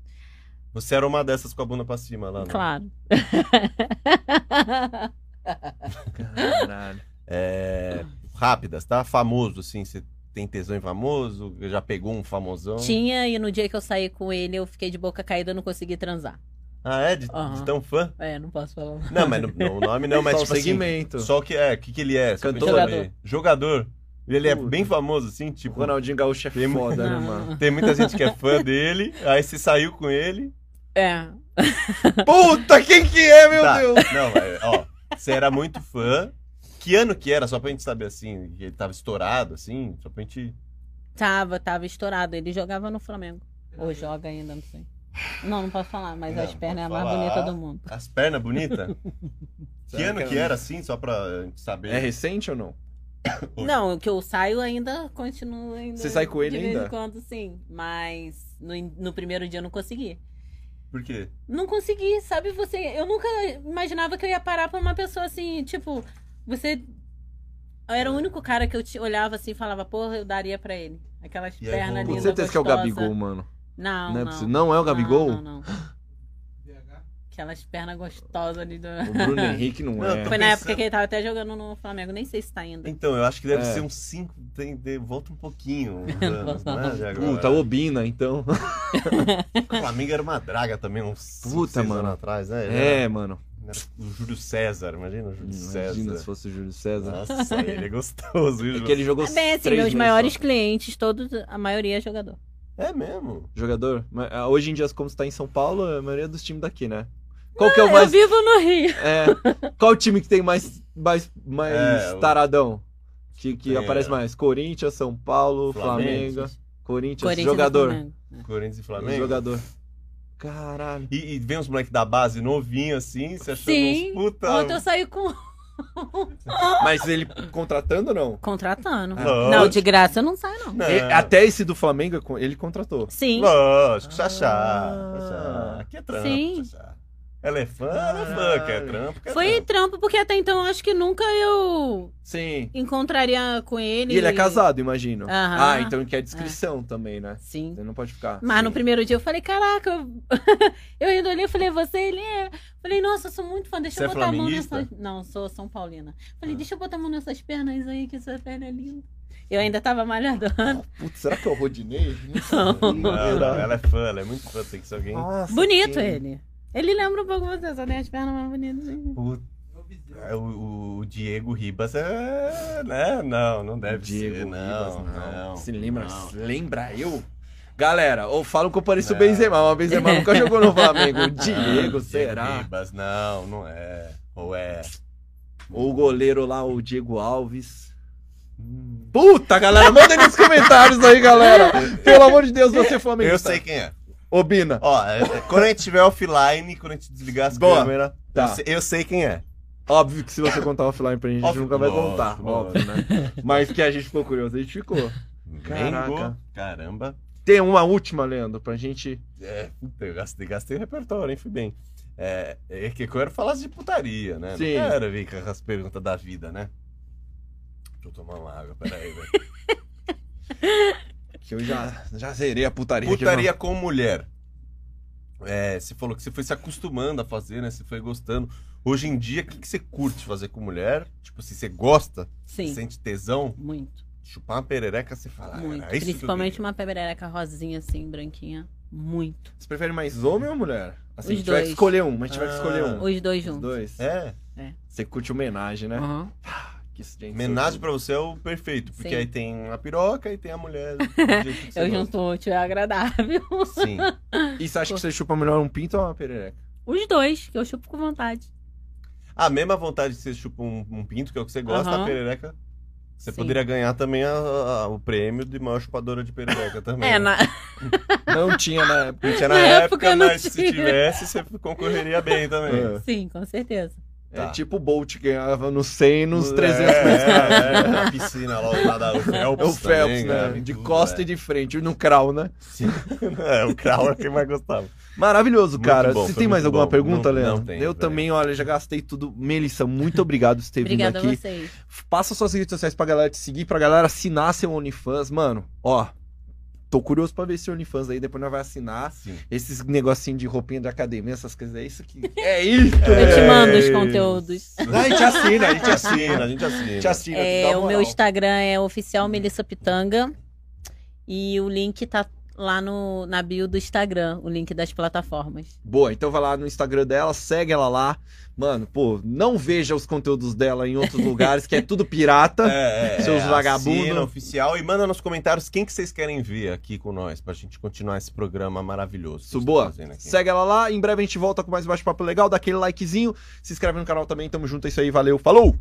Você era uma dessas com a bunda pra cima lá, né?
claro.
[LAUGHS]
[LAUGHS]
Caralho.
É, rápidas, tá? Famoso, assim, você tem tesão em famoso, já pegou um famosão.
Tinha, e no dia que eu saí com ele, eu fiquei de boca caída, eu não consegui transar.
Ah, é? De,
Aham.
de tão fã?
É, não posso falar.
Não, mas não, não, o
[LAUGHS]
nome não, mas
Só o
tipo assim,
segmento.
Só que é, o que, que ele é? Só pra gente
Cantor.
saber. Jogador. Ele é
Puta.
bem famoso, assim,
O
tipo.
Ronaldinho Gaúcho é
Tem-
foda, né,
Não.
mano?
Tem muita gente que é fã dele, aí você saiu com ele.
É.
Puta, quem que é, meu
Tá,
Deus?
Não, mas, ó, você era muito fã. Que ano que era? Só pra gente saber assim, que ele tava estourado, assim, só pra gente.
Tava, tava estourado. Ele jogava no Flamengo. Ou joga ainda, não sei. Não, não posso falar, mas
Não,
as pernas é a
pode
mais
falar.
bonita do mundo.
As pernas bonitas? que
Será
ano que era, assim, só pra gente saber?
É recente ou não?
Oi.
Não, o que eu saio ainda continua ainda.
Você sai com ele
de vez
ainda?
em quando, sim. Mas no, in- no primeiro dia eu não consegui.
Por quê?
Não consegui, sabe? Você. Eu nunca imaginava que eu ia parar pra uma pessoa assim, tipo, você Eu era o único cara que eu te olhava assim e falava, porra, eu daria pra ele. Aquelas
E aí,
pernas
vamos-
Com
lindas.
certeza que é o
gostosas.
Gabigol, mano.
Não,
Não é
não.
possível. Não é o Gabigol?
Não, não, não. Aquelas pernas gostosas ali do.
O Bruno Henrique não,
Não,
é.
tô
Foi na
pensando.
época que ele tava até jogando no Flamengo, nem sei se tá ainda.
Então, eu acho que deve
É.
ser uns 5. Tem, tem- volta um pouquinho.
[LAUGHS]
Uns anos, né, de agora.
Puta, é Obina, então.
O Flamengo era uma draga também, uns
Puta,
5
mano.
anos atrás, né?
É, mano.
Era O Júlio César, imagina o Júlio
Imagina se
César.
fosse o Júlio César.
Nossa, ele é gostoso, viu,
É
Júlio?
que ele jogou
É bem assim,
três
meus
meses
maiores
só.
clientes, todos, a maioria é jogador.
É mesmo?
Jogador? Mas, ah, Hoje em dia, como você tá em São Paulo, a maioria dos times daqui, né? Qual que é o
Eu
mais.
vivo no Rio.
É, qual o time que tem mais, mais, mais
É, o-
taradão? Que, que
É.
aparece mais? Corinthians, São Paulo, Flamengo.
Flamengo.
Corinthians,
Corinthians e
jogador.
Flamengo.
Corinthians e Flamengo?
Jogador. Caralho.
E, e vem uns moleques da base novinho assim, você achando
Sim.
Tá.
uns puta.
Ontem eu saí com.
Mas ele contratando ou não? É.
Contratando.
Tá.
Lógico.
Não, de graça eu não saio, não.
Não.
E- até esse do Flamengo, ele contratou.
Sim.
Lógico,
Ah.
xaxá. xaxá. Aqui é trampo,
Sim.
xaxá. Ela é fã, ela é fã, quer trampo, quer
Foi
trampo.
trampo, porque até então eu acho que nunca eu
Sim.
encontraria com ele.
E ele é casado, imagino.
Aham.
Ah, então quer descrição também, né?
Sim.
Você não pode ficar. assim,
Mas no
Sim.
primeiro dia eu falei, caraca, eu, eu [LAUGHS] ainda olhei, eu falei, você, ele é. Falei, nossa, eu sou muito fã, deixa
Você
eu
é
botar a mão
flamenguista?
nessas. Não, sou São Paulina. Falei, deixa eu botar a mão nessas pernas aí, que essa perna é linda. Eu ainda tava malhadona.
Putz, será que é o
[LAUGHS]
Rodinei?
Não, não, ela é fã, ela é muito fã, tem que ser alguém.
Nossa,
Bonito
sim.
ele. Ele lembra um pouco você, só tem as pernas mais bonitas.
Puta. É, O, o Diego Ribas é. Né? Não, não deve
Diego
ser. Não,
Ribas, não.
não.
Se lembra?
não.
Lembra eu? Galera, ou falam que eu pareço o
Não.
Benzema, mas o Benzema nunca jogou no [LAUGHS] Flamengo. O Ah, Diego,
Não,
será?
Ribas, não, não é. Ou é.
Ou o goleiro lá, o Diego Alves. Hum. Puta, galera, mandem nos comentários aí, galera. Pelo amor de Deus, você é Flamengo.
Eu sei quem é.
Obina.
Ó, é- é- quando a gente tiver offline, quando a gente desligar as
Boa.
câmeras,
Tá.
eu, sei, eu sei quem é.
Óbvio que se você contar offline pra gente, a gente
Óbvio,
nunca vai
lógico,
contar.
lógico.
Óbvio, né? Mas que a gente ficou curioso, a gente ficou. Caraca.
Mengo. Caramba.
Tem uma última, Leandro, pra gente.
É, puta, eu gastei, gastei o repertório, hein? Fui bem. É, é que eu quero falar de putaria, né?
Sim.
Não quero vir com as perguntas da vida, né? Deixa eu tomar uma água,
[LAUGHS]
peraí, velho.
Que eu já, já zerei a putaria. aqui,
Putaria com mulher. É, você falou que você foi se acostumando a fazer, né? Você foi gostando. Hoje em dia, o que, que você curte fazer com mulher? Tipo, se você gosta,
Sim.
sente tesão,
Muito,
chupar uma perereca, você fala. "Ah, era
muito.
isso que eu
Principalmente
queria."
uma pebereca rosinha, assim, branquinha. Muito.
Você prefere mais homem ou mulher? Assim,
Os
a gente vai
dois.
escolher um, mas a gente vai
Ah.
escolher um.
Os dois
Os
juntos. Ah.
dois.
É,
Você curte homenagem, né?
Aham.
Que isso, gente,
homenagem pra você é o perfeito, porque
Sim.
aí tem a piroca e tem a mulher.
[LAUGHS]
do jeito que você
Eu
gosta.
junto útil é agradável. [LAUGHS]
Sim.
E você acha que você chupa melhor um pinto ou uma perereca?
Os dois, que eu chupo com vontade.
A mesma vontade de você chupar um, um pinto, que é o que você gosta,
Aham.
a perereca. Você
Sim.
poderia ganhar também a- a- o prêmio de maior chupadora de perereca também.
É, na... [LAUGHS]
Não tinha na época.
[LAUGHS] Não tinha na,
Na
época,
época eu não
mas se
tinha.
tivesse, você concorreria bem também.
É.
sim, com certeza.
É
Tá.
tipo o Bolt que ganhava no 100 nos 300
é,
metros.
é, é, na piscina lá, lá da o
[LAUGHS] É
Phelps.
o Phelps,
também,
né?
ganhava em
De
tudo,
costa e
é.
de frente, no crawl, né?
Sim. [LAUGHS] É, o Krau é quem mais gostava.
Maravilhoso,
Muito
cara.
bom,
Você
foi
tem
muito
mais alguma
bom.
pergunta,
Não- não
Leandro?
tenho,
Eu
velho.
também, olha, já gastei tudo. Melissa, muito obrigado por ter vindo
Obrigada
aqui.
a vocês.
Passa suas redes sociais pra galera te seguir, pra galera assinar seu OnlyFans. Mano, ó, tô curioso pra ver esse OnlyFans aí, depois nós vai assinar.
Sim.
Esses negocinho de roupinha de academia, essas coisas, é isso que... [LAUGHS] É isso!
Eu te
É.
mando os conteúdos.
Não, A gente assina, a
A gente assina, a gente assina.
gente assina. dá
É,
uma
o meu
moral.
Instagram é oficial Melissa Pitanga. E o link tá lá no, na bio do Instagram, o link das plataformas.
Boa, então vai lá no Instagram dela, segue ela lá. Mano, pô, não veja os conteúdos dela em outros lugares, que é tudo pirata.
É, é,
Seus
é,
vagabundo.
assina oficial e manda nos comentários quem que vocês querem ver aqui com nós pra gente continuar esse programa maravilhoso. que
Isso,
vocês
boa.
estão fazendo aqui.
Segue ela lá. Em breve a gente volta com mais bate-papo legal. Dá aquele likezinho. Se inscreve no canal também. Tamo junto. É isso aí. Valeu. Falou!